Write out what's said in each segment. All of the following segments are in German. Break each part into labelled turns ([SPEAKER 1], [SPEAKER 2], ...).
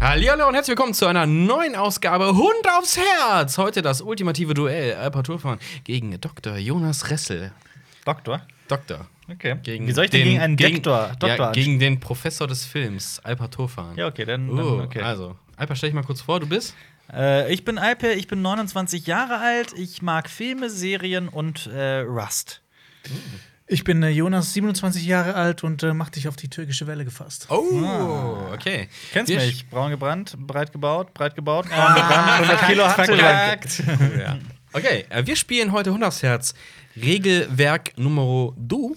[SPEAKER 1] Hallo und herzlich willkommen zu einer neuen Ausgabe Hund aufs Herz. Heute das ultimative Duell Alpert Hofmann gegen Dr. Jonas Ressel.
[SPEAKER 2] Doktor?
[SPEAKER 1] Doktor.
[SPEAKER 2] Okay.
[SPEAKER 1] Gegen
[SPEAKER 2] Wie soll ich denn
[SPEAKER 1] den-
[SPEAKER 2] gegen einen
[SPEAKER 1] gegen-
[SPEAKER 2] Doktor? Doktor
[SPEAKER 1] ja, gegen den Professor des Films, Alpert Hofmann.
[SPEAKER 2] ja, okay, dann, dann
[SPEAKER 1] Oh,
[SPEAKER 2] okay.
[SPEAKER 1] also. Alpert, stell dich mal kurz vor, du bist.
[SPEAKER 2] Äh, ich bin Alpe, ich bin 29 Jahre alt, ich mag Filme, Serien und äh, Rust.
[SPEAKER 3] Ich bin äh, Jonas, 27 Jahre alt und äh, mach dich auf die türkische Welle gefasst.
[SPEAKER 1] Oh, okay.
[SPEAKER 2] Ah. Kennst
[SPEAKER 1] Wir
[SPEAKER 2] mich? Braun gebrannt, breit gebaut, breit gebaut, Ah, braun gebrannt, 100 Kilo Hantel.
[SPEAKER 1] Verklagt. ja. Okay, äh, wir spielen heute 100 aufs Herz. Regelwerk Numero Du.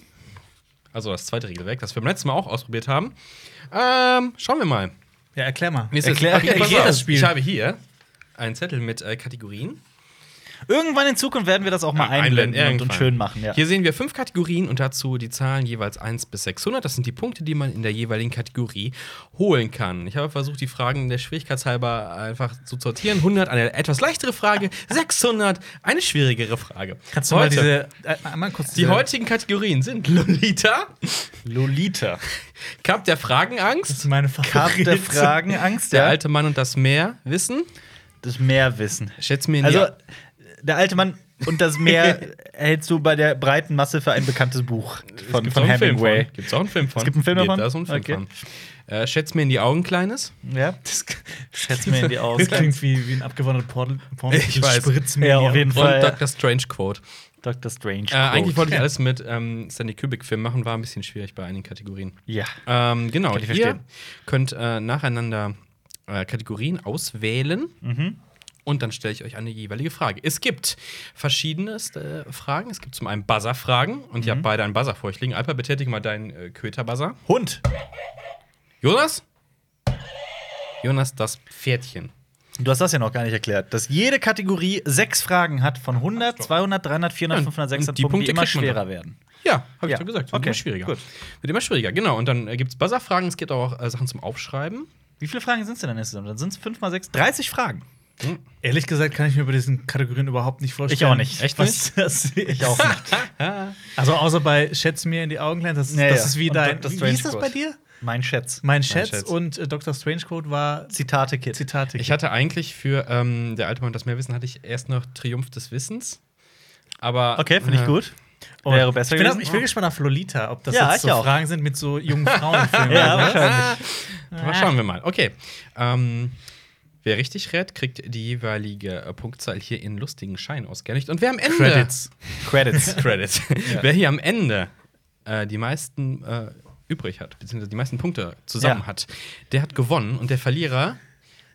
[SPEAKER 1] Also das zweite Regelwerk, das wir beim letzten Mal auch ausprobiert haben. Ähm, schauen wir mal.
[SPEAKER 3] Ja, erklär mal.
[SPEAKER 1] Mir ist
[SPEAKER 2] Erklär-
[SPEAKER 1] okay, pass
[SPEAKER 2] erklär
[SPEAKER 1] auf.
[SPEAKER 3] das Spiel.
[SPEAKER 1] Ich habe hier einen Zettel mit äh, Kategorien.
[SPEAKER 2] Irgendwann in Zukunft werden wir das auch mal einblenden und, und
[SPEAKER 1] irgendwann.
[SPEAKER 2] schön machen. Ja.
[SPEAKER 1] Hier sehen wir fünf Kategorien und dazu die Zahlen jeweils 1 bis 600. Das sind die Punkte, die man in der jeweiligen Kategorie holen kann. Ich habe versucht, die Fragen der Schwierigkeitshalber einfach zu sortieren. 100 eine etwas leichtere Frage, 600 eine schwierigere Frage.
[SPEAKER 3] Kannst du mal
[SPEAKER 1] Heute-
[SPEAKER 3] diese. Äh, einmal kurz
[SPEAKER 1] Die
[SPEAKER 3] diese-
[SPEAKER 1] heutigen Kategorien sind Lolita,
[SPEAKER 2] Lolita.
[SPEAKER 1] Cup der
[SPEAKER 3] Das
[SPEAKER 1] Fragenangst,
[SPEAKER 3] ist meine
[SPEAKER 2] Hab
[SPEAKER 3] Favorit.
[SPEAKER 2] der Fragen Angst,
[SPEAKER 1] der
[SPEAKER 2] ja?
[SPEAKER 1] alte Mann und das Meer, Wissen,
[SPEAKER 2] Das Meerwissen.
[SPEAKER 1] schätz mir in
[SPEAKER 2] Also,
[SPEAKER 1] die
[SPEAKER 2] der alte Mann und das Meer hältst du bei der breiten Masse für ein bekanntes Buch
[SPEAKER 1] Es
[SPEAKER 2] von,
[SPEAKER 1] gibt
[SPEAKER 2] von
[SPEAKER 1] auch einen Film
[SPEAKER 2] Hemingway.
[SPEAKER 1] von. Gibt's auch einen Film von?
[SPEAKER 2] Es gibt einen Film davon?
[SPEAKER 1] Da ist ein Film
[SPEAKER 2] Okay.
[SPEAKER 1] von. Äh, schätz mir in die Augen, Kleines.
[SPEAKER 2] Ja. Das schätzt mir in die Augen.
[SPEAKER 3] Das klingt wie, wie ein abgewandelter Portal. Porn
[SPEAKER 1] Ich weiß.
[SPEAKER 2] Ja, auf jeden
[SPEAKER 1] Und
[SPEAKER 2] Voll.
[SPEAKER 1] Dr. Strange Quote.
[SPEAKER 2] Dr. Strange.
[SPEAKER 1] Äh, eigentlich wollte ich alles mit ähm, Stanley Kubrick-Filmen machen, war ein bisschen schwierig bei einigen Kategorien.
[SPEAKER 2] Ja.
[SPEAKER 1] Ähm, genau,
[SPEAKER 2] Kann ich
[SPEAKER 1] ihr
[SPEAKER 2] verstehen.
[SPEAKER 1] könnt äh, nacheinander äh, Kategorien auswählen.
[SPEAKER 2] Mhm.
[SPEAKER 1] Und dann stelle ich euch eine jeweilige Frage. Es gibt verschiedene äh, Fragen. Es gibt zum einen Buzzer-Fragen. Und ich
[SPEAKER 2] Mhm.
[SPEAKER 1] habe beide einen Buzzer vor euch liegen. Alper, betätige mal deinen äh, Köter-Buzzer.
[SPEAKER 2] Hund.
[SPEAKER 1] Jonas? Jonas, das Pferdchen.
[SPEAKER 2] Du hast das ja noch gar nicht erklärt, dass jede Kategorie sechs Fragen hat von 100, 200, 300, 400,
[SPEAKER 1] Ja,
[SPEAKER 2] 500,
[SPEAKER 1] und
[SPEAKER 2] 600
[SPEAKER 1] die
[SPEAKER 2] Punkten,
[SPEAKER 1] Punkte
[SPEAKER 2] die immer
[SPEAKER 1] kriegt man
[SPEAKER 2] schwerer
[SPEAKER 1] dann.
[SPEAKER 2] werden.
[SPEAKER 1] Ja, habe ich
[SPEAKER 2] Ja.
[SPEAKER 1] doch gesagt. Wird
[SPEAKER 2] Okay,
[SPEAKER 1] immer schwieriger.
[SPEAKER 2] gut.
[SPEAKER 1] Wird immer schwieriger, genau. Und dann äh, gibt es Buzzer-Fragen. Es gibt auch äh, Sachen zum Aufschreiben.
[SPEAKER 2] Wie viele Fragen sind es denn dann insgesamt? Dann sind es 5 mal 6, 30 Fragen.
[SPEAKER 3] Ehrlich gesagt kann ich mir bei diesen Kategorien überhaupt nicht vorstellen.
[SPEAKER 2] Echt
[SPEAKER 3] was
[SPEAKER 2] nicht?
[SPEAKER 3] Das ich
[SPEAKER 2] auch
[SPEAKER 3] nicht. also außer bei Schätz mir in die Augen, klein, das, ist-
[SPEAKER 2] Ja,
[SPEAKER 3] das
[SPEAKER 2] ja.
[SPEAKER 3] ist wie
[SPEAKER 2] Und
[SPEAKER 3] dein.
[SPEAKER 2] Dr.
[SPEAKER 3] Wie
[SPEAKER 2] Strange
[SPEAKER 3] hieß das
[SPEAKER 2] Code.
[SPEAKER 3] bei dir?
[SPEAKER 2] Mein Schätz.
[SPEAKER 3] Mein Schätz,
[SPEAKER 1] Schätz.
[SPEAKER 3] und äh, Dr. Strange Code war
[SPEAKER 2] Zitate, Kid.
[SPEAKER 3] Zitate.
[SPEAKER 1] Ich hatte eigentlich für ähm, Der alte Mann und das Mehrwissen hatte ich erst noch Triumph des Wissens. Aber
[SPEAKER 2] Okay, finde ich
[SPEAKER 1] äh,
[SPEAKER 2] gut.
[SPEAKER 3] Und
[SPEAKER 2] Wäre besser
[SPEAKER 3] ich bin,
[SPEAKER 2] gewesen.
[SPEAKER 3] ich bin gespannt auf Lolita, ob das
[SPEAKER 2] Ja,
[SPEAKER 3] jetzt
[SPEAKER 2] ich
[SPEAKER 3] so
[SPEAKER 2] auch.
[SPEAKER 3] Fragen sind mit so jungen Frauen.
[SPEAKER 2] Ja, wahrscheinlich.
[SPEAKER 1] Ah. Mal schauen wir mal. Okay. Ähm, wer richtig rät, kriegt die jeweilige äh, Punktzahl hier in lustigen Schein ausgehändigt. Und wer am Ende.
[SPEAKER 3] Credits.
[SPEAKER 2] Credits.
[SPEAKER 1] Credits. Wer hier am Ende äh, die meisten äh, übrig hat, beziehungsweise die meisten Punkte zusammen
[SPEAKER 2] Ja.
[SPEAKER 1] hat, der hat gewonnen. Und der Verlierer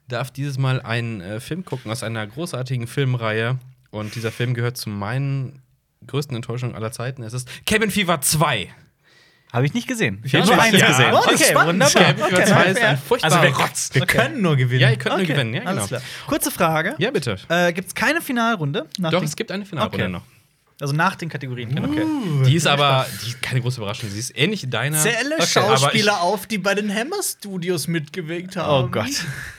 [SPEAKER 1] darf dieses Mal einen äh, Film gucken aus einer großartigen Filmreihe. Und dieser Film gehört zu meinen größten Enttäuschungen aller Zeiten. Es ist Cabin Fever 2.
[SPEAKER 2] Habe ich nicht gesehen. Ich
[SPEAKER 1] Ja,
[SPEAKER 2] habe nur
[SPEAKER 1] ja.
[SPEAKER 2] eins
[SPEAKER 1] Ja.
[SPEAKER 2] gesehen.
[SPEAKER 1] Oh,
[SPEAKER 3] das ist
[SPEAKER 2] Okay,
[SPEAKER 3] spannend.
[SPEAKER 2] wunderbar.
[SPEAKER 1] Cabin Fever 2 ist ein
[SPEAKER 3] Also
[SPEAKER 1] furchtbarer
[SPEAKER 3] wir,
[SPEAKER 1] Rotz.
[SPEAKER 3] wir können nur gewinnen.
[SPEAKER 1] Ja, ihr könnt nur
[SPEAKER 2] Okay,
[SPEAKER 1] gewinnen. Ja, genau.
[SPEAKER 2] alles klar. Kurze Frage.
[SPEAKER 1] Ja, bitte.
[SPEAKER 2] Äh, gibt es keine Finalrunde? Nach
[SPEAKER 1] Doch,
[SPEAKER 2] den-
[SPEAKER 1] es gibt eine Finalrunde
[SPEAKER 2] Okay.
[SPEAKER 1] noch.
[SPEAKER 2] Also nach den Kategorien. Okay.
[SPEAKER 1] Die ist aber die, keine große Überraschung. Sie ist ähnlich deiner. Okay,
[SPEAKER 3] Zähle
[SPEAKER 1] aber ich-
[SPEAKER 3] Schauspieler auf, die bei den Hammer Studios mitgewirkt haben.
[SPEAKER 2] Oh Gott.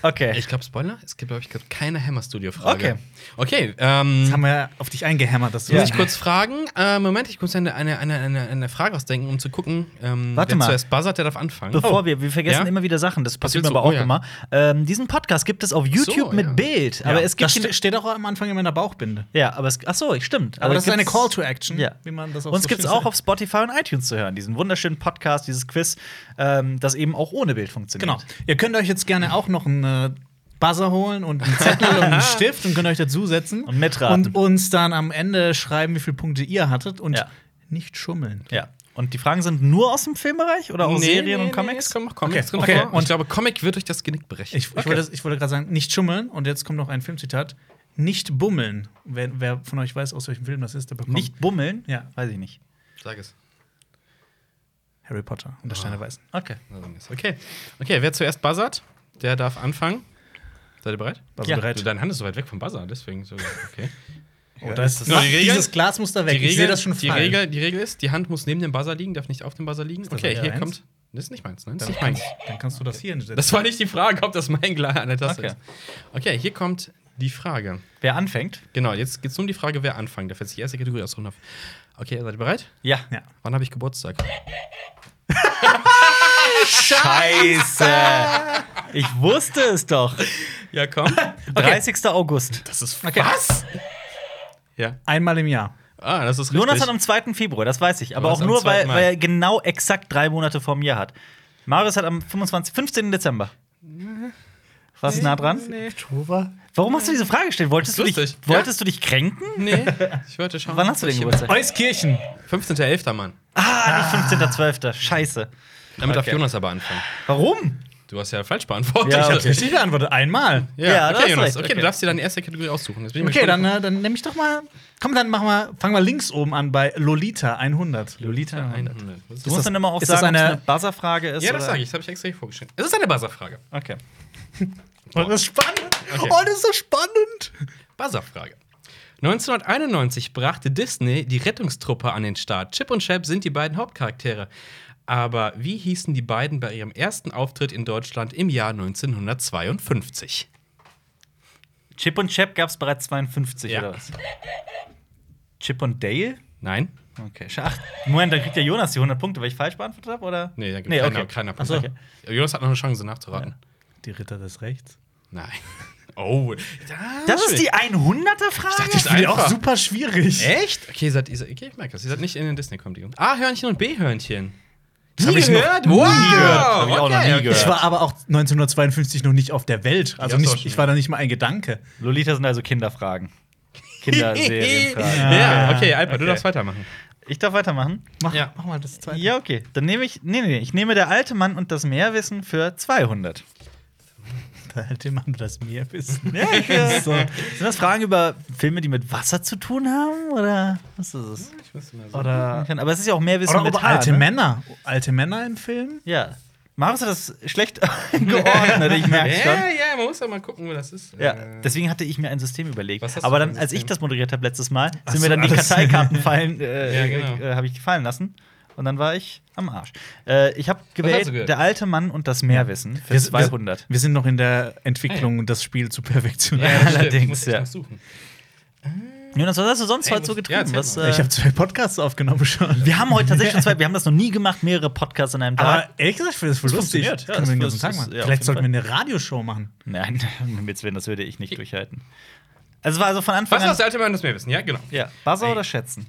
[SPEAKER 2] Okay.
[SPEAKER 1] Ich glaube, Spoiler, es gibt, glaube ich, grad keine Hammer-Studio-Frage.
[SPEAKER 2] Okay.
[SPEAKER 1] Okay, ähm,
[SPEAKER 3] Jetzt haben wir ja auf dich eingehämmert, dass du
[SPEAKER 2] Ja.
[SPEAKER 1] muss ich kurz fragen. Äh, Moment, ich muss eine, eine, eine, eine, eine Frage ausdenken, um zu gucken, ähm,
[SPEAKER 2] Warte
[SPEAKER 1] wer
[SPEAKER 2] mal.
[SPEAKER 1] zuerst buzzert, der darf anfangen.
[SPEAKER 2] Bevor wir, wir vergessen
[SPEAKER 1] Oh. Ja?
[SPEAKER 2] immer wieder Sachen, das passiert
[SPEAKER 1] willst
[SPEAKER 2] mir aber
[SPEAKER 1] du? Oh,
[SPEAKER 2] auch
[SPEAKER 1] ja.
[SPEAKER 2] immer. Ähm, diesen Podcast gibt es auf YouTube mit
[SPEAKER 1] ja.
[SPEAKER 2] Bild, aber es gibt
[SPEAKER 3] das
[SPEAKER 2] ihn,
[SPEAKER 3] ste- steht auch am Anfang in meiner Bauchbinde.
[SPEAKER 2] ja, aber es, ach so, stimmt.
[SPEAKER 3] Aber, das ist eine
[SPEAKER 2] gibt's-
[SPEAKER 3] Call to Action,
[SPEAKER 2] Ja.
[SPEAKER 3] wie man das
[SPEAKER 2] Uns
[SPEAKER 3] so
[SPEAKER 2] gibt es
[SPEAKER 3] schön
[SPEAKER 2] auch auf Spotify und iTunes zu hören, diesen wunderschönen Podcast, dieses Quiz, ähm, das eben auch ohne Bild funktioniert.
[SPEAKER 3] Genau. Ihr könnt euch jetzt gerne auch noch einen äh, Buzzer holen und einen Zettel und einen Stift und könnt euch dazu setzen.
[SPEAKER 2] Und mitraten.
[SPEAKER 3] Und uns dann am Ende schreiben, wie viele Punkte ihr hattet und
[SPEAKER 2] Ja.
[SPEAKER 3] nicht schummeln.
[SPEAKER 2] Ja. Und die Fragen sind nur aus dem Filmbereich oder auch
[SPEAKER 1] Nee,
[SPEAKER 2] Serien
[SPEAKER 1] nee,
[SPEAKER 2] und Comics?
[SPEAKER 1] Nee, es kommen auch Comics.
[SPEAKER 3] Okay,
[SPEAKER 1] drin
[SPEAKER 3] okay.
[SPEAKER 1] vor.
[SPEAKER 3] Und-
[SPEAKER 1] ich glaube, Comic wird durch das Genick brechen.
[SPEAKER 3] Ich, ich wollte, ich wollte gerade sagen, nicht schummeln und jetzt kommt noch ein Filmzitat. Nicht bummeln. Wer, wer von euch weiß, aus welchem Film das ist, der bekommt
[SPEAKER 2] Nicht bummeln?
[SPEAKER 3] Ja.
[SPEAKER 2] Weiß ich nicht.
[SPEAKER 1] Sag es.
[SPEAKER 3] Harry Potter und der Stein der Weißen.
[SPEAKER 2] Okay.
[SPEAKER 1] Okay. okay, wer zuerst buzzert, der darf anfangen. Seid ihr bereit?
[SPEAKER 3] Warst
[SPEAKER 2] Ja.
[SPEAKER 3] du bereit?
[SPEAKER 1] Deine Hand ist so weit weg vom Buzzer, deswegen so. Okay.
[SPEAKER 3] Oh, da ist das
[SPEAKER 1] Nur die Regel?
[SPEAKER 3] dieses Glas muss da weg. ich sehe das schon
[SPEAKER 1] die,
[SPEAKER 3] fallen.
[SPEAKER 1] Regel, die Regel ist, die Hand muss neben dem Buzzer liegen, darf nicht auf dem Buzzer liegen.
[SPEAKER 3] das
[SPEAKER 1] Okay,
[SPEAKER 3] euer
[SPEAKER 1] hier
[SPEAKER 3] Ernst?
[SPEAKER 1] kommt. Das ist nicht meins, nein, das ist
[SPEAKER 3] Dann
[SPEAKER 1] nicht meins.
[SPEAKER 3] kannst, dann kannst du das hier hinsetzen.
[SPEAKER 1] Das war nicht die Frage, ob das mein Glas an der Tasse
[SPEAKER 2] Okay.
[SPEAKER 1] ist. Okay, hier kommt die Frage.
[SPEAKER 2] Wer anfängt?
[SPEAKER 1] Genau, jetzt geht es nur um die Frage, wer anfangen darf. Jetzt die erste Kategorie aus Runde. Okay, seid ihr bereit?
[SPEAKER 2] Ja.
[SPEAKER 3] ja.
[SPEAKER 1] Wann habe ich Geburtstag?
[SPEAKER 2] Scheiße! Ich wusste es doch.
[SPEAKER 1] Ja, komm.
[SPEAKER 2] 30. August.
[SPEAKER 1] Das ist
[SPEAKER 3] Okay.
[SPEAKER 1] was? Ja.
[SPEAKER 3] Einmal im Jahr.
[SPEAKER 1] Ah, das ist richtig.
[SPEAKER 2] Jonas hat am 2. Februar, das weiß ich.
[SPEAKER 1] Du
[SPEAKER 2] Aber auch
[SPEAKER 1] hast am
[SPEAKER 2] nur, weil,
[SPEAKER 1] 2. Mai.
[SPEAKER 2] weil er genau exakt drei Monate vor mir hat. Marius hat am 25, 15. Dezember. Warst du nah dran?
[SPEAKER 1] Nee.
[SPEAKER 3] Oktober?
[SPEAKER 2] Warum hast du diese Frage gestellt? Wolltest, du
[SPEAKER 1] Das ist
[SPEAKER 2] dich,
[SPEAKER 1] lustig. Ja.
[SPEAKER 2] wolltest du dich kränken?
[SPEAKER 1] nee, ich wollte schauen.
[SPEAKER 2] Wann hast du den Geburtstag?
[SPEAKER 3] Euskirchen.
[SPEAKER 1] 15.11. Mann.
[SPEAKER 2] Ah, nicht 15.12. Scheiße.
[SPEAKER 1] Damit darf
[SPEAKER 3] Okay.
[SPEAKER 1] Jonas aber anfangen.
[SPEAKER 2] Warum?
[SPEAKER 1] Du hast ja falsch beantwortet.
[SPEAKER 2] Ja,
[SPEAKER 1] Ich hab's
[SPEAKER 2] okay.
[SPEAKER 1] richtig-
[SPEAKER 3] Richtig beantwortet. Einmal.
[SPEAKER 1] Ja,
[SPEAKER 2] Ja, du
[SPEAKER 1] okay,
[SPEAKER 2] hast
[SPEAKER 1] Jonas.
[SPEAKER 2] recht.
[SPEAKER 1] Okay,
[SPEAKER 2] Okay.
[SPEAKER 1] du darfst dir deine erste Kategorie aussuchen. Jetzt bin ich mal
[SPEAKER 3] Okay,
[SPEAKER 1] gespannt.
[SPEAKER 3] dann, äh, dann nehme ich doch mal. Komm, dann machen wir, fangen wir links oben an bei Lolita 100.
[SPEAKER 2] Lolita 100.
[SPEAKER 1] 100. Was ist das?
[SPEAKER 2] Du musst
[SPEAKER 3] das-
[SPEAKER 2] dann immer auch
[SPEAKER 3] ist das
[SPEAKER 2] sagen, ob es
[SPEAKER 3] eine-
[SPEAKER 2] eine Buzzer-Frage ist.
[SPEAKER 1] Ja, das
[SPEAKER 2] oder-
[SPEAKER 1] sage ich. Das habe ich extra hier vorgestellt. Es ist eine Buzzerfrage.
[SPEAKER 2] Okay.
[SPEAKER 3] Oh, das ist spannend.
[SPEAKER 1] Okay.
[SPEAKER 3] Oh, das ist so spannend.
[SPEAKER 1] Buzzerfrage. 1991 brachte Disney die Rettungstruppe an den Start. Chip und Chap sind die beiden Hauptcharaktere. Aber wie hießen die beiden bei ihrem ersten Auftritt in Deutschland im Jahr 1952?
[SPEAKER 2] Chip und Chap gab es bereits 52
[SPEAKER 1] Ja.
[SPEAKER 2] oder was? Chip und Dale?
[SPEAKER 1] Nein?
[SPEAKER 2] Okay, scha- ach, Moment, dann kriegt ja Jonas die 100 Punkte, weil ich falsch beantwortet habe, oder?
[SPEAKER 1] Nee, da gibt
[SPEAKER 2] Nee,
[SPEAKER 1] keiner,
[SPEAKER 2] okay.
[SPEAKER 1] keiner
[SPEAKER 2] Ach
[SPEAKER 1] Punkt.
[SPEAKER 2] so. okay.
[SPEAKER 1] Jonas hat noch eine Chance nachzuraten.
[SPEAKER 3] Die Ritter des Rechts.
[SPEAKER 1] Nein. Oh.
[SPEAKER 2] Das ist die 100er Frage?
[SPEAKER 1] dachte, ich-
[SPEAKER 3] Finde ich auch
[SPEAKER 1] Einfach.
[SPEAKER 3] super schwierig.
[SPEAKER 1] Echt? Okay, ihr seid, ihr seid, okay ich merke das. Ihr seid nicht in den Disney-Comedy. A-Hörnchen und B-Hörnchen.
[SPEAKER 3] Das habe ich noch nie
[SPEAKER 1] Wow!
[SPEAKER 3] gehört.
[SPEAKER 2] Hab ich auch noch nie
[SPEAKER 1] okay.
[SPEAKER 2] gehört.
[SPEAKER 3] Ich war aber auch 1952 noch nicht auf der Welt. Also
[SPEAKER 1] Ja,
[SPEAKER 3] nicht,
[SPEAKER 1] so schon,
[SPEAKER 3] ich war da nicht mal ein Gedanke.
[SPEAKER 2] Lolita sind also Kinderfragen. Kinderserienfragen.
[SPEAKER 1] ja, okay, Alper, du
[SPEAKER 2] Okay.
[SPEAKER 1] darfst weitermachen.
[SPEAKER 2] Ich darf weitermachen?
[SPEAKER 3] Mach,
[SPEAKER 1] Ja.
[SPEAKER 3] mach mal das zweite.
[SPEAKER 2] Ja, okay. Dann nehme ich. Nee, nee, nee. Ich nehme der alte Mann und das Meerwissen für 200.
[SPEAKER 3] Hätte man das mehr wissen.
[SPEAKER 2] Ja, ich, äh, sind das Fragen über Filme, die mit Wasser zu tun haben? Oder was ist es?
[SPEAKER 3] Oder,
[SPEAKER 2] Aber es ist ja auch Meerwissen
[SPEAKER 3] oder
[SPEAKER 2] mit
[SPEAKER 3] über
[SPEAKER 2] H,
[SPEAKER 3] alte
[SPEAKER 2] ne?
[SPEAKER 3] Männer. Alte Männer in Filmen?
[SPEAKER 2] Ja. Marius hat das schlecht geordnet, ich merke schon.
[SPEAKER 1] Ja, ja, man muss ja mal gucken, wo das ist.
[SPEAKER 2] Ja,
[SPEAKER 1] Äh,
[SPEAKER 2] deswegen hatte ich mir ein System überlegt.
[SPEAKER 1] Was hast du
[SPEAKER 2] Aber
[SPEAKER 1] für ein
[SPEAKER 2] dann, als ich
[SPEAKER 1] System?
[SPEAKER 2] das moderiert habe letztes Mal,
[SPEAKER 3] Ach
[SPEAKER 2] sind mir
[SPEAKER 3] so,
[SPEAKER 2] dann die
[SPEAKER 3] alles.
[SPEAKER 2] Karteikarten fallen, äh,
[SPEAKER 1] Ja, genau.
[SPEAKER 2] äh, habe ich die fallen lassen. Und dann war ich am Arsch. Äh, ich habe
[SPEAKER 1] hast du
[SPEAKER 2] gewählt,
[SPEAKER 1] gehört?
[SPEAKER 2] der alte Mann und das Meerwissen für
[SPEAKER 3] Wir-
[SPEAKER 2] 200.
[SPEAKER 3] Wir, wir sind noch in der Entwicklung, das Spiel zu perfektionieren.
[SPEAKER 1] das stimmt.
[SPEAKER 2] allerdings,
[SPEAKER 1] Muss ich
[SPEAKER 2] ja.
[SPEAKER 1] noch Suchen.
[SPEAKER 2] Jonas, was hast du sonst
[SPEAKER 1] Ey,
[SPEAKER 2] heute so
[SPEAKER 1] muss- ja,
[SPEAKER 2] getrieben?
[SPEAKER 1] erzähl
[SPEAKER 2] was,
[SPEAKER 1] mal.
[SPEAKER 2] äh,
[SPEAKER 3] Ich habe zwei Podcasts aufgenommen schon.
[SPEAKER 2] wir haben heute tatsächlich schon zwei, wir haben das noch nie gemacht, mehrere Podcasts an einem Tag.
[SPEAKER 3] Aber ehrlich gesagt, ich finde das voll
[SPEAKER 2] Das
[SPEAKER 3] lustig.
[SPEAKER 2] funktioniert, ja,
[SPEAKER 3] Können wir den
[SPEAKER 2] das-
[SPEAKER 3] ganzen Tag
[SPEAKER 2] das-
[SPEAKER 3] machen.
[SPEAKER 2] ja, auf jeden
[SPEAKER 3] Vielleicht sollten
[SPEAKER 2] Fall.
[SPEAKER 3] wir eine Radioshow machen.
[SPEAKER 2] Nein, mit Sven, das würde ich nicht durchhalten. Also war also von Anfang
[SPEAKER 1] Was
[SPEAKER 2] an.
[SPEAKER 1] das alte Mann das mehr wissen? Ja, genau.
[SPEAKER 2] Ja, Buzzer
[SPEAKER 1] Ey.
[SPEAKER 2] oder Schätzen?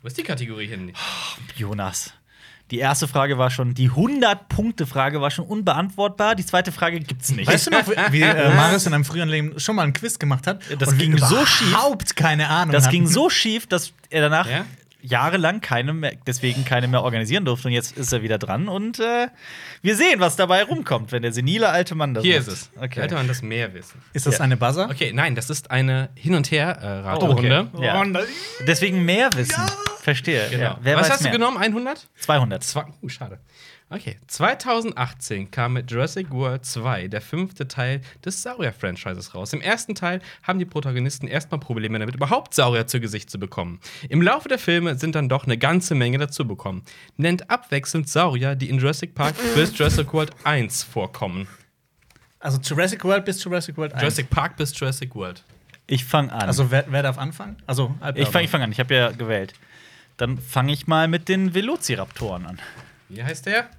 [SPEAKER 1] Wo ist die Kategorie hin?
[SPEAKER 2] Oh Jonas. Die erste Frage war schon, die 100-Punkte-Frage war schon unbeantwortbar. Die zweite Frage gibt's nicht.
[SPEAKER 3] Weißt du noch, wie- wie äh, Marius in einem früheren Leben schon mal ein Quiz gemacht hat?
[SPEAKER 2] das
[SPEAKER 3] wir
[SPEAKER 2] ging so schief.
[SPEAKER 3] Überhaupt keine Ahnung.
[SPEAKER 2] das
[SPEAKER 3] hatten?
[SPEAKER 2] ging so schief, dass er danach
[SPEAKER 1] Ja?
[SPEAKER 2] jahrelang keine mehr, deswegen keine mehr organisieren durfte. Und jetzt ist er wieder dran und äh, wir sehen, was dabei rumkommt, wenn der senile alte Mann das
[SPEAKER 1] Hier ist
[SPEAKER 2] macht.
[SPEAKER 1] es. Der
[SPEAKER 2] Okay.
[SPEAKER 1] alte Mann das mehr wissen.
[SPEAKER 3] Ist das
[SPEAKER 2] Ja.
[SPEAKER 3] eine Buzzer?
[SPEAKER 1] Okay, nein, das ist eine Hin- und äh, Her-Raterunde.
[SPEAKER 2] Ja.
[SPEAKER 3] nein.
[SPEAKER 2] Deswegen mehr wissen. Verstehe.
[SPEAKER 1] Genau.
[SPEAKER 2] Ja. Wer
[SPEAKER 1] Was
[SPEAKER 2] weiß
[SPEAKER 1] hast
[SPEAKER 2] mehr?
[SPEAKER 1] du genommen? 100?
[SPEAKER 2] 200.
[SPEAKER 1] Zwei, uh, schade. Okay. 2018 kam mit Jurassic World 2 der fünfte Teil des Saurier-Franchises raus. Im ersten Teil haben die Protagonisten erstmal Probleme damit, überhaupt Saurier zu Gesicht zu bekommen. Im Laufe der Filme sind dann doch eine ganze Menge dazu bekommen. Nennt abwechselnd Saurier, die in Jurassic Park bis Jurassic World 1 vorkommen.
[SPEAKER 3] Also Jurassic World bis Jurassic World 1.
[SPEAKER 1] Jurassic Park bis Jurassic World.
[SPEAKER 2] Ich fange an.
[SPEAKER 3] Also wer, wer darf anfangen? Also Alper,
[SPEAKER 2] ich fange
[SPEAKER 3] aber.
[SPEAKER 2] ich fang an. Ich habe ja gewählt. Dann fange ich mal mit den Velociraptoren an.
[SPEAKER 1] Wie heißt der?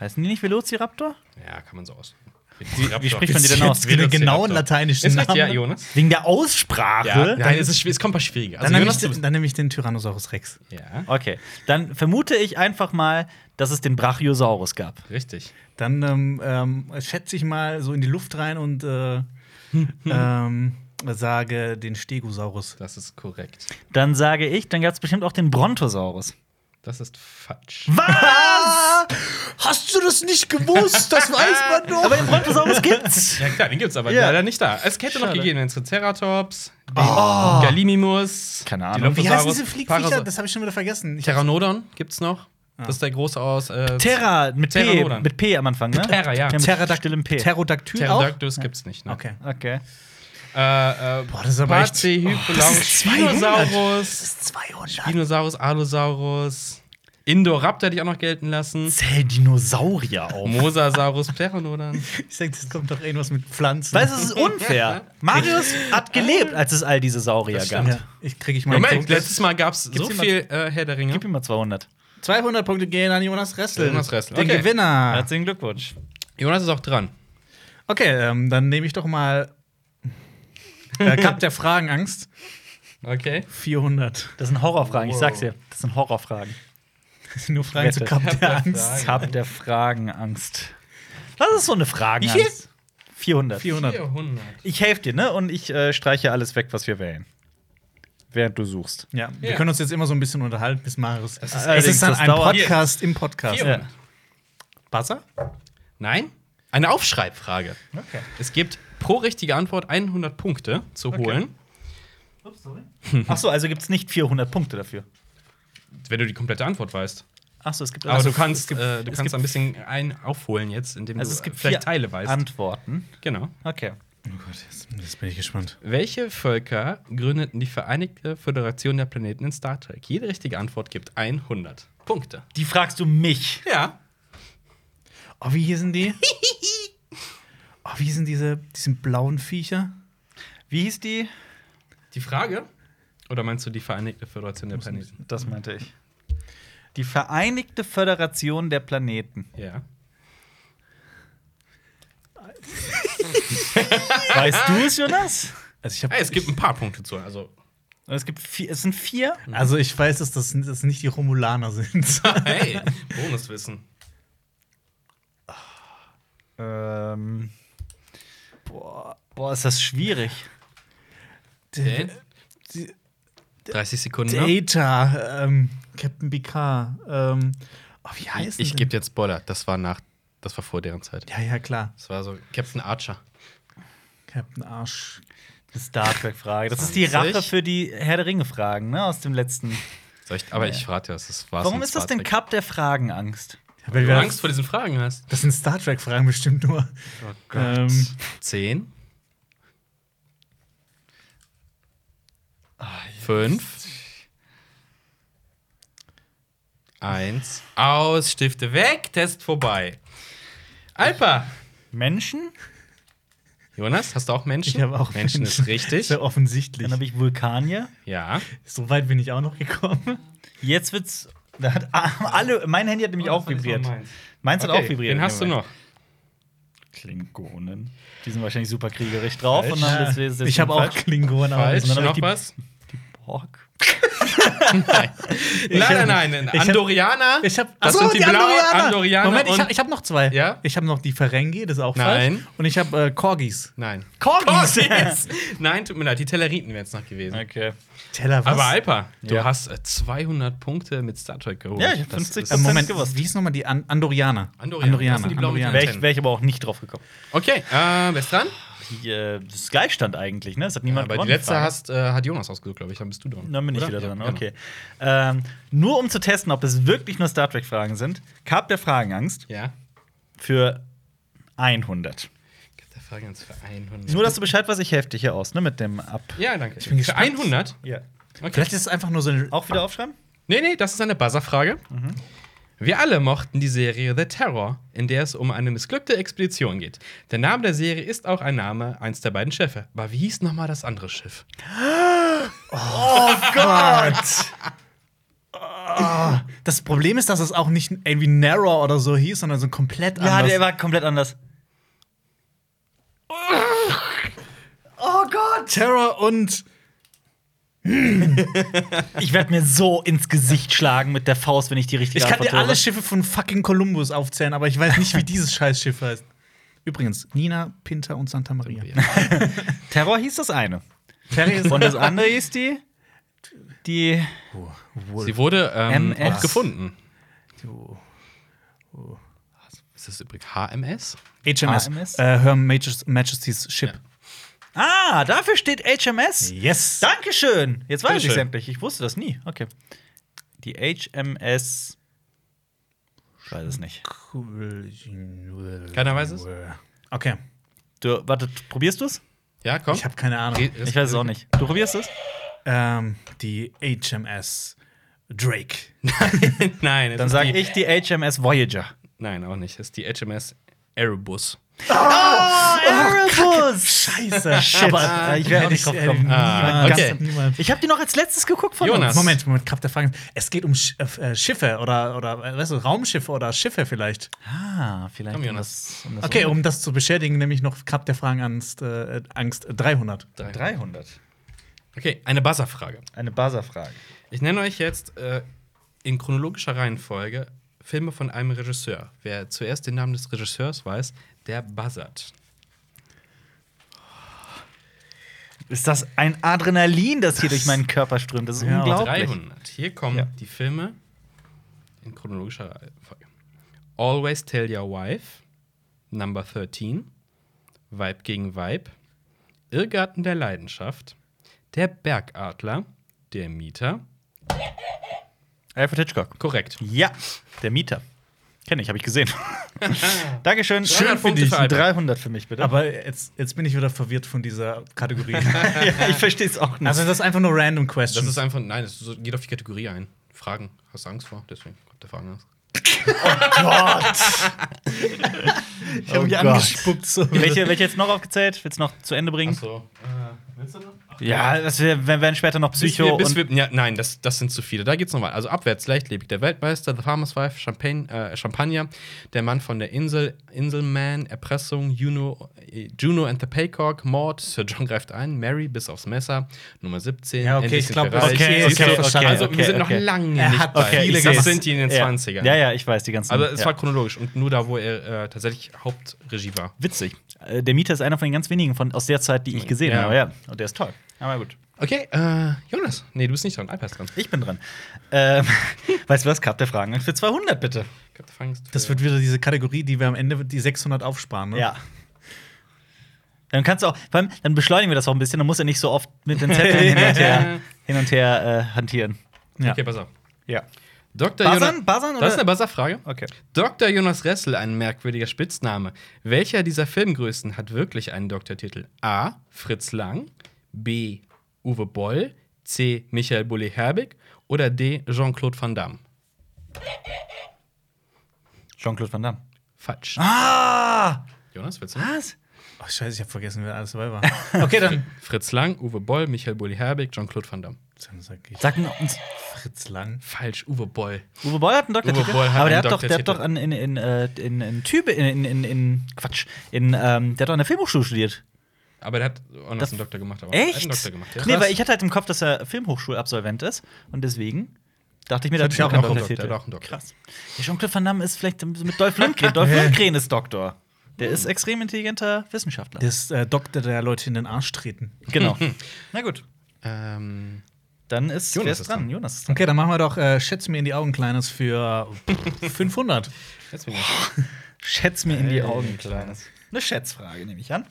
[SPEAKER 2] Heißen die nicht Velociraptor?
[SPEAKER 1] Ja, kann man so aus.
[SPEAKER 2] wie spricht
[SPEAKER 3] Jetzt
[SPEAKER 2] man die denn aus?
[SPEAKER 3] jetzt einen genauen lateinischen
[SPEAKER 1] Ist richtig, ja,
[SPEAKER 3] Namen.
[SPEAKER 1] Jonas?
[SPEAKER 2] Wegen der Aussprache?
[SPEAKER 1] Ja,
[SPEAKER 3] Dann-
[SPEAKER 1] nein, es, ist, schwierig, es kommt ein paar schwieriger.
[SPEAKER 3] Dann nehme ich,
[SPEAKER 1] Also du
[SPEAKER 3] den-
[SPEAKER 1] bist-
[SPEAKER 3] dann nehme ich den Tyrannosaurus Rex.
[SPEAKER 1] ja,
[SPEAKER 2] Okay, dann vermute ich einfach mal, dass es den Brachiosaurus gab.
[SPEAKER 1] richtig.
[SPEAKER 3] Dann ähm, ähm, schätze ich mal so in die Luft rein und äh, ähm, sage den Stegosaurus.
[SPEAKER 1] Das ist korrekt.
[SPEAKER 2] Dann sage ich, dann gab es bestimmt auch den Brontosaurus.
[SPEAKER 1] Das ist falsch.
[SPEAKER 3] Hast du das nicht gewusst? Das weiß man doch.
[SPEAKER 2] Aber den Brontosaurus gibt's!
[SPEAKER 1] Ja, klar, den gibt's aber
[SPEAKER 2] Ja.
[SPEAKER 1] leider nicht da. Es hätte noch
[SPEAKER 2] Schade.
[SPEAKER 1] gegeben, wenn Triceratops, den Gallimimus,
[SPEAKER 2] Keine
[SPEAKER 1] die
[SPEAKER 2] Ahnung.
[SPEAKER 3] Oh. Wie heißen diese
[SPEAKER 1] Dilophosaurus,
[SPEAKER 3] Fliegviecher?
[SPEAKER 1] Parasaur-
[SPEAKER 3] Das habe ich schon wieder vergessen. Ich
[SPEAKER 1] Pteranodon gibt's noch. Das ist der große aus. Äh,
[SPEAKER 2] Terra mit P,
[SPEAKER 1] Pteranodon.
[SPEAKER 2] mit P am Anfang, ne?
[SPEAKER 1] Terra, ja.
[SPEAKER 2] mit
[SPEAKER 3] Pterodact-
[SPEAKER 2] stillem P.
[SPEAKER 3] Pterodactyl auch?
[SPEAKER 1] Pterodactylus gibt's nicht. Ne?
[SPEAKER 3] Okay.
[SPEAKER 2] okay.
[SPEAKER 1] Äh, äh,
[SPEAKER 3] Boah, das ist aber echt-
[SPEAKER 1] Pachyhypolaurus, Spinosaurus,
[SPEAKER 3] ist 200.
[SPEAKER 1] Spinosaurus, Allosaurus, Indoraptor hätte ich auch noch gelten lassen.
[SPEAKER 2] Zähl Dinosaurier auf.
[SPEAKER 1] Mosasaurus, Pteranodon.
[SPEAKER 3] Ich denke, das kommt doch irgendwas mit Pflanzen.
[SPEAKER 2] Weißt du, es ist unfair. Marius hat gelebt, als es all diese Saurier
[SPEAKER 1] Das
[SPEAKER 2] gab.
[SPEAKER 1] stimmt.
[SPEAKER 3] ja, ich kriege ich mal
[SPEAKER 1] Moment, letztes Mal gab's so
[SPEAKER 2] jemand-
[SPEAKER 1] viel äh, Herr der Ringe.
[SPEAKER 2] Gib ihm mal 200.
[SPEAKER 3] 200 Punkte gehen an Jonas Ressel.
[SPEAKER 1] Jonas Ressel,
[SPEAKER 3] Den
[SPEAKER 1] okay.
[SPEAKER 3] Gewinner.
[SPEAKER 2] Herzlichen Glückwunsch.
[SPEAKER 1] Jonas ist auch dran.
[SPEAKER 3] Okay, ähm, dann nehme ich doch mal äh, Cup der Fragenangst.
[SPEAKER 1] Okay.
[SPEAKER 3] 400.
[SPEAKER 2] Das sind Horrorfragen, ich
[SPEAKER 1] Wow.
[SPEAKER 2] sag's dir. Das sind Horrorfragen.
[SPEAKER 3] Nur Fragen zu
[SPEAKER 2] Wette.
[SPEAKER 3] Cup
[SPEAKER 1] Cup
[SPEAKER 3] der
[SPEAKER 1] der
[SPEAKER 3] Angst.
[SPEAKER 1] Fragen.
[SPEAKER 2] Cup der Fragenangst. Das ist so eine Frage.
[SPEAKER 1] Wie viel?
[SPEAKER 2] 400.
[SPEAKER 3] 400.
[SPEAKER 1] 400.
[SPEAKER 2] Ich helfe dir, ne? Und ich äh, streiche alles weg, was wir wählen. Während du suchst.
[SPEAKER 3] Ja, wir
[SPEAKER 1] Ja.
[SPEAKER 3] können uns jetzt immer so ein bisschen unterhalten, bis Marius.
[SPEAKER 1] Das ist
[SPEAKER 3] es ist dann
[SPEAKER 2] das
[SPEAKER 3] ein
[SPEAKER 2] dauert-
[SPEAKER 3] Podcast im Podcast.
[SPEAKER 1] Vier- Ja.
[SPEAKER 3] Buzzer?
[SPEAKER 1] Nein? Eine Aufschreibfrage.
[SPEAKER 2] Okay.
[SPEAKER 1] Es gibt pro richtige Antwort 100 Punkte zu
[SPEAKER 2] Okay.
[SPEAKER 1] holen.
[SPEAKER 2] Achso, also gibt's nicht 400 Punkte dafür.
[SPEAKER 1] Wenn du die komplette Antwort weißt.
[SPEAKER 2] Achso, es gibt
[SPEAKER 1] Aber
[SPEAKER 2] also
[SPEAKER 1] du kannst,
[SPEAKER 2] es gibt,
[SPEAKER 1] äh, du
[SPEAKER 2] es
[SPEAKER 1] kannst
[SPEAKER 2] gibt,
[SPEAKER 1] ein bisschen ein aufholen jetzt, indem
[SPEAKER 2] also
[SPEAKER 1] du
[SPEAKER 2] es gibt
[SPEAKER 1] äh, vielleicht
[SPEAKER 2] vier
[SPEAKER 1] Teile weißt.
[SPEAKER 2] Antworten.
[SPEAKER 1] genau.
[SPEAKER 2] Okay.
[SPEAKER 3] Oh Gott, jetzt, jetzt bin ich gespannt.
[SPEAKER 1] Welche Völker gründeten die Vereinigte Föderation der Planeten in Star Trek? Jede richtige Antwort gibt 100 Punkte.
[SPEAKER 2] Die fragst du mich.
[SPEAKER 1] Ja.
[SPEAKER 3] Oh, wie hießen die? oh, wie hießen diese, diesen blauen Viecher?
[SPEAKER 2] Wie hieß die?
[SPEAKER 1] Die Frage? Oder meinst du die Vereinigte Föderation der Planeten?
[SPEAKER 2] Das meinte ich. Die Vereinigte Föderation der Planeten.
[SPEAKER 1] Ja.
[SPEAKER 2] Weißt du es, Jonas?
[SPEAKER 3] Also ich, hab,
[SPEAKER 1] Hey, es gibt ein paar Punkte zu. Also,
[SPEAKER 2] Es, gibt vier, es sind vier.
[SPEAKER 3] also ich weiß, dass das, dass das nicht die Romulaner sind.
[SPEAKER 1] hey, Bonuswissen.
[SPEAKER 2] Ähm, boah, boah, ist das schwierig.
[SPEAKER 1] Denn 30 Sekunden. noch.
[SPEAKER 3] Data, ähm, Ne? Captain Picard. Ähm, oh, wie heißt
[SPEAKER 1] Ich gebe dir einen Spoiler. Das war nach, das war vor deren Zeit.
[SPEAKER 3] Ja, ja, klar.
[SPEAKER 1] Das war so Captain Archer.
[SPEAKER 3] Captain Arsch.
[SPEAKER 2] Eine Star Trek-Frage. Das ist die
[SPEAKER 1] 20.
[SPEAKER 2] Rache für die Herr der Ringe-Fragen, ne? Aus dem letzten.
[SPEAKER 1] Soll ich, aber ich rate ja, das war
[SPEAKER 2] Warum ist das denn Cup der Fragenangst?
[SPEAKER 3] Ja, weil
[SPEAKER 1] Wenn
[SPEAKER 3] wir
[SPEAKER 1] du Angst vor diesen Fragen hast.
[SPEAKER 3] Das sind Star Trek-Fragen bestimmt nur.
[SPEAKER 1] Oh
[SPEAKER 3] Ähm,
[SPEAKER 1] Zehn.
[SPEAKER 2] Ah,
[SPEAKER 1] Fünf. Eins. Aus, Stifte weg, Test vorbei. Alpa.
[SPEAKER 2] Menschen?
[SPEAKER 1] Jonas, hast du auch Menschen?
[SPEAKER 3] Ich habe auch
[SPEAKER 1] Menschen. ist richtig.
[SPEAKER 3] Sehr offensichtlich.
[SPEAKER 2] Dann habe ich Vulkanier.
[SPEAKER 1] Ja.
[SPEAKER 3] So weit bin ich auch noch gekommen.
[SPEAKER 2] Jetzt wird's. Da hat alle, mein Handy hat nämlich auch vibriert. Meins. hat auch vibriert.
[SPEAKER 1] Den hast du noch.
[SPEAKER 2] Klingonen. Die sind wahrscheinlich super kriegerisch drauf. Und dann,
[SPEAKER 3] Ja,
[SPEAKER 2] deswegen ist es
[SPEAKER 3] ich habe auch
[SPEAKER 2] falsch.
[SPEAKER 3] Klingonen, aber
[SPEAKER 1] Falsch.
[SPEAKER 3] das ist
[SPEAKER 2] sondern
[SPEAKER 1] Noch
[SPEAKER 2] die-
[SPEAKER 1] was?
[SPEAKER 2] Borg.
[SPEAKER 1] Nein, nein, nein.
[SPEAKER 3] ich hab-
[SPEAKER 1] Andorianer.
[SPEAKER 3] Ich hab,
[SPEAKER 1] das
[SPEAKER 3] Achso,
[SPEAKER 1] sind die, blauen Andorianer.
[SPEAKER 3] Moment, ich
[SPEAKER 1] und-
[SPEAKER 3] habe ich hab noch zwei.
[SPEAKER 1] Ja?
[SPEAKER 3] Ich habe noch die Ferengi, das ist auch
[SPEAKER 1] Nein.
[SPEAKER 3] falsch. Und ich habe äh, Corgis.
[SPEAKER 1] Nein.
[SPEAKER 2] Corgis!
[SPEAKER 1] Nein, tut mir leid, die Telleriten wären es noch gewesen.
[SPEAKER 2] Okay.
[SPEAKER 3] Teller, was?
[SPEAKER 1] Aber Alpa, du
[SPEAKER 2] Ja.
[SPEAKER 1] hast äh, 200 Punkte mit Star Trek geholt.
[SPEAKER 2] Ja, ich hab
[SPEAKER 1] Das
[SPEAKER 2] 50
[SPEAKER 1] ist-
[SPEAKER 3] äh, Moment,
[SPEAKER 2] gewusst.
[SPEAKER 3] wie hieß nochmal die An Andorianer?
[SPEAKER 1] Andorianer, das sind die blauen
[SPEAKER 3] Andorianer.
[SPEAKER 2] Wäre ich, wär ich aber auch nicht drauf gekommen.
[SPEAKER 1] Okay, äh, wer ist dran?
[SPEAKER 2] Die, äh, das ist Gleichstand eigentlich, ne? Es hat niemand
[SPEAKER 1] Aber die
[SPEAKER 2] gewonnen,
[SPEAKER 1] letzte
[SPEAKER 2] Frage.
[SPEAKER 1] hast, äh, hat Jonas ausgesucht, glaube ich. Dann bist du dran.
[SPEAKER 2] Dann bin ich
[SPEAKER 1] oder?
[SPEAKER 2] wieder dran,
[SPEAKER 1] Ja, genau.
[SPEAKER 2] okay. Ähm, nur um zu testen, ob es wirklich nur Star Trek-Fragen sind, Cup der Fragenangst
[SPEAKER 1] Genau. Ja.
[SPEAKER 2] für 100.
[SPEAKER 1] Der Frage uns für 100.
[SPEAKER 2] Nur, dass du Bescheid weißt, ich helfe dich hier aus, ne, mit dem Ab.
[SPEAKER 1] ja, danke. Ich
[SPEAKER 3] bin
[SPEAKER 1] für
[SPEAKER 3] gespannt.
[SPEAKER 1] 100?
[SPEAKER 2] Ja.
[SPEAKER 1] Okay.
[SPEAKER 3] Vielleicht ist es einfach nur so eine.
[SPEAKER 2] Auch wieder aufschreiben?
[SPEAKER 1] Nee, nee, das ist eine Buzzer-Frage.
[SPEAKER 2] Mhm.
[SPEAKER 1] Wir alle mochten die Serie The Terror, in der es um eine missglückte Expedition geht. Der Name der Serie ist auch ein Name eins der beiden Schiffe. Aber wie hieß nochmal das andere Schiff?
[SPEAKER 3] Gott! Ah, das Problem ist, dass es auch nicht irgendwie Narrow oder so hieß, sondern so komplett
[SPEAKER 2] Ja,
[SPEAKER 3] anders.
[SPEAKER 2] der war komplett anders. Oh Gott!
[SPEAKER 3] Terror und.
[SPEAKER 2] Ich werde mir so ins Gesicht schlagen mit der Faust, wenn ich die richtige
[SPEAKER 3] Ich kann dir
[SPEAKER 2] Antwort
[SPEAKER 3] alle
[SPEAKER 2] höre.
[SPEAKER 3] Schiffe von fucking Columbus aufzählen, aber ich weiß nicht, wie dieses scheiß Schiff heißt. Übrigens, Nina, Pinta und Santa Maria.
[SPEAKER 2] Terror hieß das eine.
[SPEAKER 3] Terry ist
[SPEAKER 2] Und das andere hieß die. Die.
[SPEAKER 1] Sie wurde ähm,
[SPEAKER 2] MS.
[SPEAKER 1] auch gefunden. Ist das übrigens HMS?
[SPEAKER 3] HMS.
[SPEAKER 2] HMS?
[SPEAKER 3] Äh, Her Majest Majesty's Ship.
[SPEAKER 2] Ah, dafür steht HMS.
[SPEAKER 3] Yes.
[SPEAKER 2] Dankeschön. Jetzt weiß ich es
[SPEAKER 1] Bitteschön.
[SPEAKER 2] endlich. Ich wusste das nie. Okay. Die HMS. Ich weiß es nicht.
[SPEAKER 1] Keiner weiß es?
[SPEAKER 3] Okay,
[SPEAKER 2] Du, warte, probierst du es?
[SPEAKER 1] Ja, komm.
[SPEAKER 3] ich habe keine Ahnung.
[SPEAKER 1] Geht-
[SPEAKER 2] Ich weiß es auch nicht. Du probierst es?
[SPEAKER 3] Ähm, die HMS Drake.
[SPEAKER 1] Nein, es
[SPEAKER 2] Dann
[SPEAKER 1] ist
[SPEAKER 2] sage
[SPEAKER 1] die-
[SPEAKER 2] ich die HMS Voyager.
[SPEAKER 1] Nein, auch nicht. Es ist die HMS Erebus.
[SPEAKER 2] Oh, Erebus!
[SPEAKER 3] Scheiße.
[SPEAKER 2] Shit.
[SPEAKER 3] Aber,
[SPEAKER 2] Äh, ich wär auch nicht drauf
[SPEAKER 3] hätte
[SPEAKER 2] gekommen.
[SPEAKER 1] Ah,
[SPEAKER 3] niemals,
[SPEAKER 1] okay.
[SPEAKER 3] niemals.
[SPEAKER 2] Ich habe die noch als letztes geguckt von
[SPEAKER 1] Jonas.
[SPEAKER 2] uns.
[SPEAKER 3] Moment, Moment, Kraft der Fragen. Es geht um Sch äh, äh, Schiffe oder, oder äh, weißt du, Raumschiffe oder Schiffe vielleicht.
[SPEAKER 2] Ah, vielleicht.
[SPEAKER 1] Komm,
[SPEAKER 2] um
[SPEAKER 1] Jonas.
[SPEAKER 2] das- um das
[SPEAKER 3] Okay, um das zu beschädigen, nämlich noch Kraft der Fragen Angst, äh, Angst 300.
[SPEAKER 2] 300.
[SPEAKER 1] Okay, eine Buzzer-Frage.
[SPEAKER 2] Eine Buzzer-Frage.
[SPEAKER 1] Ich nenne euch jetzt äh, in chronologischer Reihenfolge Filme von einem Regisseur. Wer zuerst den Namen des Regisseurs weiß, der buzzert.
[SPEAKER 2] Ist das ein Adrenalin, das hier durch meinen Körper strömt? Das ist
[SPEAKER 3] Ja,
[SPEAKER 2] unglaublich.
[SPEAKER 1] 300. Hier kommen
[SPEAKER 2] Ja.
[SPEAKER 1] die Filme in chronologischer Reihenfolge. Always Tell Your Wife, Number 13, Vibe gegen Vibe, Irrgarten der Leidenschaft, Der Bergadler, Der Mieter.
[SPEAKER 2] Alfred Hitchcock.
[SPEAKER 1] Korrekt.
[SPEAKER 2] Ja, der Mieter. Kenne ich, habe ich gesehen. Dankeschön.
[SPEAKER 1] 300 für dich.
[SPEAKER 2] 300 für mich, bitte.
[SPEAKER 3] Aber jetzt, jetzt bin ich wieder verwirrt von dieser Kategorie.
[SPEAKER 2] ja, ich verstehe es auch nicht.
[SPEAKER 3] also, das ist einfach nur random
[SPEAKER 1] Das ist
[SPEAKER 3] Questions.
[SPEAKER 1] einfach, nein, das ist- geht auf die Kategorie ein. Fragen. Hast du Angst vor? Deswegen kommt der Fragen aus.
[SPEAKER 3] Ich
[SPEAKER 2] hab mich
[SPEAKER 3] angespuckt. So.
[SPEAKER 2] Oh welche, welche jetzt noch aufgezählt? Willst du noch zu Ende bringen?
[SPEAKER 1] Achso. willst du noch?
[SPEAKER 2] Ja, das wär, wir werden später noch Psycho
[SPEAKER 1] bis
[SPEAKER 2] und
[SPEAKER 1] wir, bis wir, ja, nein, das, das sind zu viele. Da geht's nochmal. Also abwärts, leichtlebig. Der Weltmeister, The Farmer's Wife, Champagne, äh, Champagner, der Mann von der Insel, Inselman, Erpressung, Juno, äh, Juno and the Paycock, Mord, Sir John greift ein, Mary bis aufs Messer, Nummer 17.
[SPEAKER 3] Ja, okay,
[SPEAKER 1] endlich
[SPEAKER 3] ich
[SPEAKER 1] sind
[SPEAKER 3] glaub,
[SPEAKER 1] wir reich.
[SPEAKER 3] okay, okay,
[SPEAKER 1] Siehst du,
[SPEAKER 3] okay, okay,
[SPEAKER 1] Also wir
[SPEAKER 2] okay,
[SPEAKER 1] sind
[SPEAKER 2] okay.
[SPEAKER 1] noch lange
[SPEAKER 3] Er
[SPEAKER 1] nicht
[SPEAKER 3] hat
[SPEAKER 1] bei.
[SPEAKER 3] viele
[SPEAKER 1] Das
[SPEAKER 3] gemacht.
[SPEAKER 1] sind die in den
[SPEAKER 2] ja.
[SPEAKER 1] 20ern.
[SPEAKER 2] Ja, ja, ich weiß die ganzen.
[SPEAKER 1] Also es
[SPEAKER 2] ja.
[SPEAKER 1] war chronologisch und nur da, wo er äh, tatsächlich Hauptregie war.
[SPEAKER 2] witzig. Äh, Der Mieter ist einer von den ganz wenigen von, aus der Zeit, die ich gesehen
[SPEAKER 1] Mhm. Ja.
[SPEAKER 2] habe. Ja, und der ist toll. Aber gut.
[SPEAKER 1] Okay, äh, Jonas. Nee, du bist nicht dran. Alper ist dran.
[SPEAKER 2] Ich bin dran. Ähm, weißt du was? Kap der Fragen. Für 200 bitte.
[SPEAKER 1] Ich glaub, du fangst
[SPEAKER 3] Das
[SPEAKER 1] für-
[SPEAKER 3] wird wieder diese Kategorie, die wir am Ende die 600 aufsparen.
[SPEAKER 1] Hm.
[SPEAKER 3] Ne?
[SPEAKER 2] Ja. Dann kannst du auch, vor allem, dann beschleunigen wir das auch ein bisschen. Dann musst du nicht so oft mit den Zetteln hin und her, hin und her äh, hantieren.
[SPEAKER 3] Ja.
[SPEAKER 1] Okay, pass auf.
[SPEAKER 2] Ja.
[SPEAKER 1] Dr.
[SPEAKER 2] Buzzern?
[SPEAKER 1] Jonas-
[SPEAKER 2] Buzzern
[SPEAKER 1] Das
[SPEAKER 2] oder?
[SPEAKER 1] ist eine Buzzer-Frage.
[SPEAKER 2] Okay.
[SPEAKER 1] Dr. Jonas Ressel, ein merkwürdiger Spitzname. Welcher dieser Filmgrößen hat wirklich einen Doktortitel? A. Fritz Lang, B. Uwe Boll, C. Michael Bulli-Herbig oder D. Jean-Claude Van Damme?
[SPEAKER 2] Jean-Claude Van Damme.
[SPEAKER 1] Falsch.
[SPEAKER 2] Ah!
[SPEAKER 1] Jonas, willst du? noch?
[SPEAKER 2] Was?
[SPEAKER 3] Oh, scheiße, ich habe vergessen, wer alles dabei war. Okay, dann.
[SPEAKER 1] Fritz Lang, Uwe Boll, Michael Bulli-Herbig, Jean-Claude Van Damme.
[SPEAKER 3] dann sag ich
[SPEAKER 2] Sag uns.
[SPEAKER 3] Fritz Lang.
[SPEAKER 1] Falsch, Uwe Boll.
[SPEAKER 2] Uwe Boll hat einen Doktortitel.
[SPEAKER 1] Uwe Boll hat
[SPEAKER 2] aber der
[SPEAKER 1] einen
[SPEAKER 2] hat doch, der hat doch an, in, in, äh, in, in Tübingen, in, in, in, Quatsch, in, ähm, der hat doch an der Filmhochschule studiert.
[SPEAKER 1] Aber der hat auch noch
[SPEAKER 2] Das-
[SPEAKER 1] einen Doktor gemacht. Aber
[SPEAKER 2] Echt?
[SPEAKER 1] Hat einen Doktor gemacht, ja.
[SPEAKER 2] Nee, weil ich hatte halt im Kopf, dass er Filmhochschulabsolvent ist und deswegen dachte ich mir, da
[SPEAKER 3] Hatte ich auch
[SPEAKER 1] einen Doktor, der hat auch einen Doktor.
[SPEAKER 2] Krass. Der Jean-Claude Van Damme ist vielleicht mit Dolph Lundgren. Dolph Lundgren ist Doktor. Der ist extrem intelligenter Wissenschaftler.
[SPEAKER 3] Das äh, Doktor, der Leute in den Arsch treten.
[SPEAKER 2] genau. Na gut,
[SPEAKER 1] Ähm,
[SPEAKER 2] dann ist
[SPEAKER 1] Jonas
[SPEAKER 2] wer ist
[SPEAKER 1] ist
[SPEAKER 2] dran?
[SPEAKER 1] dran.
[SPEAKER 2] Jonas ist dran.
[SPEAKER 3] Okay, dann machen wir doch äh, Schätz mir in die Augen, Kleines, für 500.
[SPEAKER 1] jetzt bin ich-
[SPEAKER 2] Schätz mir in die Augen,
[SPEAKER 1] Kleines.
[SPEAKER 2] Kleines. Eine Schätzfrage nehme ich an.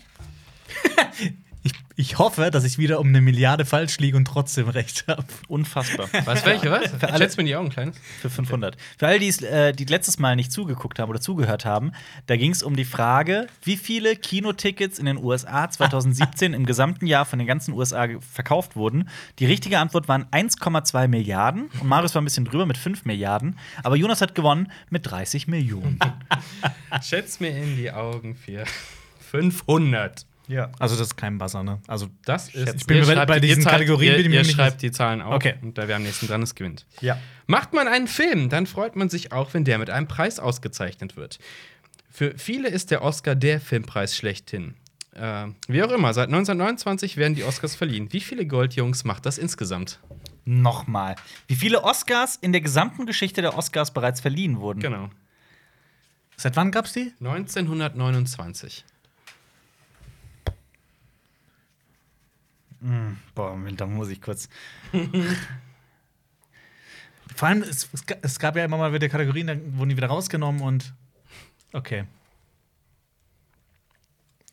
[SPEAKER 3] Ich, ich hoffe, dass ich wieder um eine Milliarde falsch liege und trotzdem recht habe.
[SPEAKER 2] Unfassbar.
[SPEAKER 1] was, welche, was?
[SPEAKER 2] alle-
[SPEAKER 1] Schätz mir in die Augen, Kleines.
[SPEAKER 2] Für 500. Für all die, es, äh, die letztes Mal nicht zugeguckt haben oder zugehört haben, da ging es um die Frage, wie viele Kinotickets in den USA 2017 im gesamten Jahr von den ganzen USA ge- verkauft wurden. Die richtige Antwort waren 1,2 Milliarden und Marius war ein bisschen drüber mit 5 Milliarden, aber Jonas hat gewonnen mit 30 Millionen.
[SPEAKER 1] Schätz mir in die Augen für 500.
[SPEAKER 2] Ja.
[SPEAKER 3] Also, das ist kein Buzzer, ne? Also,
[SPEAKER 1] Das ist.
[SPEAKER 3] Ich bin
[SPEAKER 1] ihr
[SPEAKER 3] mir bei-
[SPEAKER 1] schreibt-
[SPEAKER 3] bei diesen
[SPEAKER 1] ihr zahlt-
[SPEAKER 3] Kategorien
[SPEAKER 1] Ihr,
[SPEAKER 3] bin ich mir
[SPEAKER 1] ihr
[SPEAKER 3] nicht-
[SPEAKER 1] schreibt die Zahlen auf.
[SPEAKER 3] Okay.
[SPEAKER 1] Und da wer am nächsten dran ist, gewinnt.
[SPEAKER 2] Ja.
[SPEAKER 1] Macht man einen Film, dann freut man sich auch, wenn der mit einem Preis ausgezeichnet wird. Für viele ist der Oscar der Filmpreis schlechthin. Äh, wie auch immer, seit 1929 werden die Oscars verliehen. Wie viele Goldjungs macht das insgesamt?
[SPEAKER 2] Nochmal. Wie viele Oscars in der gesamten Geschichte der Oscars bereits verliehen wurden?
[SPEAKER 1] Genau.
[SPEAKER 3] seit wann gab's die?
[SPEAKER 1] 1929.
[SPEAKER 2] Boah, Moment, da muss ich kurz.
[SPEAKER 3] Vor allem, es, es ga- es gab ja immer mal wieder Kategorien, dann wurden die wieder rausgenommen und. Okay.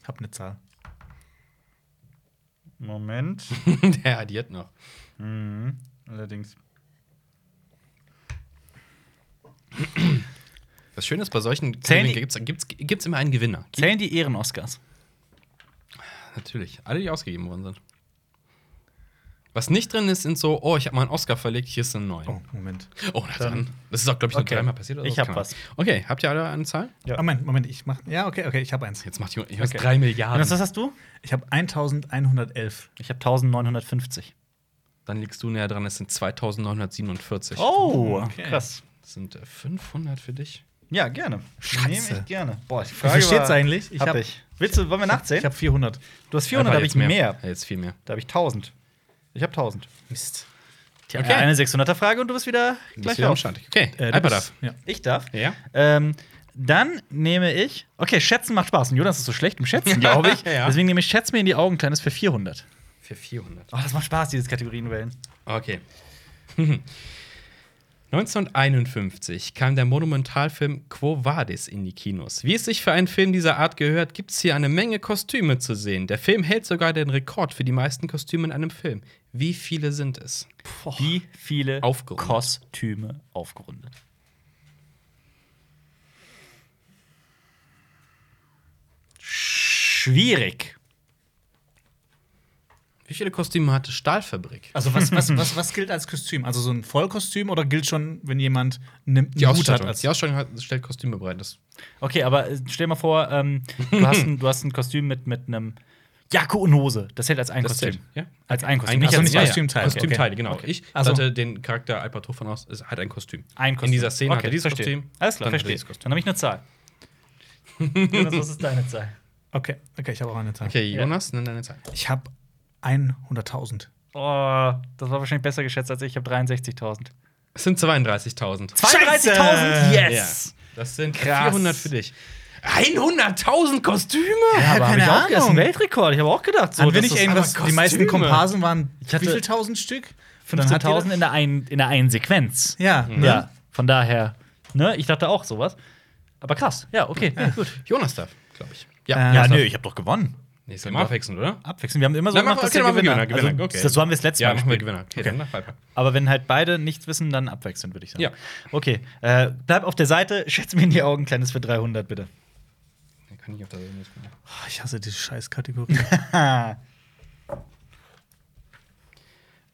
[SPEAKER 3] Hab eine Zahl.
[SPEAKER 2] Moment.
[SPEAKER 1] der addiert noch.
[SPEAKER 2] Mhm, Allerdings.
[SPEAKER 1] Das Schöne ist, bei solchen
[SPEAKER 2] Zählen
[SPEAKER 1] Kategorien gibt's, gibt's, gibt's immer einen Gewinner.
[SPEAKER 2] Zählen die Ehren-Oscars?
[SPEAKER 1] Natürlich. Alle, die ausgegeben worden sind. Was nicht drin ist, sind so, oh, ich habe mal einen Oscar verlegt, hier ist ein 9.
[SPEAKER 3] Oh,
[SPEAKER 1] Oh,
[SPEAKER 3] Moment.
[SPEAKER 1] na
[SPEAKER 2] Dann-
[SPEAKER 1] dann. Das ist auch, glaube ich, nur
[SPEAKER 2] Okay.
[SPEAKER 1] dreimal passiert. Oder
[SPEAKER 2] Ich
[SPEAKER 1] so,
[SPEAKER 2] hab
[SPEAKER 1] keine Ahnung.
[SPEAKER 2] was.
[SPEAKER 1] Okay, habt ihr alle eine Zahl?
[SPEAKER 2] Ja.
[SPEAKER 3] Ah, Moment, Moment, ich mach. Ja, okay, okay, ich habe eins.
[SPEAKER 1] Jetzt macht jemand okay.
[SPEAKER 2] Okay.
[SPEAKER 1] 3
[SPEAKER 2] Jonas,
[SPEAKER 1] Milliarden.
[SPEAKER 2] was hast du?
[SPEAKER 3] Ich habe 1111.
[SPEAKER 2] Ich habe 1950.
[SPEAKER 1] Dann liegst du näher dran, es sind 2947.
[SPEAKER 2] Oh,
[SPEAKER 3] Okay.
[SPEAKER 2] krass.
[SPEAKER 1] Das sind äh, 500 für dich.
[SPEAKER 2] Ja, gerne.
[SPEAKER 3] Scheiße.
[SPEAKER 2] Nehme ich gerne. Boah, die
[SPEAKER 3] Wie viel steht's
[SPEAKER 2] war-
[SPEAKER 3] eigentlich?
[SPEAKER 2] hab
[SPEAKER 3] hab-
[SPEAKER 2] ich. Willst du, wollen wir nachzählen?
[SPEAKER 3] Ich habe 400.
[SPEAKER 2] du hast 400,
[SPEAKER 1] Einfach
[SPEAKER 2] da habe
[SPEAKER 1] jetzt
[SPEAKER 2] ich mehr.
[SPEAKER 1] Ja, jetzt viel mehr.
[SPEAKER 2] Da habe ich 1000. Ich habe 1000.
[SPEAKER 3] Mist.
[SPEAKER 2] Tja,
[SPEAKER 1] okay.
[SPEAKER 2] Eine 600er-Frage und du bist wieder
[SPEAKER 1] Bist
[SPEAKER 2] gleich
[SPEAKER 1] wieder am
[SPEAKER 2] auf.
[SPEAKER 1] Stand. Okay,
[SPEAKER 3] Äh,
[SPEAKER 1] äh,
[SPEAKER 3] du
[SPEAKER 1] Alper
[SPEAKER 3] bist-
[SPEAKER 1] darf.
[SPEAKER 3] Ja.
[SPEAKER 2] Ich darf.
[SPEAKER 1] Ja.
[SPEAKER 2] Ähm, dann nehme ich. Okay, Schätzen macht Spaß. Und Jonas ist so schlecht im Schätzen, glaube ich.
[SPEAKER 1] Ja.
[SPEAKER 2] Deswegen nehme ich Schätz mir in die Augen, kleines für 400.
[SPEAKER 1] Für 400.
[SPEAKER 2] Oh, das macht Spaß, dieses Kategorienwählen.
[SPEAKER 1] Okay. 1951 kam der Monumentalfilm Quo Vadis in die Kinos. Wie es sich für einen Film dieser Art gehört, gibt es hier eine Menge Kostüme zu sehen. Der Film hält sogar den Rekord für die meisten Kostüme in einem Film. Wie viele sind es?
[SPEAKER 2] Wie viele
[SPEAKER 1] Aufgerundet.
[SPEAKER 2] Kostüme aufgerundet? Schwierig.
[SPEAKER 1] Wie viele Kostüme hatte Stahlfabrik?
[SPEAKER 3] Also was, was, was, was gilt als Kostüm? Also so ein Vollkostüm oder gilt schon, wenn jemand nimmt
[SPEAKER 1] Die Ausstattung.
[SPEAKER 3] als
[SPEAKER 1] die Ausstattung hat, stellt Kostüme bereit. Das
[SPEAKER 2] Okay, aber äh, stell mal vor, ähm, du, hast ein, du hast ein Kostüm mit, mit einem Jacke und Hose. Das zählt als ein
[SPEAKER 1] Das
[SPEAKER 2] Kostüm.
[SPEAKER 1] zählt, ja.
[SPEAKER 2] Als ein Kostüm.
[SPEAKER 1] Ein
[SPEAKER 2] nicht
[SPEAKER 3] also
[SPEAKER 2] als
[SPEAKER 3] nicht
[SPEAKER 2] zwei.
[SPEAKER 3] als- Kostümteil. Okay.
[SPEAKER 1] Kostümteile, genau. Ich
[SPEAKER 3] Also-
[SPEAKER 1] hatte den Charakter Alpert Hof von aus, es hat ein Kostüm.
[SPEAKER 2] Ein Kostüm.
[SPEAKER 1] In dieser Szene hatte dieses
[SPEAKER 2] verstehe.
[SPEAKER 1] Kostüm.
[SPEAKER 2] Alles
[SPEAKER 1] dann
[SPEAKER 2] klar,
[SPEAKER 1] hatte
[SPEAKER 2] verstehe.
[SPEAKER 1] dieses Kostüm.
[SPEAKER 2] Dann habe ich eine Zahl. Jonas, was ist deine Zahl?
[SPEAKER 3] Okay, okay, ich habe auch eine Zahl.
[SPEAKER 1] Okay, Jonas, nenn deine Zahl.
[SPEAKER 3] Ich habe 100.000.
[SPEAKER 2] Oh, das war wahrscheinlich besser geschätzt als ich. Ich habe 63.000.
[SPEAKER 1] Es sind 32.000.
[SPEAKER 2] 32.000?
[SPEAKER 1] Ja. Das sind
[SPEAKER 2] Krass.
[SPEAKER 1] 400 für dich. 100.000 Kostüme?
[SPEAKER 2] Ja, aber hab
[SPEAKER 3] keine
[SPEAKER 2] ich auch, das ist ein
[SPEAKER 3] Ahnung.
[SPEAKER 2] Weltrekord. Ich habe auch gedacht, so,
[SPEAKER 3] An wenn
[SPEAKER 2] das
[SPEAKER 3] ich
[SPEAKER 2] ist
[SPEAKER 3] irgendwas,
[SPEAKER 1] aber
[SPEAKER 3] die meisten
[SPEAKER 1] Kostüme.
[SPEAKER 3] Komparsen waren
[SPEAKER 2] hatte
[SPEAKER 3] wie viel tausend Stück? Und dann hat
[SPEAKER 2] 15.000
[SPEAKER 3] jeder-
[SPEAKER 2] in der, einen, in der einen Sequenz.
[SPEAKER 3] Ja, ne?
[SPEAKER 2] Ja, von daher. Ne, ich dachte auch sowas. Aber krass. Ja, okay, ja. gut.
[SPEAKER 1] Jonas darf, glaube ich.
[SPEAKER 3] Äh,
[SPEAKER 1] Ja,
[SPEAKER 3] Ja,
[SPEAKER 1] ja.
[SPEAKER 3] nö,
[SPEAKER 2] ich habe doch gewonnen.
[SPEAKER 1] Nee, ist immer abwechselnd, oder?
[SPEAKER 2] Abwechseln. Wir haben immer so
[SPEAKER 1] Nein,
[SPEAKER 2] gemacht,
[SPEAKER 1] mach-
[SPEAKER 2] dass
[SPEAKER 1] okay,
[SPEAKER 2] der
[SPEAKER 1] machen wir
[SPEAKER 2] Gewinner.
[SPEAKER 1] Gewinner, Gewinner,
[SPEAKER 2] also,
[SPEAKER 1] okay.
[SPEAKER 2] So haben wir es letztes
[SPEAKER 1] Ja,
[SPEAKER 2] Mal
[SPEAKER 1] machen wir
[SPEAKER 2] gespielt.
[SPEAKER 1] Gewinner. Okay,
[SPEAKER 2] Okay.
[SPEAKER 1] dann nach Piper.
[SPEAKER 2] Aber wenn halt beide nichts wissen, dann abwechselnd, würde ich sagen.
[SPEAKER 1] Ja.
[SPEAKER 2] Okay, äh, bleib auf der Seite, schätze mir in die Augen, kleines für 300, bitte.
[SPEAKER 1] Dann kann ich auf der Seite nicht mehr.
[SPEAKER 3] Oh, ich hasse diese Scheißkategorie.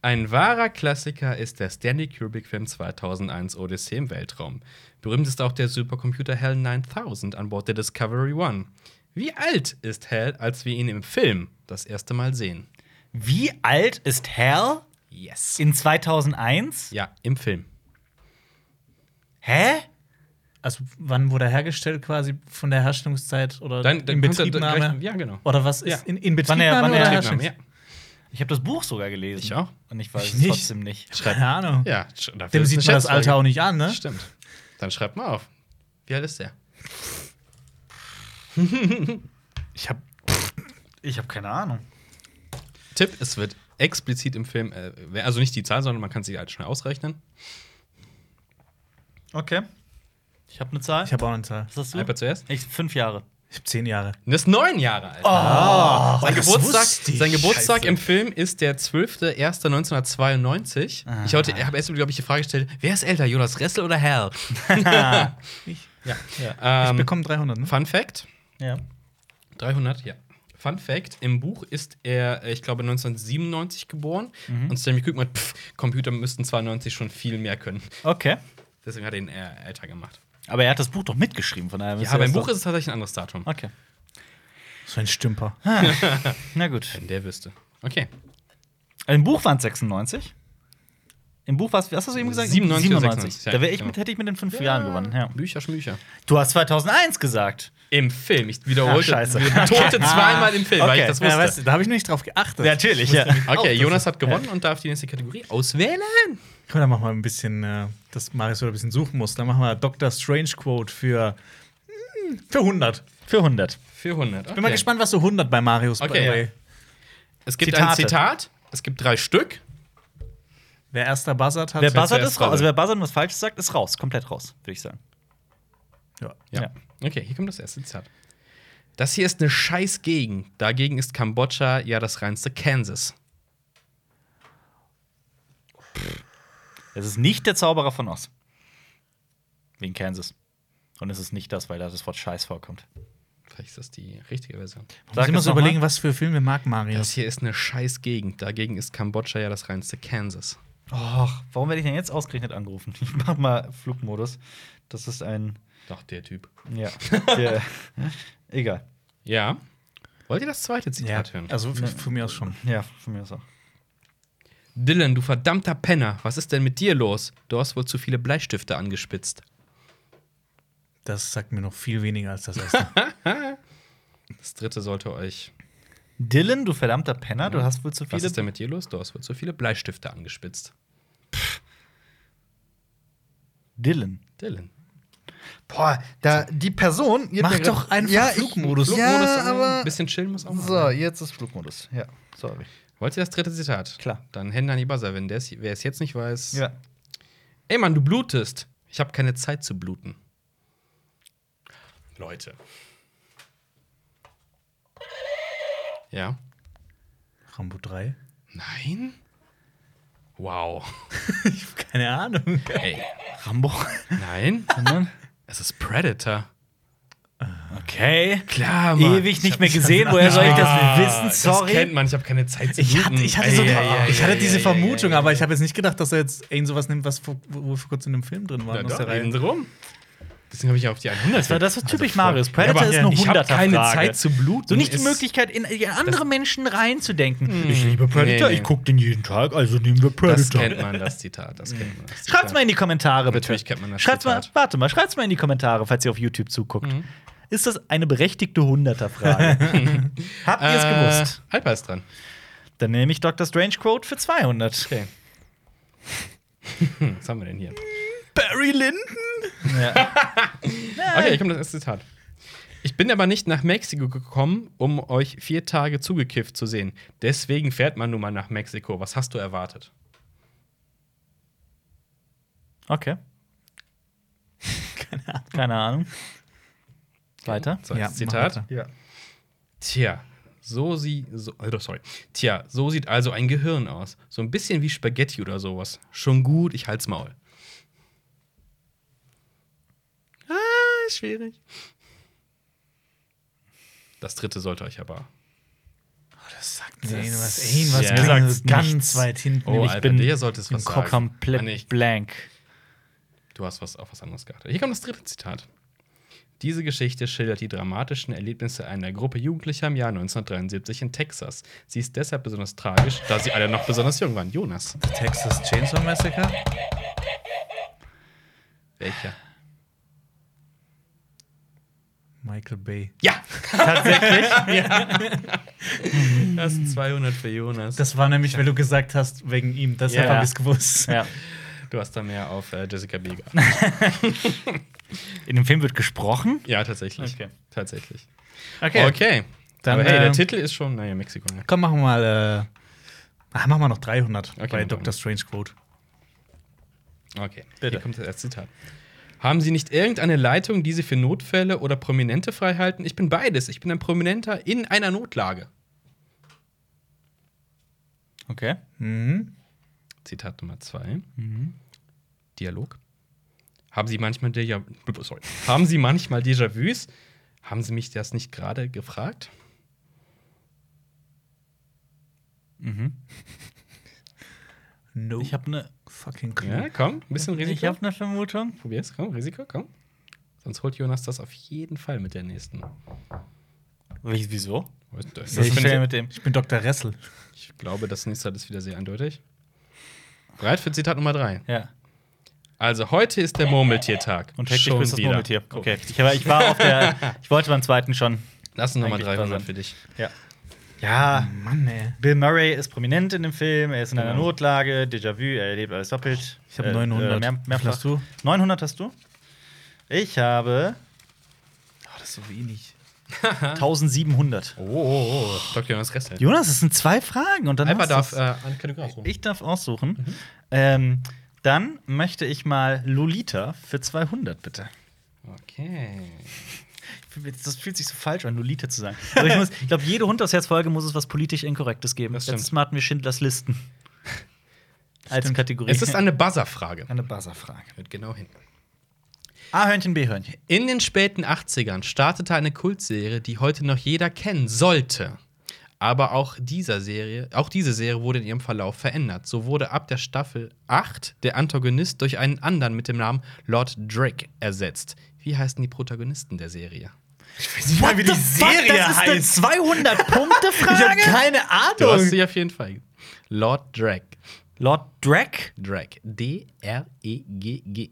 [SPEAKER 1] Ein wahrer Klassiker ist der Stanley Kubrick-Film 2001 Odyssee im Weltraum. Berühmt ist auch der Supercomputer HAL 9000 an Bord der Discovery One. Wie alt ist HAL, als wir ihn im Film das erste Mal sehen?
[SPEAKER 2] Wie alt ist Hell
[SPEAKER 1] Yes.
[SPEAKER 2] in 2001?
[SPEAKER 1] Ja, im Film.
[SPEAKER 2] Hä?
[SPEAKER 3] also wann wurde er hergestellt quasi von der Herstellungszeit oder in
[SPEAKER 1] kommt er-
[SPEAKER 3] Betriebnahme?
[SPEAKER 1] gleich- Ja, genau.
[SPEAKER 3] oder was
[SPEAKER 1] Ja.
[SPEAKER 3] ist in, in
[SPEAKER 2] Wann er-
[SPEAKER 3] Betriebnahme
[SPEAKER 2] wann er
[SPEAKER 3] oder
[SPEAKER 2] hergestellt-
[SPEAKER 1] Betriebnahme, ja.
[SPEAKER 3] Herstellungs-
[SPEAKER 2] Ich habe das Buch sogar gelesen.
[SPEAKER 1] Ich auch.
[SPEAKER 2] Und ich weiß
[SPEAKER 3] Ich
[SPEAKER 2] es
[SPEAKER 3] nicht.
[SPEAKER 2] trotzdem nicht.
[SPEAKER 3] Keine Ahnung.
[SPEAKER 1] Ja, sch- dafür
[SPEAKER 3] Dem
[SPEAKER 1] ist
[SPEAKER 3] sieht
[SPEAKER 1] eine
[SPEAKER 3] man das
[SPEAKER 1] Schätzfrage.
[SPEAKER 3] Alter auch nicht an, ne?
[SPEAKER 1] Stimmt. Dann schreibt mal auf. Wie alt ist der?
[SPEAKER 3] Ich habe
[SPEAKER 2] Ich habe keine Ahnung.
[SPEAKER 1] Tipp: Es wird explizit im Film, äh, wer- also nicht die Zahl, sondern man kann sie halt schnell ausrechnen.
[SPEAKER 2] Okay. Ich habe eine Zahl.
[SPEAKER 3] ich hab auch eine Zahl.
[SPEAKER 2] Was hast du?
[SPEAKER 1] Alper zuerst.
[SPEAKER 2] Ich, fünf Jahre.
[SPEAKER 3] Ich habe zehn Jahre.
[SPEAKER 1] Und ist neun Jahre alt. sein,
[SPEAKER 3] Oh, das
[SPEAKER 1] Geburtstag,
[SPEAKER 3] wusste ich.
[SPEAKER 1] sein Geburtstag
[SPEAKER 3] Scheiße.
[SPEAKER 1] im Film ist der 12.01.1992. Ich heute-
[SPEAKER 3] Ah.
[SPEAKER 1] Ich habe erst, glaube ich, die Frage gestellt: Wer ist älter, Jonas Ressel oder Hell?
[SPEAKER 3] Ich, ich
[SPEAKER 1] Ähm,
[SPEAKER 3] bekomme 300, ne?
[SPEAKER 1] Fun Fact:
[SPEAKER 2] Ja.
[SPEAKER 1] 300, ja. Fun Fact: Im Buch ist er, äh, ich glaube, 1997 geboren.
[SPEAKER 3] Mhm.
[SPEAKER 1] Und Stanley Kubrick meint, pff, Computer müssten 92 schon viel mehr können.
[SPEAKER 2] Okay.
[SPEAKER 1] Deswegen hat er ihn eher älter gemacht.
[SPEAKER 2] Aber er hat das Buch doch mitgeschrieben, von daher.
[SPEAKER 1] Ja, aber im Buch ist es tatsächlich ein anderes Datum.
[SPEAKER 3] Ah.
[SPEAKER 2] Okay.
[SPEAKER 3] So ein Stümper.
[SPEAKER 2] Na gut.
[SPEAKER 1] Wenn der wüsste. Okay.
[SPEAKER 2] Im Buch waren es 96. Im Buch war es, was hast du eben gesagt?
[SPEAKER 1] 97 oder 96, ja,
[SPEAKER 2] Da wär ich
[SPEAKER 1] genau.
[SPEAKER 2] mit, hätte ich mit den fünf Jahren gewonnen. Ja.
[SPEAKER 1] Bücher, Schmücher.
[SPEAKER 2] Du hast 2001 gesagt.
[SPEAKER 1] Im Film.
[SPEAKER 3] Ah,
[SPEAKER 1] Ich
[SPEAKER 2] Ach,
[SPEAKER 1] wiederholte
[SPEAKER 2] scheiße.
[SPEAKER 1] tote zweimal im Film, weil
[SPEAKER 2] Okay.
[SPEAKER 1] ich das wusste.
[SPEAKER 3] Ja, weißt du, da habe ich nicht drauf geachtet.
[SPEAKER 2] Natürlich, ja.
[SPEAKER 1] Okay, Jonas hat gewonnen und darf die nächste Kategorie auswählen.
[SPEAKER 3] Komm, dann machen wir ein bisschen, äh, dass Marius wieder ein bisschen suchen muss. Dann machen wir Dr. Strange Quote für, mm, für 100.
[SPEAKER 2] Für 100.
[SPEAKER 1] Für 100. Okay.
[SPEAKER 3] Bin mal gespannt, was so 100 bei Marius
[SPEAKER 1] Okay,
[SPEAKER 3] bei,
[SPEAKER 1] ja. Es gibt
[SPEAKER 2] Zitate.
[SPEAKER 1] ein Zitat, es gibt drei Stück.
[SPEAKER 3] Wer erster buzzert hat.
[SPEAKER 2] Wer buzzert
[SPEAKER 1] zuerst
[SPEAKER 2] ist raus.
[SPEAKER 1] dran.
[SPEAKER 2] Also wer buzzert und was Falsches sagt, ist raus. Komplett raus, würde ich sagen.
[SPEAKER 3] ja.
[SPEAKER 2] Ja.
[SPEAKER 1] Okay, hier kommt das erste Zitat. Das hier ist eine scheiß Gegend. Dagegen ist Kambodscha ja das reinste Kansas.
[SPEAKER 2] Es ist nicht der Zauberer von Oz. Wegen Kansas. Und es ist nicht das, weil da das Wort Scheiß vorkommt.
[SPEAKER 1] Vielleicht ist das die richtige Version.
[SPEAKER 3] Ich muss
[SPEAKER 2] Sag
[SPEAKER 3] immer
[SPEAKER 2] es
[SPEAKER 3] so
[SPEAKER 2] noch mal.
[SPEAKER 3] überlegen, was für Filme mag Mario.
[SPEAKER 1] Das hier ist eine scheiß Gegend. Dagegen ist Kambodscha ja das reinste Kansas.
[SPEAKER 2] Och, warum werde ich denn jetzt ausgerechnet angerufen? Ich mach mal Flugmodus. Das ist ein.
[SPEAKER 1] Doch, der Typ.
[SPEAKER 2] Ja. der, egal.
[SPEAKER 1] Ja. Wollt ihr das zweite Zitat hören?
[SPEAKER 3] also f- von mir aus schon.
[SPEAKER 2] Ja, von mir aus auch.
[SPEAKER 1] Dylan, du verdammter Penner, was ist denn mit dir los? Du hast wohl zu viele Bleistifte angespitzt.
[SPEAKER 3] Das sagt mir noch viel weniger als das erste.
[SPEAKER 1] Das dritte sollte euch.
[SPEAKER 2] Dylan, du verdammter Penner, du hast wohl zu
[SPEAKER 1] Was
[SPEAKER 2] viele.
[SPEAKER 1] ist denn mit dir los? Du hast wohl zu viele Bleistifte angespitzt.
[SPEAKER 2] Dylan.
[SPEAKER 1] Dylan.
[SPEAKER 4] Boah, da, die Person.
[SPEAKER 3] Mach doch einfach Flugmodus.
[SPEAKER 4] Ich,
[SPEAKER 1] Flugmodus,
[SPEAKER 4] ja,
[SPEAKER 1] äh, ein
[SPEAKER 4] aber.
[SPEAKER 1] bisschen chillen muss auch mal.
[SPEAKER 4] So,
[SPEAKER 1] sein.
[SPEAKER 2] ne?
[SPEAKER 4] jetzt ist Flugmodus. Ja, sorry.
[SPEAKER 1] Wollt ihr das dritte Zitat?
[SPEAKER 2] Klar.
[SPEAKER 1] Dann Hände an die Buzzer, wenn der's- wer es jetzt nicht weiß.
[SPEAKER 2] Ja.
[SPEAKER 1] Ey Mann, du blutest. Ich habe keine Zeit zu bluten. Leute. Ja.
[SPEAKER 3] Rambo 3?
[SPEAKER 1] Nein? Wow.
[SPEAKER 3] Ich hab keine Ahnung.
[SPEAKER 1] Ey.
[SPEAKER 2] Rambo.
[SPEAKER 1] Nein?
[SPEAKER 2] Sondern?
[SPEAKER 1] es ist Predator.
[SPEAKER 2] Okay.
[SPEAKER 1] Klar,
[SPEAKER 2] Ewig nicht mehr gesehen. Woher soll ich das wissen?
[SPEAKER 1] Das kennt
[SPEAKER 2] Sorry.
[SPEAKER 1] man, ich habe keine Zeit zu
[SPEAKER 3] Ich hatte, ich hatte, so,
[SPEAKER 1] Ei,
[SPEAKER 3] eine-
[SPEAKER 1] ei, ei,
[SPEAKER 3] ich hatte
[SPEAKER 1] ei,
[SPEAKER 3] diese
[SPEAKER 1] ei,
[SPEAKER 3] Vermutung,
[SPEAKER 1] ei, ei,
[SPEAKER 3] aber ich habe jetzt nicht gedacht, dass er jetzt irgend sowas nimmt, was vor, wo wir vor kurzem in einem Film drin
[SPEAKER 1] Na
[SPEAKER 3] war. aus
[SPEAKER 1] doch,
[SPEAKER 3] der
[SPEAKER 1] eben
[SPEAKER 3] Reihe.
[SPEAKER 1] drum. Deswegen habe ich ja auf die 100
[SPEAKER 2] Das war das, was typisch
[SPEAKER 1] voll.
[SPEAKER 2] Marius.
[SPEAKER 1] Ja,
[SPEAKER 2] Predator
[SPEAKER 1] aber
[SPEAKER 2] ist eine
[SPEAKER 1] Ich habe keine
[SPEAKER 2] Hunderterfrage.
[SPEAKER 1] Zeit zu bluten.
[SPEAKER 2] So nicht die
[SPEAKER 1] ist-
[SPEAKER 2] Möglichkeit, in andere Menschen reinzudenken.
[SPEAKER 1] Ich liebe Predator, ich
[SPEAKER 2] gucke den jeden Tag, also nehmen wir
[SPEAKER 1] Das kennt man, das Zitat. Das kennt man. das Zitat.
[SPEAKER 2] Schreibt's mal in die Kommentare, bitte.
[SPEAKER 1] Natürlich kennt man das
[SPEAKER 2] Schreibt's mal,
[SPEAKER 1] Zitat.
[SPEAKER 2] warte mal, schreibt's mal in die Kommentare, falls ihr auf YouTube zuguckt.
[SPEAKER 1] Mhm.
[SPEAKER 2] Ist das eine berechtigte Hunderterfrage? Habt ihr es
[SPEAKER 1] Äh,
[SPEAKER 2] gewusst?
[SPEAKER 1] Alpa ist dran.
[SPEAKER 2] Dann nehme ich Dr. Strange Quote für 200.
[SPEAKER 1] Okay. Hm, Was haben wir denn hier?
[SPEAKER 3] Barry Lyndon?
[SPEAKER 2] Ja.
[SPEAKER 1] Okay, ich komme das erste Zitat. Ich bin aber nicht nach Mexiko gekommen, um euch vier Tage zugekifft zu sehen. Deswegen fährt man nun mal nach Mexiko. Was hast du erwartet?
[SPEAKER 2] okay. Keine Ahnung. Keine Ahnung. Weiter.
[SPEAKER 1] So, ja,
[SPEAKER 3] Ja, mach
[SPEAKER 1] Zitat.
[SPEAKER 3] weiter.
[SPEAKER 4] Ja.
[SPEAKER 1] Tja, so sie. So, äh, sorry. Tja, so sieht also ein Gehirn aus. So ein bisschen wie Spaghetti oder sowas. Schon gut, ich halt's Maul. Ah, schwierig. Das dritte sollte euch aber.
[SPEAKER 3] Das sagt mir irgendwas.
[SPEAKER 2] Das-
[SPEAKER 3] Irgendwas
[SPEAKER 1] Ja.
[SPEAKER 3] klingt
[SPEAKER 2] Sagt
[SPEAKER 3] das ganz
[SPEAKER 2] nichts.
[SPEAKER 3] weit hinten.
[SPEAKER 1] Oh,
[SPEAKER 2] ich
[SPEAKER 1] Alter,
[SPEAKER 2] bin
[SPEAKER 1] dir sollte es
[SPEAKER 2] Im
[SPEAKER 1] was
[SPEAKER 2] Kopf
[SPEAKER 1] sagen.
[SPEAKER 2] komplett
[SPEAKER 1] Ah, nee, ich-
[SPEAKER 2] blank.
[SPEAKER 1] Du hast was, auf was anderes geachtet. Hier kommt das dritte Zitat. Diese Geschichte schildert die dramatischen Erlebnisse einer Gruppe Jugendlicher im Jahr 1973 in Texas. Sie ist deshalb besonders tragisch, da sie alle noch besonders jung waren. Jonas.
[SPEAKER 3] Texas Chainsaw Massacre?
[SPEAKER 1] Welcher?
[SPEAKER 3] Michael Bay.
[SPEAKER 1] Ja! Tatsächlich? ja. Das sind 200 für Jonas.
[SPEAKER 3] Das war nämlich, weil du gesagt hast, wegen ihm. Deshalb
[SPEAKER 2] Ja.
[SPEAKER 3] habe ich es gewusst.
[SPEAKER 2] Ja.
[SPEAKER 1] du hast da mehr auf äh, Jessica Biel geachtet.
[SPEAKER 2] In dem Film wird gesprochen.
[SPEAKER 1] Ja, tatsächlich.
[SPEAKER 2] Okay.
[SPEAKER 1] Tatsächlich.
[SPEAKER 3] Okay.
[SPEAKER 1] Okay.
[SPEAKER 3] Dann,
[SPEAKER 1] Aber hey, der
[SPEAKER 3] äh,
[SPEAKER 1] Titel ist schon, naja, Mexiko. Ne?
[SPEAKER 3] Komm, machen wir mal. Äh, ah, machen wir noch 300
[SPEAKER 1] Okay,
[SPEAKER 3] bei
[SPEAKER 1] machen wir.
[SPEAKER 3] Dr. Strange Quote.
[SPEAKER 1] Okay,
[SPEAKER 3] Bitte.
[SPEAKER 1] hier kommt das erste Zitat. Haben Sie nicht irgendeine Leitung, die Sie für Notfälle oder Prominente freihalten? Ich bin beides. Ich bin ein Prominenter in einer Notlage.
[SPEAKER 2] Okay.
[SPEAKER 3] Mhm.
[SPEAKER 1] Zitat Nummer zwei. Dialog. Haben Sie manchmal Déjà sorry. Haben Sie manchmal Déjà-vus? Haben Sie mich das nicht gerade gefragt?
[SPEAKER 3] No.
[SPEAKER 2] Ich habe eine
[SPEAKER 3] fucking clue.
[SPEAKER 1] Ja, komm, ein bisschen
[SPEAKER 2] ich
[SPEAKER 1] Risiko.
[SPEAKER 2] hab eine Vermutung.
[SPEAKER 1] Probier's, komm, Risiko, komm. Sonst holt Jonas das auf jeden Fall mit der nächsten.
[SPEAKER 2] Wieso?
[SPEAKER 1] Wo ist das?
[SPEAKER 2] Ich
[SPEAKER 1] Das find
[SPEAKER 2] stelle
[SPEAKER 1] ich-
[SPEAKER 2] mit dem.
[SPEAKER 3] Ich bin Dr. Ressel.
[SPEAKER 1] Ich glaube, das nächste ist wieder sehr eindeutig. Bereit für Zitat Nummer drei.
[SPEAKER 2] Ja.
[SPEAKER 1] Also heute ist der Murmeltiertag.
[SPEAKER 2] Und hektisch
[SPEAKER 1] Schon
[SPEAKER 2] bist das
[SPEAKER 1] wieder.
[SPEAKER 2] Murmeltier. Okay. Ich, war- ich war auf der. Ich wollte beim zweiten schon.
[SPEAKER 1] Lass uns nochmal
[SPEAKER 2] Eigentlich war
[SPEAKER 1] 300
[SPEAKER 2] sein.
[SPEAKER 1] für dich.
[SPEAKER 2] Ja. Ja.
[SPEAKER 3] Mann, ey.
[SPEAKER 2] Bill Murray ist prominent in dem Film. Er ist in einer
[SPEAKER 1] Genau.
[SPEAKER 2] Notlage. Déjà-vu. Er erlebt alles doppelt.
[SPEAKER 3] Ich habe 900.
[SPEAKER 2] Äh, mehr,
[SPEAKER 3] Wie viel
[SPEAKER 2] mehrfach.
[SPEAKER 3] hast du?
[SPEAKER 2] 900 hast du? Ich habe
[SPEAKER 3] Oh, das ist so wenig.
[SPEAKER 2] 1700.
[SPEAKER 1] Oh, oh, oh. Dr. Jonas Ressel.
[SPEAKER 2] Jonas, es sind zwei Fragen und dann
[SPEAKER 1] Alba darf
[SPEAKER 2] hast
[SPEAKER 1] äh,
[SPEAKER 2] du's.
[SPEAKER 1] eine Kategorie ausruhen.
[SPEAKER 2] Ich darf aussuchen. Ähm, dann möchte ich mal Lolita für 200 bitte.
[SPEAKER 1] Okay.
[SPEAKER 2] Das fühlt sich so falsch an, Lolita zu sagen. Aber ich, muss- ich glaube, jede Hund aus Herz-Folge muss es was politisch Inkorrektes geben.
[SPEAKER 1] Das stimmt.
[SPEAKER 2] Letztes Mal hatten wir Schindlers Listen. Als Kategorie.
[SPEAKER 1] Es ist eine Buzzer-Frage.
[SPEAKER 2] eine Buzzer-Frage.
[SPEAKER 1] Hört genau hin.
[SPEAKER 2] A-Hörnchen, B-Hörnchen.
[SPEAKER 1] In den späten 80ern startete eine Kultserie, die heute noch jeder kennen sollte. Aber auch dieser Serie, auch diese Serie wurde in ihrem Verlauf verändert. So wurde ab der Staffel 8 der Antagonist durch einen anderen mit dem Namen Lord Drake ersetzt. Wie heißen die Protagonisten der Serie?
[SPEAKER 3] What wie die Serie heißt.
[SPEAKER 2] 200 Punkte
[SPEAKER 3] Ich habe
[SPEAKER 2] Frage.
[SPEAKER 3] keine
[SPEAKER 1] Du hast
[SPEAKER 3] Ahnung.
[SPEAKER 1] sie auf jeden Fall. Lord Drake.
[SPEAKER 2] Lord Drag,
[SPEAKER 1] Drake. D-R-E-G-G.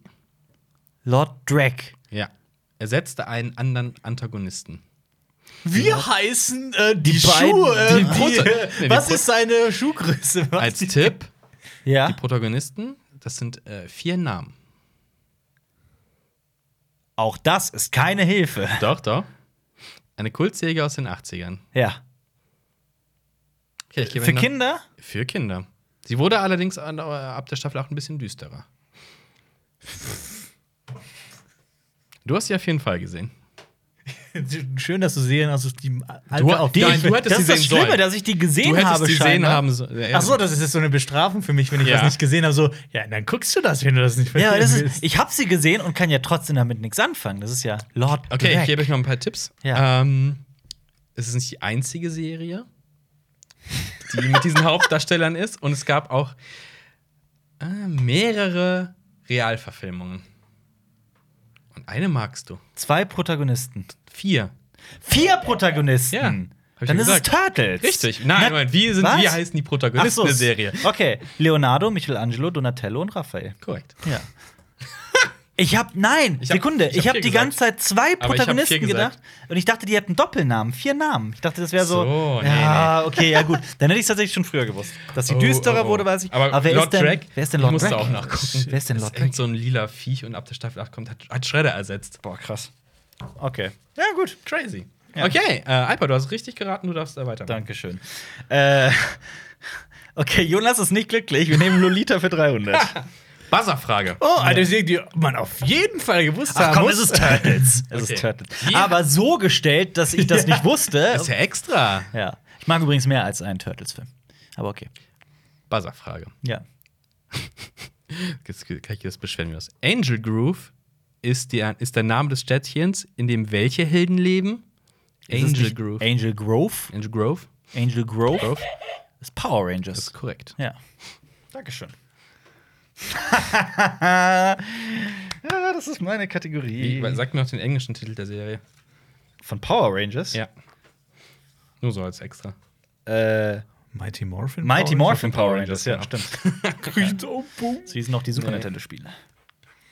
[SPEAKER 2] Lord Drag.
[SPEAKER 1] Ja. Ersetzte einen anderen Antagonisten.
[SPEAKER 3] Wie heißen äh, die,
[SPEAKER 2] Genau. beiden-
[SPEAKER 3] Schuhe? äh,
[SPEAKER 1] die Prote- Nee, die
[SPEAKER 3] was
[SPEAKER 1] Pro-
[SPEAKER 3] ist seine Schuhgröße? Was
[SPEAKER 2] Also,
[SPEAKER 1] Als
[SPEAKER 3] die-
[SPEAKER 1] Tipp: Die
[SPEAKER 2] Ja.
[SPEAKER 1] Protagonisten, das sind äh, vier Namen.
[SPEAKER 2] Auch das ist keine Hilfe.
[SPEAKER 1] Doch, doch. Eine Kultserie aus den 80ern.
[SPEAKER 2] Ja.
[SPEAKER 1] Okay, ich gebe
[SPEAKER 2] Für
[SPEAKER 1] noch-
[SPEAKER 2] Kinder?
[SPEAKER 1] Für Kinder. Sie wurde allerdings an- äh, ab der Staffel 8 ein bisschen düsterer. Du hast sie auf jeden Fall gesehen.
[SPEAKER 3] Schön, dass du Serien aus dem Alter
[SPEAKER 1] Du-
[SPEAKER 3] auf
[SPEAKER 1] die- Nein, du hättest
[SPEAKER 2] das
[SPEAKER 1] sie
[SPEAKER 2] ist das
[SPEAKER 1] sehen
[SPEAKER 2] Schlimme,
[SPEAKER 1] sollen.
[SPEAKER 2] dass ich die gesehen
[SPEAKER 1] du hättest
[SPEAKER 2] habe,
[SPEAKER 1] sie sehen
[SPEAKER 2] scheinbar.
[SPEAKER 1] haben sollen. Ja,
[SPEAKER 3] Ach so, das ist jetzt so eine Bestrafung für mich, wenn ich
[SPEAKER 1] Ja.
[SPEAKER 3] das nicht gesehen habe. So, ja, dann guckst du das, wenn du das nicht verstehst.
[SPEAKER 2] Ja, das ist, ich habe sie gesehen und kann ja trotzdem damit nichts anfangen. Das ist ja Lord
[SPEAKER 1] Okay,
[SPEAKER 2] Drag.
[SPEAKER 1] ich gebe euch noch ein paar Tipps.
[SPEAKER 2] Ja.
[SPEAKER 1] Ähm, es ist nicht die einzige Serie, die mit diesen Hauptdarstellern ist. Und es gab auch äh, mehrere Realverfilmungen. Und eine magst du.
[SPEAKER 2] Zwei Protagonisten.
[SPEAKER 1] Vier.
[SPEAKER 2] Vier Protagonisten.
[SPEAKER 1] Ja, hab ich
[SPEAKER 2] Dann
[SPEAKER 1] ja
[SPEAKER 2] ist
[SPEAKER 1] gesagt.
[SPEAKER 2] es Turtles.
[SPEAKER 1] Richtig. Nein,
[SPEAKER 2] Na-
[SPEAKER 1] Moment, wie, sind,
[SPEAKER 2] was?
[SPEAKER 1] wie heißen die
[SPEAKER 2] Ach
[SPEAKER 1] Protagonisten
[SPEAKER 2] so,
[SPEAKER 1] der Serie?
[SPEAKER 2] Okay, Leonardo, Michelangelo, Donatello und Raphael.
[SPEAKER 1] Korrekt.
[SPEAKER 2] Ja. Ich hab, nein,
[SPEAKER 1] Ich hab-
[SPEAKER 2] Sekunde,
[SPEAKER 1] ich
[SPEAKER 2] ich
[SPEAKER 1] hab
[SPEAKER 2] habe hab
[SPEAKER 1] vier
[SPEAKER 2] die ganze Zeit zwei
[SPEAKER 1] Aber ich hab vier
[SPEAKER 2] Protagonisten
[SPEAKER 1] gesagt.
[SPEAKER 2] gedacht und ich dachte, die hätten Doppelnamen, vier Namen. Ich dachte, das wäre so.
[SPEAKER 1] So, nee,
[SPEAKER 2] ja, okay, ja gut. Dann hätte ich tatsächlich schon früher gewusst. Dass sie
[SPEAKER 1] Oh,
[SPEAKER 2] düsterer
[SPEAKER 1] oh, oh.
[SPEAKER 2] wurde, weiß ich.
[SPEAKER 1] Aber,
[SPEAKER 2] wer
[SPEAKER 1] Lord
[SPEAKER 2] ist denn,
[SPEAKER 1] Drake,
[SPEAKER 2] wer ist denn
[SPEAKER 1] ich
[SPEAKER 2] Lord
[SPEAKER 1] musste
[SPEAKER 2] Drake?
[SPEAKER 1] auch nachgucken.
[SPEAKER 2] Wer ist denn
[SPEAKER 1] Das
[SPEAKER 2] Lord
[SPEAKER 1] irgend
[SPEAKER 2] Drake?
[SPEAKER 1] so ein lila Viech und ab der Staffel 8 kommt, hat, hat Shredder ersetzt.
[SPEAKER 4] Boah, krass.
[SPEAKER 2] Okay. Ja, gut.
[SPEAKER 1] Crazy.
[SPEAKER 2] Ja.
[SPEAKER 1] Okay, äh, Alper, du hast richtig geraten, du darfst erweitern.
[SPEAKER 2] Dankeschön. Äh, okay, Jonas ist nicht glücklich. Wir nehmen Lolita für 300.
[SPEAKER 1] Buzzerfrage.
[SPEAKER 3] Oh, eine Serie, die man auf jeden Fall gewusst haben muss.
[SPEAKER 2] Turtles. es
[SPEAKER 1] Okay.
[SPEAKER 2] ist Turtles.
[SPEAKER 1] Die-
[SPEAKER 2] Aber so gestellt, dass ich das nicht wusste.
[SPEAKER 1] Das ist ja extra.
[SPEAKER 2] Ja. Ich mag übrigens mehr als einen Turtles-Film. Aber okay.
[SPEAKER 1] Buzzerfrage.
[SPEAKER 2] Ja.
[SPEAKER 1] Jetzt kann ich das beschweren, wie das. Angel Groove ist, die, ist der Name des Städtchens, in dem welche Helden leben?
[SPEAKER 2] Ist es
[SPEAKER 1] Angel
[SPEAKER 2] nicht
[SPEAKER 1] Groove.
[SPEAKER 2] Angel Grove.
[SPEAKER 1] Angel Grove?
[SPEAKER 2] Angel Grove.
[SPEAKER 1] Grove?
[SPEAKER 2] Ist Power
[SPEAKER 1] Das
[SPEAKER 2] Rangers.
[SPEAKER 1] ist korrekt.
[SPEAKER 2] Ja.
[SPEAKER 4] Dankeschön. ja, das ist meine Kategorie.
[SPEAKER 1] Wie, sag mir noch den englischen Titel der Serie.
[SPEAKER 4] Von Power Rangers?
[SPEAKER 1] Ja. Nur so als extra.
[SPEAKER 4] Äh,
[SPEAKER 3] Mighty Morphin.
[SPEAKER 2] Mighty Morphin
[SPEAKER 4] Power Rangers, ja, stimmt.
[SPEAKER 3] Morphin. So Punkt.
[SPEAKER 2] Sie sind noch die Super Nintendo-Spiele.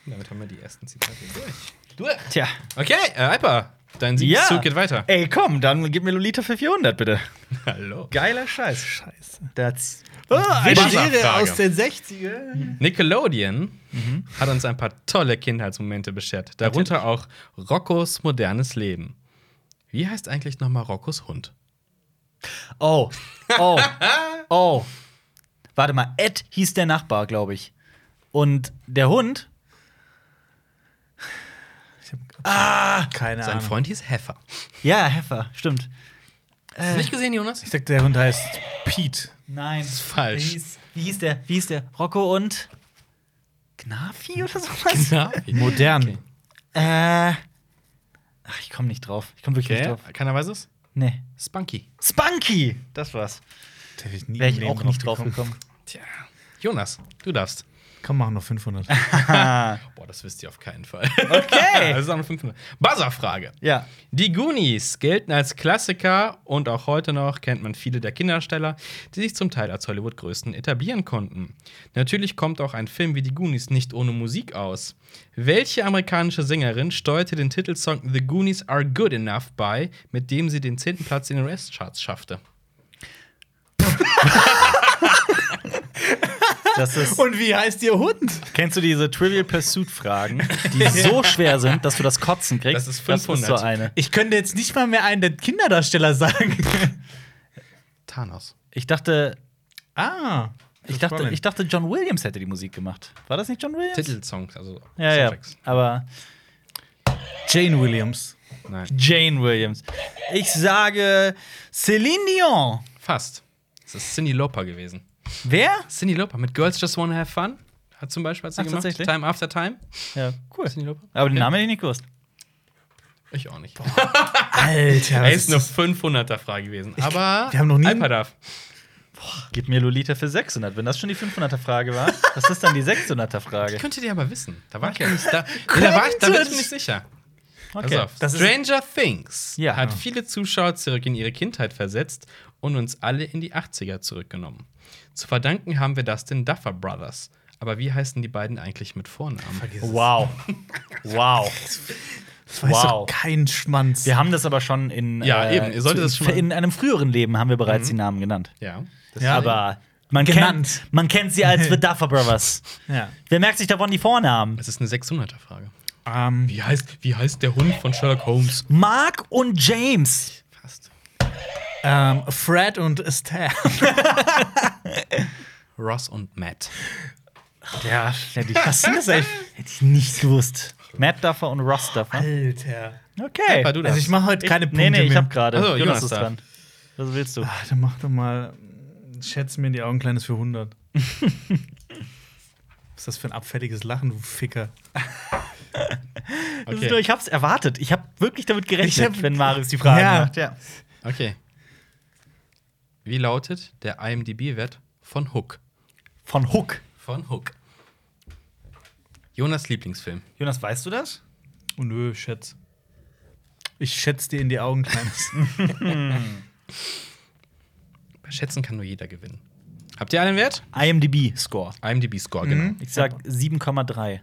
[SPEAKER 1] Damit haben wir die ersten Zitate durch. Durch.
[SPEAKER 2] Tja.
[SPEAKER 1] Okay, äh, Alper, dein
[SPEAKER 2] Ja.
[SPEAKER 1] Siegeszug geht weiter.
[SPEAKER 4] Ey, komm, dann gib mir Lolita für 400, bitte.
[SPEAKER 1] Hallo.
[SPEAKER 4] Geiler Scheiß. Scheiße.
[SPEAKER 2] Das.
[SPEAKER 3] Oh, eine
[SPEAKER 1] Wasserfrage.
[SPEAKER 3] Serie aus den 60ern.
[SPEAKER 1] Nickelodeon hat uns ein paar tolle Kindheitsmomente beschert. Darunter auch Roccos modernes Leben. Wie heißt eigentlich nochmal Roccos Hund?
[SPEAKER 2] Oh. Oh. Oh. Warte mal. Ed hieß der Nachbar, glaube ich. Und der Hund.
[SPEAKER 3] Ich hab ah, keine
[SPEAKER 1] Sein
[SPEAKER 3] Ahnung.
[SPEAKER 1] Freund hieß Heffer.
[SPEAKER 2] Ja, Heffer. Stimmt.
[SPEAKER 1] Hast du nicht gesehen, Jonas?
[SPEAKER 3] Ich dachte, der Hund heißt Pete.
[SPEAKER 2] Nein. Das
[SPEAKER 1] ist falsch.
[SPEAKER 2] Wie hieß, wie hieß der? Wie hieß der? Rocco und Gnafi oder sowas?
[SPEAKER 1] Ja.
[SPEAKER 3] Modern.
[SPEAKER 2] äh. Ach, ich komme nicht drauf. Ich komme wirklich
[SPEAKER 1] Okay.
[SPEAKER 2] nicht drauf.
[SPEAKER 1] Keiner weiß es?
[SPEAKER 2] Nee.
[SPEAKER 1] Spunky.
[SPEAKER 2] Spunky! Das war's.
[SPEAKER 3] Da wär ich nie
[SPEAKER 2] Wäre
[SPEAKER 3] im
[SPEAKER 2] ich
[SPEAKER 3] Leben
[SPEAKER 2] auch nicht drauf
[SPEAKER 3] gekommen.
[SPEAKER 2] gekommen.
[SPEAKER 1] Tja. Jonas, du darfst.
[SPEAKER 3] Komm, machen noch 500.
[SPEAKER 1] Boah, das wisst ihr auf keinen Fall.
[SPEAKER 2] Okay.
[SPEAKER 1] das ist auch eine 500. Buzzer-Frage.
[SPEAKER 2] Ja.
[SPEAKER 1] Die Goonies gelten als Klassiker und auch heute noch kennt man viele der Kindersteller, die sich zum Teil als Hollywood-Größten etablieren konnten. Natürlich kommt auch ein Film wie die Goonies nicht ohne Musik aus. Welche amerikanische Sängerin steuerte den Titelsong The Goonies Are Good Enough bei, mit dem sie den 10. Platz in den US-Charts schaffte?
[SPEAKER 2] Das ist.
[SPEAKER 3] Und wie heißt ihr Hund?
[SPEAKER 2] Kennst du diese Trivial Pursuit-Fragen, die so schwer sind, dass du das Kotzen kriegst?
[SPEAKER 1] Das ist
[SPEAKER 2] Das
[SPEAKER 1] 500.
[SPEAKER 2] ist so eine.
[SPEAKER 3] Ich könnte jetzt nicht mal mehr einen der Kinderdarsteller sagen.
[SPEAKER 1] Thanos.
[SPEAKER 2] Ich dachte,
[SPEAKER 3] ah.
[SPEAKER 2] ich dachte,
[SPEAKER 3] Spannend.
[SPEAKER 2] ich dachte, John Williams hätte die Musik gemacht. War das nicht John Williams?
[SPEAKER 1] Titelsongs, also
[SPEAKER 2] Ja, ja.
[SPEAKER 1] Soundtracks.
[SPEAKER 2] Aber
[SPEAKER 3] Jane Williams.
[SPEAKER 1] Nein.
[SPEAKER 2] Jane Williams. Ich sage Celine Dion.
[SPEAKER 1] Fast. Es ist Cindy Lauper gewesen.
[SPEAKER 2] Wer?
[SPEAKER 1] Cindy Lauper mit Girls Just Wanna Have Fun. hat zum Beispiel hat sie
[SPEAKER 2] Ach,
[SPEAKER 1] gemacht.
[SPEAKER 2] tatsächlich?
[SPEAKER 1] Time After Time.
[SPEAKER 2] Ja, cool.
[SPEAKER 1] Cindy Lauper.
[SPEAKER 2] Aber den Namen hätte ich nicht gewusst.
[SPEAKER 1] Ich auch nicht.
[SPEAKER 3] Alter,
[SPEAKER 1] Er
[SPEAKER 3] was
[SPEAKER 1] ist eine 500er Frage gewesen. Aber
[SPEAKER 3] wir haben noch nie-
[SPEAKER 1] Alpadaf.
[SPEAKER 2] Gib mir Lolita für 600. Wenn das schon die 500er-Frage war, was ist dann die 600er-Frage?
[SPEAKER 1] Könnte dir aber wissen. Da war ich ja nicht. Da, nee, da, war ich, da bin ich mir nicht sicher.
[SPEAKER 2] Okay.
[SPEAKER 1] Pass auf.
[SPEAKER 3] das ist-
[SPEAKER 1] Stranger Things
[SPEAKER 2] Ja.
[SPEAKER 1] hat viele Zuschauer zurück in ihre Kindheit versetzt und uns alle in die 80er zurückgenommen. Zu verdanken haben wir das den Duffer Brothers. Aber wie heißen die beiden eigentlich mit Vornamen?
[SPEAKER 2] Wow. Wow.
[SPEAKER 3] das weiß
[SPEAKER 2] Wow.
[SPEAKER 3] doch kein Schwanz.
[SPEAKER 2] Wir haben das aber schon in. äh,
[SPEAKER 1] Ja, eben. Ihr solltet
[SPEAKER 2] zu-
[SPEAKER 1] das schon mal-
[SPEAKER 2] In einem früheren Leben haben wir bereits die Namen genannt.
[SPEAKER 1] Ja.
[SPEAKER 2] Ja, aber man kennt,
[SPEAKER 3] Genannt.
[SPEAKER 2] man kennt sie als The Duffer Brothers.
[SPEAKER 3] Ja.
[SPEAKER 2] Wer merkt sich davon die Vornamen?
[SPEAKER 1] Es ist eine 600er Frage.
[SPEAKER 3] Ähm,
[SPEAKER 1] Wie heißt, wie heißt der Hund von Sherlock Holmes?
[SPEAKER 2] Mark und James.
[SPEAKER 1] Fast.
[SPEAKER 3] ähm, Fred und Stan.
[SPEAKER 1] Ross und Matt.
[SPEAKER 2] Ja, hätte ich, was sind das eigentlich? hätte ich nicht gewusst. Matt Duffer und Ross Duffer.
[SPEAKER 3] Alter.
[SPEAKER 2] Okay.
[SPEAKER 1] Alper, du
[SPEAKER 3] Also ich mache heute keine
[SPEAKER 2] nee,
[SPEAKER 3] Punkte
[SPEAKER 2] nee, ich
[SPEAKER 3] mehr.
[SPEAKER 2] habe gerade.
[SPEAKER 1] Ach so,
[SPEAKER 2] Jonas
[SPEAKER 1] Jonas
[SPEAKER 2] ist
[SPEAKER 1] darf.
[SPEAKER 2] dran. Was willst du?
[SPEAKER 3] Ach, dann mach doch mal, schätz mir in die Augen, kleines für 100. Was ist das für ein abfälliges Lachen, du Ficker?
[SPEAKER 2] Das ist nur,
[SPEAKER 1] Okay.
[SPEAKER 2] Ich hab's erwartet. Ich habe wirklich damit
[SPEAKER 3] Ich
[SPEAKER 2] gerechnet,
[SPEAKER 3] hab-
[SPEAKER 2] wenn Marius die Frage
[SPEAKER 3] Ja.
[SPEAKER 2] macht. Ja.
[SPEAKER 1] okay. Wie lautet der IMDb-Wert von Hook?
[SPEAKER 2] Von Hook.
[SPEAKER 1] Von Hook. Jonas Lieblingsfilm.
[SPEAKER 2] Jonas, weißt du das?
[SPEAKER 3] Oh, nö, schätz. Ich schätz dir in die Augen, kleines.
[SPEAKER 1] Bei Schätzen kann nur jeder gewinnen. Habt ihr einen Wert?
[SPEAKER 2] IMDb-Score.
[SPEAKER 1] IMDb-Score, genau.
[SPEAKER 2] Ich sag 7,3.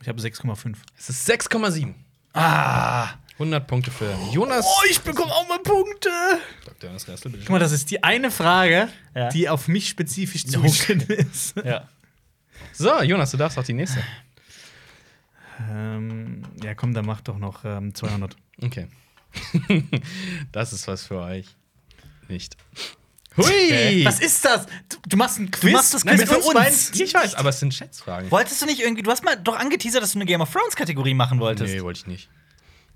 [SPEAKER 3] ich habe 6,5.
[SPEAKER 1] Es ist 6,7.
[SPEAKER 2] Ah.
[SPEAKER 1] 100 Punkte für Jonas.
[SPEAKER 3] ich bekomme auch mal Punkte.
[SPEAKER 1] Dr. Ernst Ressel, bitte.
[SPEAKER 3] Guck mal, das ist die eine Frage,
[SPEAKER 2] Ja.
[SPEAKER 3] die auf mich spezifisch zugeschnitten ist.
[SPEAKER 2] Ja.
[SPEAKER 1] So, Jonas, du darfst auch die nächste.
[SPEAKER 3] Ähm, ja, komm, dann mach doch noch ähm, 200.
[SPEAKER 1] Okay. das ist was für euch. Nicht. Hui!
[SPEAKER 3] Was ist das? Du, du machst ein Quiz,
[SPEAKER 2] machst das
[SPEAKER 1] Nein,
[SPEAKER 2] Quiz
[SPEAKER 1] mit
[SPEAKER 2] für
[SPEAKER 1] uns
[SPEAKER 2] uns?
[SPEAKER 1] beiden. Ich weiß, aber es sind Schätzfragen.
[SPEAKER 2] Wolltest du nicht irgendwie, du hast mal doch angeteasert, dass du eine Game of Thrones-Kategorie machen wolltest.
[SPEAKER 1] Nee, wollte ich nicht.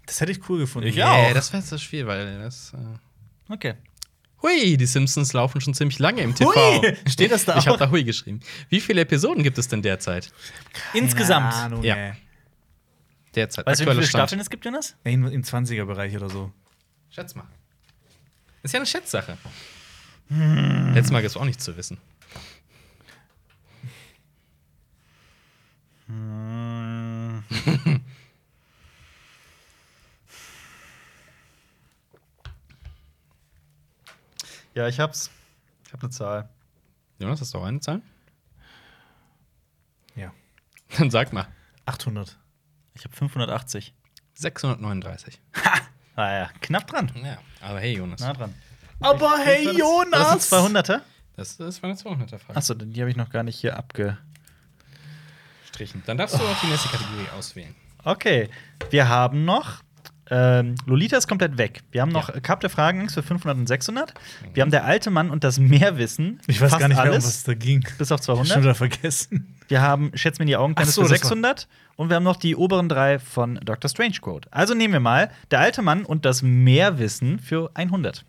[SPEAKER 3] das hätte ich cool gefunden.
[SPEAKER 2] Ich auch.
[SPEAKER 1] Nee, das wäre jetzt das Spiel, weil das. Äh
[SPEAKER 2] Okay.
[SPEAKER 1] Hui, die Simpsons laufen schon ziemlich lange im TV.
[SPEAKER 3] Hui! Steht das da
[SPEAKER 1] Ich habe
[SPEAKER 3] auch?
[SPEAKER 1] da Hui geschrieben. Wie viele Episoden gibt es denn derzeit?
[SPEAKER 2] Insgesamt.
[SPEAKER 3] Keine Ahnung,
[SPEAKER 1] Ja.
[SPEAKER 3] ey.
[SPEAKER 1] Derzeit.
[SPEAKER 2] Weißt du, wie
[SPEAKER 1] aktueller
[SPEAKER 2] viele
[SPEAKER 1] Stand.
[SPEAKER 2] Staffeln es gibt, Jonas?
[SPEAKER 3] Nee, Im, im 20er-Bereich oder so.
[SPEAKER 1] Schätz mal. Ist ja eine Schätzsache. Letztes Mal gab es auch nichts zu wissen.
[SPEAKER 4] Ja, ich hab's. Ich hab eine Zahl.
[SPEAKER 1] Jonas, hast du auch eine Zahl?
[SPEAKER 3] Ja.
[SPEAKER 1] Dann sag mal.
[SPEAKER 3] 800.
[SPEAKER 2] Ich habe 580.
[SPEAKER 1] 639.
[SPEAKER 2] Ah ja, knapp dran.
[SPEAKER 1] Ja, aber hey, Jonas.
[SPEAKER 2] Nah dran.
[SPEAKER 3] Aber hey,
[SPEAKER 4] War das ein
[SPEAKER 3] Jonas!
[SPEAKER 4] 200er?
[SPEAKER 1] Das, das war eine 200er-Frage.
[SPEAKER 4] Achso, die habe ich noch gar nicht hier abgestrichen.
[SPEAKER 1] Dann darfst du auch die nächste Kategorie auswählen.
[SPEAKER 4] Okay, wir haben noch. Ähm, Lolita ist komplett weg. Wir haben noch Cup der Fragen für 500 und 600. Wir haben der alte Mann und das Meerwissen.
[SPEAKER 3] Mhm. Ich weiß
[SPEAKER 4] Fast
[SPEAKER 3] gar nicht mehr, um
[SPEAKER 4] alles,
[SPEAKER 3] was es da ging.
[SPEAKER 4] Bis auf
[SPEAKER 3] Ich schon
[SPEAKER 4] 200.
[SPEAKER 3] wieder vergessen.
[SPEAKER 4] Wir haben, schätz mir in die Augen,
[SPEAKER 3] Ach
[SPEAKER 4] so,
[SPEAKER 3] so,
[SPEAKER 4] für
[SPEAKER 3] das war-
[SPEAKER 4] 600. Und wir haben noch die oberen drei von Dr. Strange Code. Also nehmen wir mal der alte Mann und das Meerwissen für 100.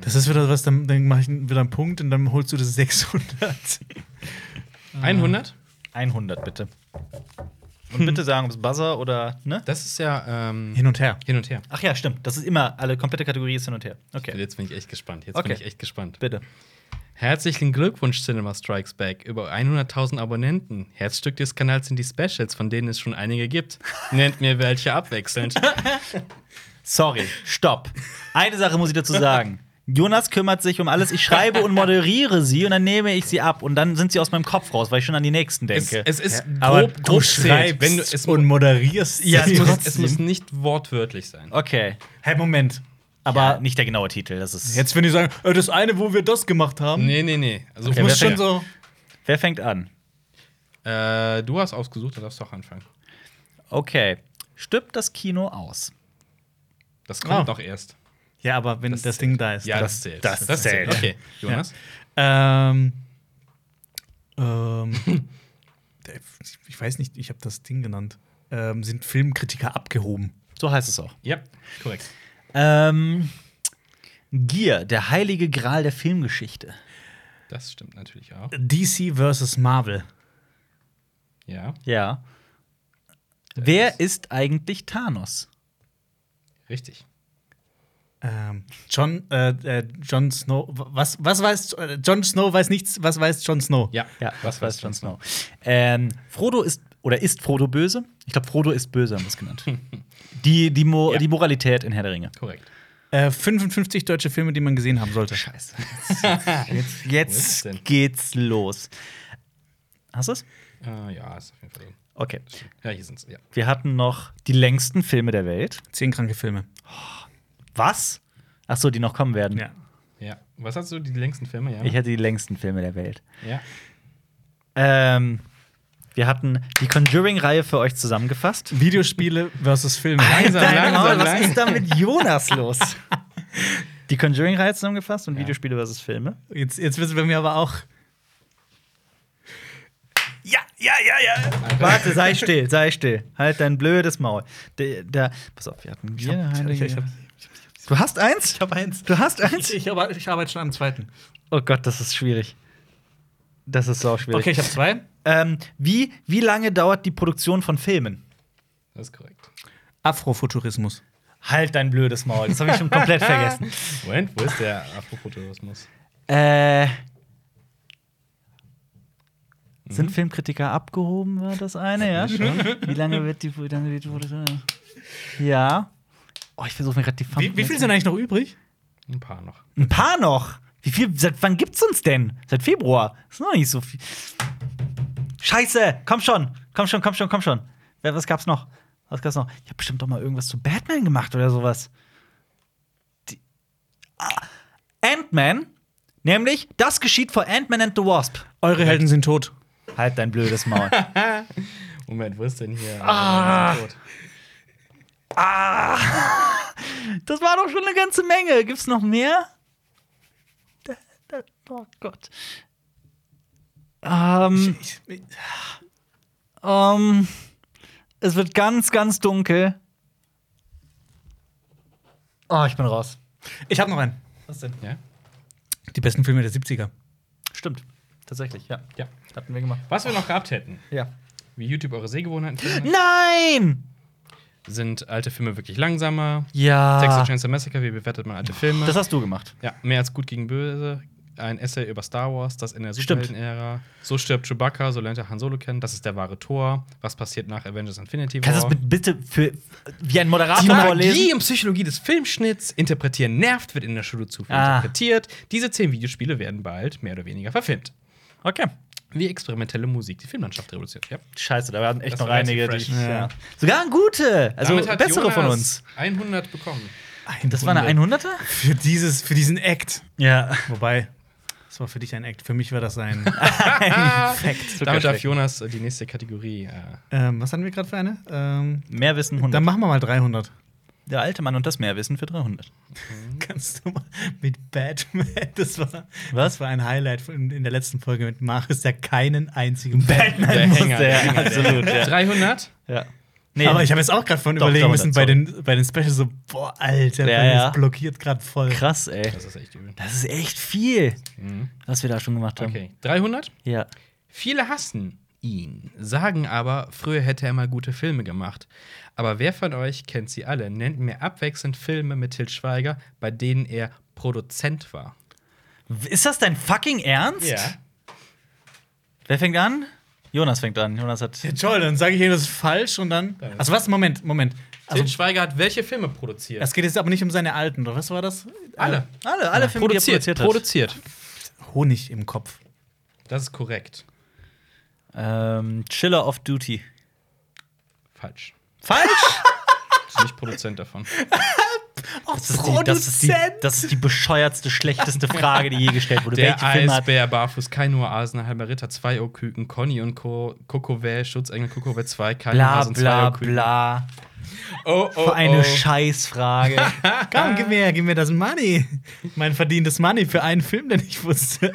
[SPEAKER 3] Das ist wieder was, dann, dann mache ich wieder einen Punkt und dann holst du das 600.
[SPEAKER 1] 100?
[SPEAKER 4] 100 bitte. Und
[SPEAKER 3] Hm.
[SPEAKER 4] bitte sagen, ob es Buzzer oder, ne?
[SPEAKER 1] Das ist ja ähm,
[SPEAKER 3] Hin und her.
[SPEAKER 1] hin und her.
[SPEAKER 2] Ach ja, stimmt. Das ist immer alle komplette Kategorie ist hin und her. Okay.
[SPEAKER 1] Jetzt bin ich echt gespannt. Jetzt bin
[SPEAKER 2] Okay.
[SPEAKER 1] ich echt gespannt.
[SPEAKER 2] Bitte.
[SPEAKER 1] Herzlichen Glückwunsch, Cinema Strikes Back. Über 100.000 Abonnenten. Herzstück des Kanals sind die Specials, von denen es schon einige gibt. Nennt mir welche abwechselnd.
[SPEAKER 2] Sorry, stopp. Eine Sache muss ich dazu sagen. Jonas kümmert sich um alles. Ich schreibe und moderiere sie und dann nehme ich sie ab. Und dann sind sie aus meinem Kopf raus, weil ich schon an die nächsten
[SPEAKER 1] Es,
[SPEAKER 2] denke.
[SPEAKER 1] es ist grob,
[SPEAKER 3] Aber
[SPEAKER 1] grob
[SPEAKER 3] du
[SPEAKER 1] zählt.
[SPEAKER 3] schreibst
[SPEAKER 1] Wenn du, es,
[SPEAKER 3] und moderierst.
[SPEAKER 1] ja, es, muss, es
[SPEAKER 3] trotzdem.
[SPEAKER 1] muss nicht wortwörtlich sein.
[SPEAKER 2] okay.
[SPEAKER 3] Hey, Moment.
[SPEAKER 2] Aber nicht der genaue Titel. Das ist.
[SPEAKER 3] Jetzt, wenn ich sagen, äh, das eine, wo wir das gemacht haben,
[SPEAKER 1] Nee, nee, nee. Also,
[SPEAKER 2] Okay,
[SPEAKER 1] muss
[SPEAKER 2] wer
[SPEAKER 1] schon
[SPEAKER 2] fängt-
[SPEAKER 3] so.
[SPEAKER 2] Wer fängt an?
[SPEAKER 1] Äh, du hast ausgesucht, du darfst auch anfangen.
[SPEAKER 2] Okay. Stirbt das Kino aus?
[SPEAKER 1] Das kommt
[SPEAKER 3] Ah.
[SPEAKER 1] auch erst.
[SPEAKER 3] Ja, aber wenn das, Ding da ist.
[SPEAKER 1] Ja, das,
[SPEAKER 2] Das-
[SPEAKER 1] zählt.
[SPEAKER 2] das zählt.
[SPEAKER 1] Okay, Jonas.
[SPEAKER 3] Ähm. Ähm. der- ich weiß nicht, ich habe das Ding genannt. Ähm, sind Filmkritiker abgehoben?
[SPEAKER 2] So heißt es auch.
[SPEAKER 1] Ja, korrekt.
[SPEAKER 2] Ähm, Gier, der heilige Gral der Filmgeschichte.
[SPEAKER 1] Das stimmt natürlich auch.
[SPEAKER 3] DC versus Marvel.
[SPEAKER 1] Ja,
[SPEAKER 2] Ja. Wer ist eigentlich Thanos?
[SPEAKER 1] richtig.
[SPEAKER 3] Ähm, John, äh, äh, John Snow, was, was weiß, äh, John Snow weiß nichts, was weiß John Snow?
[SPEAKER 1] Ja,
[SPEAKER 2] Ja, was weiß Jon Snow? Ähm, Frodo ist oder ist Frodo böse? Ich glaube, Frodo ist böse, haben wir es genannt. die, die, Mo
[SPEAKER 1] Ja.
[SPEAKER 2] die Moralität in Herr der Ringe.
[SPEAKER 1] Korrekt.
[SPEAKER 3] Äh, 55 deutsche Filme, die man gesehen haben sollte.
[SPEAKER 2] Scheiße. Jetzt, jetzt
[SPEAKER 1] denn?
[SPEAKER 2] geht's los. Hast du es?
[SPEAKER 1] Äh, ja, ist auf jeden Fall so.
[SPEAKER 2] Okay.
[SPEAKER 1] Ja, hier sind's. Ja.
[SPEAKER 2] Wir hatten noch die längsten Filme der Welt.
[SPEAKER 3] Zehn kranke Filme.
[SPEAKER 2] Was? Ach so, die noch kommen werden.
[SPEAKER 3] Ja.
[SPEAKER 1] ja. Was hast du, die längsten Filme? Ja.
[SPEAKER 2] Ich hätte die längsten Filme der Welt.
[SPEAKER 1] ja.
[SPEAKER 2] Ähm, wir hatten die Conjuring-Reihe für euch zusammengefasst.
[SPEAKER 3] Videospiele versus Filme.
[SPEAKER 1] Langsam,
[SPEAKER 2] Dein Maul,
[SPEAKER 1] langsam,
[SPEAKER 2] was
[SPEAKER 1] langsam.
[SPEAKER 2] ist da mit Jonas los? Die Conjuring-Reihe zusammengefasst und
[SPEAKER 1] Ja.
[SPEAKER 2] Videospiele versus Filme.
[SPEAKER 3] Jetzt, jetzt wissen wir mir aber auch. Ja, ja, ja, ja.
[SPEAKER 2] Warte, sei still, sei still. Halt dein blödes Maul. Der, der, pass auf, wir hatten hier eine
[SPEAKER 3] Ich,
[SPEAKER 2] Heilige-
[SPEAKER 3] ich, ich,
[SPEAKER 2] Du hast eins?
[SPEAKER 3] ich habe eins.
[SPEAKER 2] Du hast eins?
[SPEAKER 3] Ich, ich, aber- ich arbeite schon am zweiten.
[SPEAKER 2] Oh Gott, das ist schwierig. Das ist sau schwierig.
[SPEAKER 3] Okay, ich habe zwei.
[SPEAKER 2] Ähm, wie, wie lange dauert die Produktion von Filmen?
[SPEAKER 1] Das ist korrekt.
[SPEAKER 3] Afrofuturismus.
[SPEAKER 2] Halt dein blödes Maul. Das habe ich schon komplett vergessen.
[SPEAKER 1] Moment, wo ist der Afrofuturismus?
[SPEAKER 2] Äh.
[SPEAKER 3] Mhm.
[SPEAKER 2] Sind Filmkritiker abgehoben, war das eine, ja? Wie lange wird die, wie lange wird die Produktion? Ja. Oh, ich versuche mir gerade die Fun
[SPEAKER 3] Wie, wie viel sind eigentlich noch übrig?
[SPEAKER 1] Ein paar noch.
[SPEAKER 2] Ein paar noch. Wie viel? Seit wann gibt's uns denn? Seit Februar. Ist noch nicht so viel. Scheiße, komm schon, komm schon, komm schon, komm schon. Wer- Was gab's noch? Was gab's noch? Ich habe bestimmt doch mal irgendwas zu Batman gemacht oder sowas. Die- Ah, Ant-Man, nämlich das geschieht vor Ant-Man and the Wasp.
[SPEAKER 3] Eure Helden sind tot.
[SPEAKER 2] Halt dein blödes Maul.
[SPEAKER 1] Moment, wo ist denn hier? Ah, Tot.
[SPEAKER 2] das war doch schon eine ganze Menge. Gibt's noch mehr? Da- da- Oh Gott. Ähm,
[SPEAKER 3] Ich, ich,
[SPEAKER 2] Ähm, es wird ganz, ganz dunkel. Oh, ich bin raus.
[SPEAKER 3] ich habe noch einen.
[SPEAKER 2] Was denn?
[SPEAKER 1] Ja?
[SPEAKER 3] Die besten Filme der 70er.
[SPEAKER 2] Stimmt. Tatsächlich, ja.
[SPEAKER 1] ja.
[SPEAKER 2] Hatten wir gemacht.
[SPEAKER 1] Was wir noch gehabt hätten,
[SPEAKER 2] Ja.
[SPEAKER 1] wie YouTube eure Sehgewohnheiten verändert,
[SPEAKER 2] Nein!
[SPEAKER 1] sind alte Filme wirklich langsamer.
[SPEAKER 2] Ja.
[SPEAKER 1] Texas Chainsaw Massacre, wie bewertet man alte Filme?
[SPEAKER 2] Das hast du gemacht.
[SPEAKER 1] ja, mehr als gut gegen böse. Ein Essay über Star Wars, das in der
[SPEAKER 2] Stimmt.
[SPEAKER 1] Superhelden-Ära. So stirbt Chewbacca, so lernt er Han Solo kennen. Das ist der wahre Tor. Was passiert nach Avengers Infinity War?
[SPEAKER 2] Kannst du das mit- bitte für, wie ein Moderator
[SPEAKER 1] Die Magie
[SPEAKER 2] vorlesen?
[SPEAKER 1] und Psychologie des Filmschnitts, interpretieren nervt, wird in der Schule zu viel
[SPEAKER 2] Ah.
[SPEAKER 1] interpretiert. Diese zehn Videospiele werden bald mehr oder weniger verfilmt.
[SPEAKER 2] Okay.
[SPEAKER 1] Wie experimentelle Musik die Filmlandschaft revolutioniert. Ja.
[SPEAKER 2] Scheiße, da waren echt
[SPEAKER 1] Das
[SPEAKER 2] noch
[SPEAKER 1] war relativ
[SPEAKER 2] einige. Die,
[SPEAKER 1] fresh.
[SPEAKER 2] ja. Sogar ein gute, also
[SPEAKER 1] Damit hat
[SPEAKER 2] bessere von
[SPEAKER 1] Jonas
[SPEAKER 2] uns.
[SPEAKER 1] 100 bekommen.
[SPEAKER 2] Das war eine 100er?
[SPEAKER 3] Für, dieses, für diesen Act.
[SPEAKER 2] Ja.
[SPEAKER 3] Wobei, das war für dich ein Act. Für mich war das ein.
[SPEAKER 1] Ah. Damit darf Jonas äh, die nächste Kategorie. Äh,
[SPEAKER 3] ähm, was hatten wir gerade für eine? Ähm,
[SPEAKER 2] Mehr Wissen
[SPEAKER 3] dann
[SPEAKER 2] 100.
[SPEAKER 3] machen wir mal 300.
[SPEAKER 2] Der alte Mann und das Mehrwissen für 300.
[SPEAKER 3] Kannst du mal mit Batman? Das war,
[SPEAKER 2] Was?
[SPEAKER 3] das war ein Highlight von, in der letzten Folge mit Marius, der keinen einzigen Batman.
[SPEAKER 1] der
[SPEAKER 2] muss
[SPEAKER 1] Hänger.
[SPEAKER 2] der-
[SPEAKER 1] Der Hänger
[SPEAKER 2] absolut,
[SPEAKER 1] der.
[SPEAKER 2] ja.
[SPEAKER 1] 300?
[SPEAKER 2] Ja.
[SPEAKER 3] Aber ich habe jetzt auch gerade von
[SPEAKER 2] Doch,
[SPEAKER 3] überlegen
[SPEAKER 2] 300,
[SPEAKER 3] müssen bei den, bei den Specials so, boah, Alter,
[SPEAKER 2] Ja,
[SPEAKER 3] bei mir
[SPEAKER 2] ja.
[SPEAKER 3] ist blockiert gerade voll.
[SPEAKER 2] krass, ey.
[SPEAKER 1] Das ist echt übel.
[SPEAKER 2] Das ist echt viel, was wir da schon gemacht haben.
[SPEAKER 1] Okay. 300?
[SPEAKER 2] Ja.
[SPEAKER 1] Viele hassen ihn, sagen aber, früher hätte er mal gute Filme gemacht. Aber wer von euch kennt sie alle? Nennt mir abwechselnd Filme mit Til Schweiger, bei denen er Produzent war.
[SPEAKER 2] Ist das dein fucking Ernst? Wer fängt an? Jonas fängt an. Jonas hat.
[SPEAKER 3] Ja, toll, dann sage ich ihm das ist falsch und dann. Also, was? Moment, Moment.
[SPEAKER 1] Til
[SPEAKER 3] Also,
[SPEAKER 1] Schweiger hat welche Filme produziert?
[SPEAKER 3] es geht jetzt aber nicht um seine alten, oder was war das?
[SPEAKER 1] alle.
[SPEAKER 2] Alle, alle Filme, die er
[SPEAKER 1] Produziert,
[SPEAKER 2] produziert hat.
[SPEAKER 1] produziert.
[SPEAKER 3] Honig im Kopf.
[SPEAKER 1] Das ist korrekt.
[SPEAKER 2] ähm, Chiller of Duty.
[SPEAKER 1] Falsch.
[SPEAKER 2] Falsch!
[SPEAKER 1] Ist nicht Produzent davon.
[SPEAKER 2] Das ist, die, das, ist die, das ist die bescheuertste, schlechteste Frage, die je gestellt wurde.
[SPEAKER 1] Der
[SPEAKER 2] Filme hat-
[SPEAKER 1] Eisbär, Barfuß, Kainur, Asen, halber Ritter, zwei Ohrküken, Conny und Co., Kokowä, Schutzengel, Kokowä 2, Kainur,
[SPEAKER 2] Bla,
[SPEAKER 1] Asen, zwei
[SPEAKER 2] bla,
[SPEAKER 1] Ohrküken.
[SPEAKER 2] bla.
[SPEAKER 1] Oh, oh,
[SPEAKER 2] Für eine
[SPEAKER 1] oh.
[SPEAKER 2] Scheißfrage.
[SPEAKER 3] Komm, gib mir, gib mir das Money. Mein verdientes Money für einen Film, den ich wusste.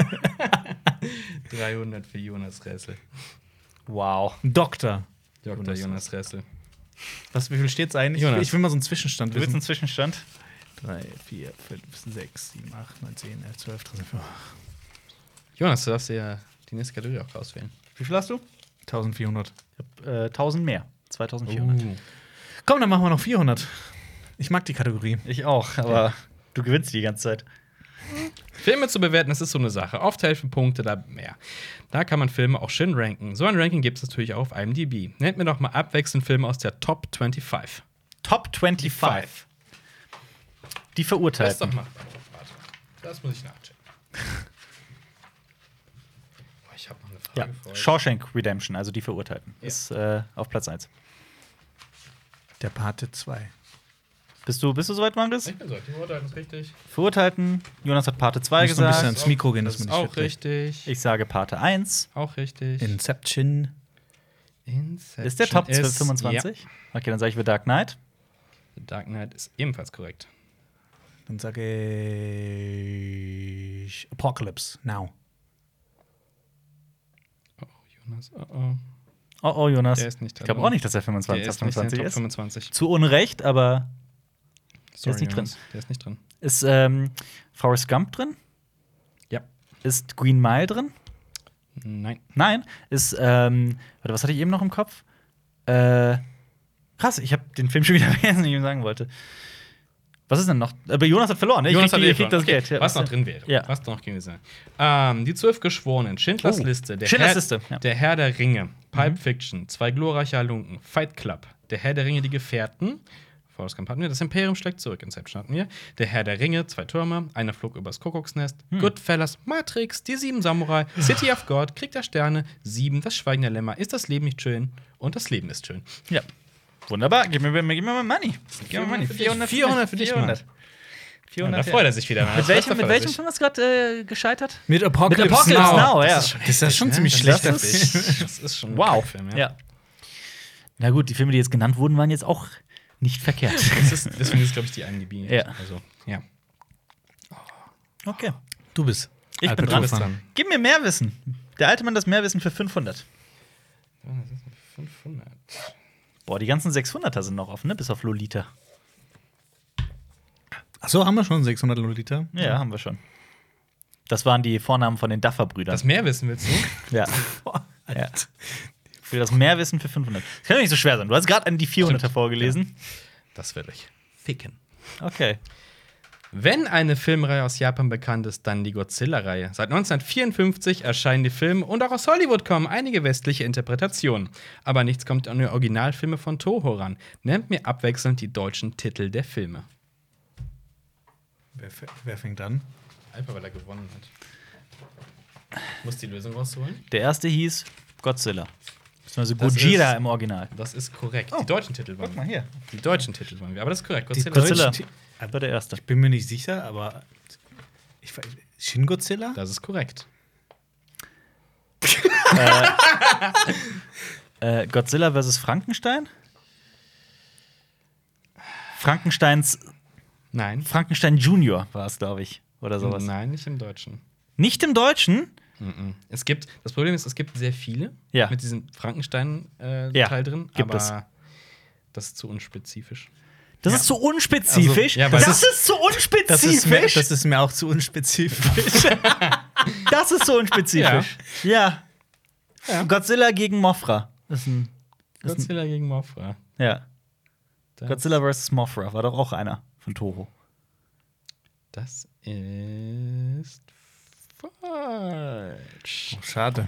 [SPEAKER 1] 300 für Jonas Ressel.
[SPEAKER 2] wow.
[SPEAKER 3] Doktor.
[SPEAKER 1] Dr. Jonas Ressel.
[SPEAKER 3] Was, wie viel steht's eigentlich?
[SPEAKER 1] Jonas.
[SPEAKER 3] Ich will- Ich will mal so einen Zwischenstand
[SPEAKER 2] Du willst
[SPEAKER 3] wissen.
[SPEAKER 2] einen Zwischenstand?
[SPEAKER 3] 3, 4, 5, 6, 7, 8, 9, 10, 11, 12, 13, 14.
[SPEAKER 1] Jonas, du darfst dir die nächste Kategorie auch auswählen.
[SPEAKER 2] Wie viel hast du?
[SPEAKER 3] 1400.
[SPEAKER 2] Ich hab, äh, 1000 mehr. 2400.
[SPEAKER 1] Uh.
[SPEAKER 3] Komm, dann machen wir noch 400. Ich mag die Kategorie.
[SPEAKER 2] Uh. Ich auch, aber du gewinnst die ganze Zeit.
[SPEAKER 1] Filme zu bewerten, das ist so eine Sache. Oft helfen Punkte da mehr. Da kann man Filme auch schön ranken. So ein Ranking gibt es natürlich auch auf IMDb. Nennt mir doch mal abwechselnd Filme aus der Top 25.
[SPEAKER 2] Top 25. Die
[SPEAKER 1] Das ist
[SPEAKER 2] verurteilten.
[SPEAKER 1] doch machbar. Warte. Das muss ich nachchecken. Boah, ich habe noch eine
[SPEAKER 2] Ja.
[SPEAKER 1] Frage für euch.
[SPEAKER 2] Shawshank Redemption, also die verurteilten. Ist äh, auf Platz 1.
[SPEAKER 3] Der Pate 2.
[SPEAKER 2] Bist du, bist du soweit, Maris?
[SPEAKER 1] Ich bin so, die Urteil ist richtig.
[SPEAKER 2] Verurteilten. Jonas hat Pate 2
[SPEAKER 3] Musst du ein
[SPEAKER 2] gesagt.
[SPEAKER 3] bisschen ans Mikro gehen, dass
[SPEAKER 1] das ist
[SPEAKER 3] man dich
[SPEAKER 1] auch
[SPEAKER 3] verträgt.
[SPEAKER 1] richtig.
[SPEAKER 2] Ich sage Pate 1.
[SPEAKER 1] auch richtig.
[SPEAKER 3] Inception.
[SPEAKER 1] Inception
[SPEAKER 2] Ist der Top 12,
[SPEAKER 1] ist-
[SPEAKER 2] 25? Okay, dann sage ich The Dark Knight.
[SPEAKER 1] Ja, Dark Knight ist ebenfalls korrekt.
[SPEAKER 3] Dann sage ich Apocalypse Now.
[SPEAKER 1] Oh, Jonas, oh, oh.
[SPEAKER 2] Oh, oh, Jonas.
[SPEAKER 1] Der ist nicht
[SPEAKER 2] ich glaube
[SPEAKER 1] dabei.
[SPEAKER 2] auch nicht, dass er
[SPEAKER 1] Der
[SPEAKER 2] 25
[SPEAKER 1] ist nicht in den
[SPEAKER 2] 25
[SPEAKER 1] Top
[SPEAKER 2] ist.
[SPEAKER 1] 25.
[SPEAKER 2] Zu Unrecht, aber
[SPEAKER 1] Sorry,
[SPEAKER 2] nicht
[SPEAKER 1] Jonas, Der ist nicht drin.
[SPEAKER 2] ist ähm, Forrest Gump drin?
[SPEAKER 1] Ja.
[SPEAKER 2] Ist Green Mile drin?
[SPEAKER 1] Nein.
[SPEAKER 2] Nein. Ist, ähm, warte, was hatte ich eben noch im Kopf? Äh, krass, ich habe den Film schon wieder vergessen, den ich ihm sagen wollte. Was ist denn noch? Aber Jonas hat verloren, ne? Ich krieg, die-
[SPEAKER 1] eh
[SPEAKER 2] ich krieg
[SPEAKER 1] verloren.
[SPEAKER 2] das Geld.
[SPEAKER 1] Okay.
[SPEAKER 2] Ja,
[SPEAKER 1] Was noch drin wäre.
[SPEAKER 2] Ja.
[SPEAKER 1] Was noch gewesen wäre. Ähm, die zwölf Geschworenen, Schindlers
[SPEAKER 2] Oh.
[SPEAKER 1] Liste, der,
[SPEAKER 2] Schindlers
[SPEAKER 1] Herr,
[SPEAKER 2] Liste, ja. Mhm.
[SPEAKER 1] der Herr der Ringe, Pipe Fiction, Zwei glorreiche Halunken, Fight Club, Der Herr der Ringe, die Gefährten, Forrest Gump hatten wir, Das Imperium schlägt zurück, Inception hatten wir, Der Herr der Ringe, Zwei Türme, Einer flog übers Kuckucksnest,
[SPEAKER 2] Hm.
[SPEAKER 1] Goodfellas, Matrix, Die Sieben Samurai, City of God, Krieg der Sterne, Sieben, Das Schweigen der Lämmer, Ist das Leben nicht schön? Und das Leben ist schön.
[SPEAKER 2] Ja. Wunderbar, gib mir, gib mir mal Money. Gib mir mal Money.
[SPEAKER 1] 400 für dich. 400 für dich, Mann.
[SPEAKER 2] 400.
[SPEAKER 1] Und
[SPEAKER 2] 400
[SPEAKER 1] da freut er sich wieder. ne?
[SPEAKER 2] Mit welchem, mit welchem Film hast du gerade äh, gescheitert?
[SPEAKER 3] Mit Apocalypse,
[SPEAKER 2] Apocalypse Now, ja.
[SPEAKER 3] Das ist schon, ist das schon ziemlich schlecht.
[SPEAKER 1] Das ist, das ist schon ein Kackfilm, ja.
[SPEAKER 2] Na gut, die Filme, die jetzt genannt wurden, waren jetzt auch nicht verkehrt.
[SPEAKER 1] Das ist, deswegen ist, glaube ich, die IMDb.
[SPEAKER 2] Ja.
[SPEAKER 1] Also, ja.
[SPEAKER 2] okay.
[SPEAKER 3] Du bist.
[SPEAKER 2] Ich
[SPEAKER 3] Al
[SPEAKER 2] bin
[SPEAKER 3] Pacino
[SPEAKER 2] dran. Gib mir mehr Wissen. Der alte Mann das Mehrwissen für 500.
[SPEAKER 1] Das ist 500.
[SPEAKER 2] Boah, die ganzen 600er sind noch offen, ne? Bis auf Lolita.
[SPEAKER 3] Ach so, haben wir schon 600 Lolita?
[SPEAKER 2] Ja, haben wir schon. Das waren die Vornamen von den Duffer-Brüdern.
[SPEAKER 1] Das mehr wissen willst du?
[SPEAKER 2] Ja. ja. Für das Mehrwissen für 500. Das kann doch nicht so schwer sein. Du hast gerade an die 400er vorgelesen.
[SPEAKER 1] Das will ich. Ficken.
[SPEAKER 2] Okay.
[SPEAKER 1] Wenn eine Filmreihe aus Japan bekannt ist, dann die Godzilla-Reihe. Seit 1954 erscheinen die Filme und auch aus Hollywood kommen einige westliche Interpretationen. Aber nichts kommt an die Originalfilme von Toho ran. Nennt mir abwechselnd die deutschen Titel der Filme.
[SPEAKER 3] Wer, wer fängt an?
[SPEAKER 1] Einfach weil er gewonnen hat. Muss die Lösung rausholen?
[SPEAKER 2] Der erste hieß Godzilla. Also
[SPEAKER 1] Das
[SPEAKER 2] Gojira
[SPEAKER 1] ist-
[SPEAKER 2] im Original.
[SPEAKER 1] Das ist korrekt. die deutschen Titel waren. wir.
[SPEAKER 2] Oh, hier.
[SPEAKER 1] Die deutschen Titel waren wir. Aber das ist korrekt.
[SPEAKER 3] Die
[SPEAKER 2] Godzilla.
[SPEAKER 3] Deutschen Ti-
[SPEAKER 2] Das war der erste.
[SPEAKER 3] Bin mir nicht sicher, aber. Ich, weiß- Shin Godzilla?
[SPEAKER 1] Das ist korrekt.
[SPEAKER 2] Äh, Godzilla vs. Frankenstein? Frankensteins
[SPEAKER 1] Nein.
[SPEAKER 2] Frankenstein Junior war es, glaube ich. Oder sowas.
[SPEAKER 1] Nein, nicht im Deutschen.
[SPEAKER 2] Nicht im Deutschen?
[SPEAKER 1] Es gibt, das Problem ist, es gibt sehr viele
[SPEAKER 2] Ja.
[SPEAKER 1] mit diesem Frankenstein-Teil
[SPEAKER 2] Ja,
[SPEAKER 1] drin,
[SPEAKER 2] gibt
[SPEAKER 1] aber
[SPEAKER 2] es.
[SPEAKER 1] das ist zu unspezifisch.
[SPEAKER 2] Das ist zu unspezifisch.
[SPEAKER 1] Also, ja, weil
[SPEAKER 2] das,
[SPEAKER 1] das-
[SPEAKER 2] ist zu
[SPEAKER 3] Das ist, mir,
[SPEAKER 2] unspezifisch.
[SPEAKER 3] das ist mir auch zu unspezifisch.
[SPEAKER 2] Das ist so unspezifisch. Ja. Godzilla gegen Mothra. Ist ein, ist ein,
[SPEAKER 1] Godzilla gegen Mothra.
[SPEAKER 2] ja.
[SPEAKER 1] Das,
[SPEAKER 2] Godzilla vs. Mothra war doch auch einer von Toho.
[SPEAKER 1] Das ist falsch.
[SPEAKER 3] Schade.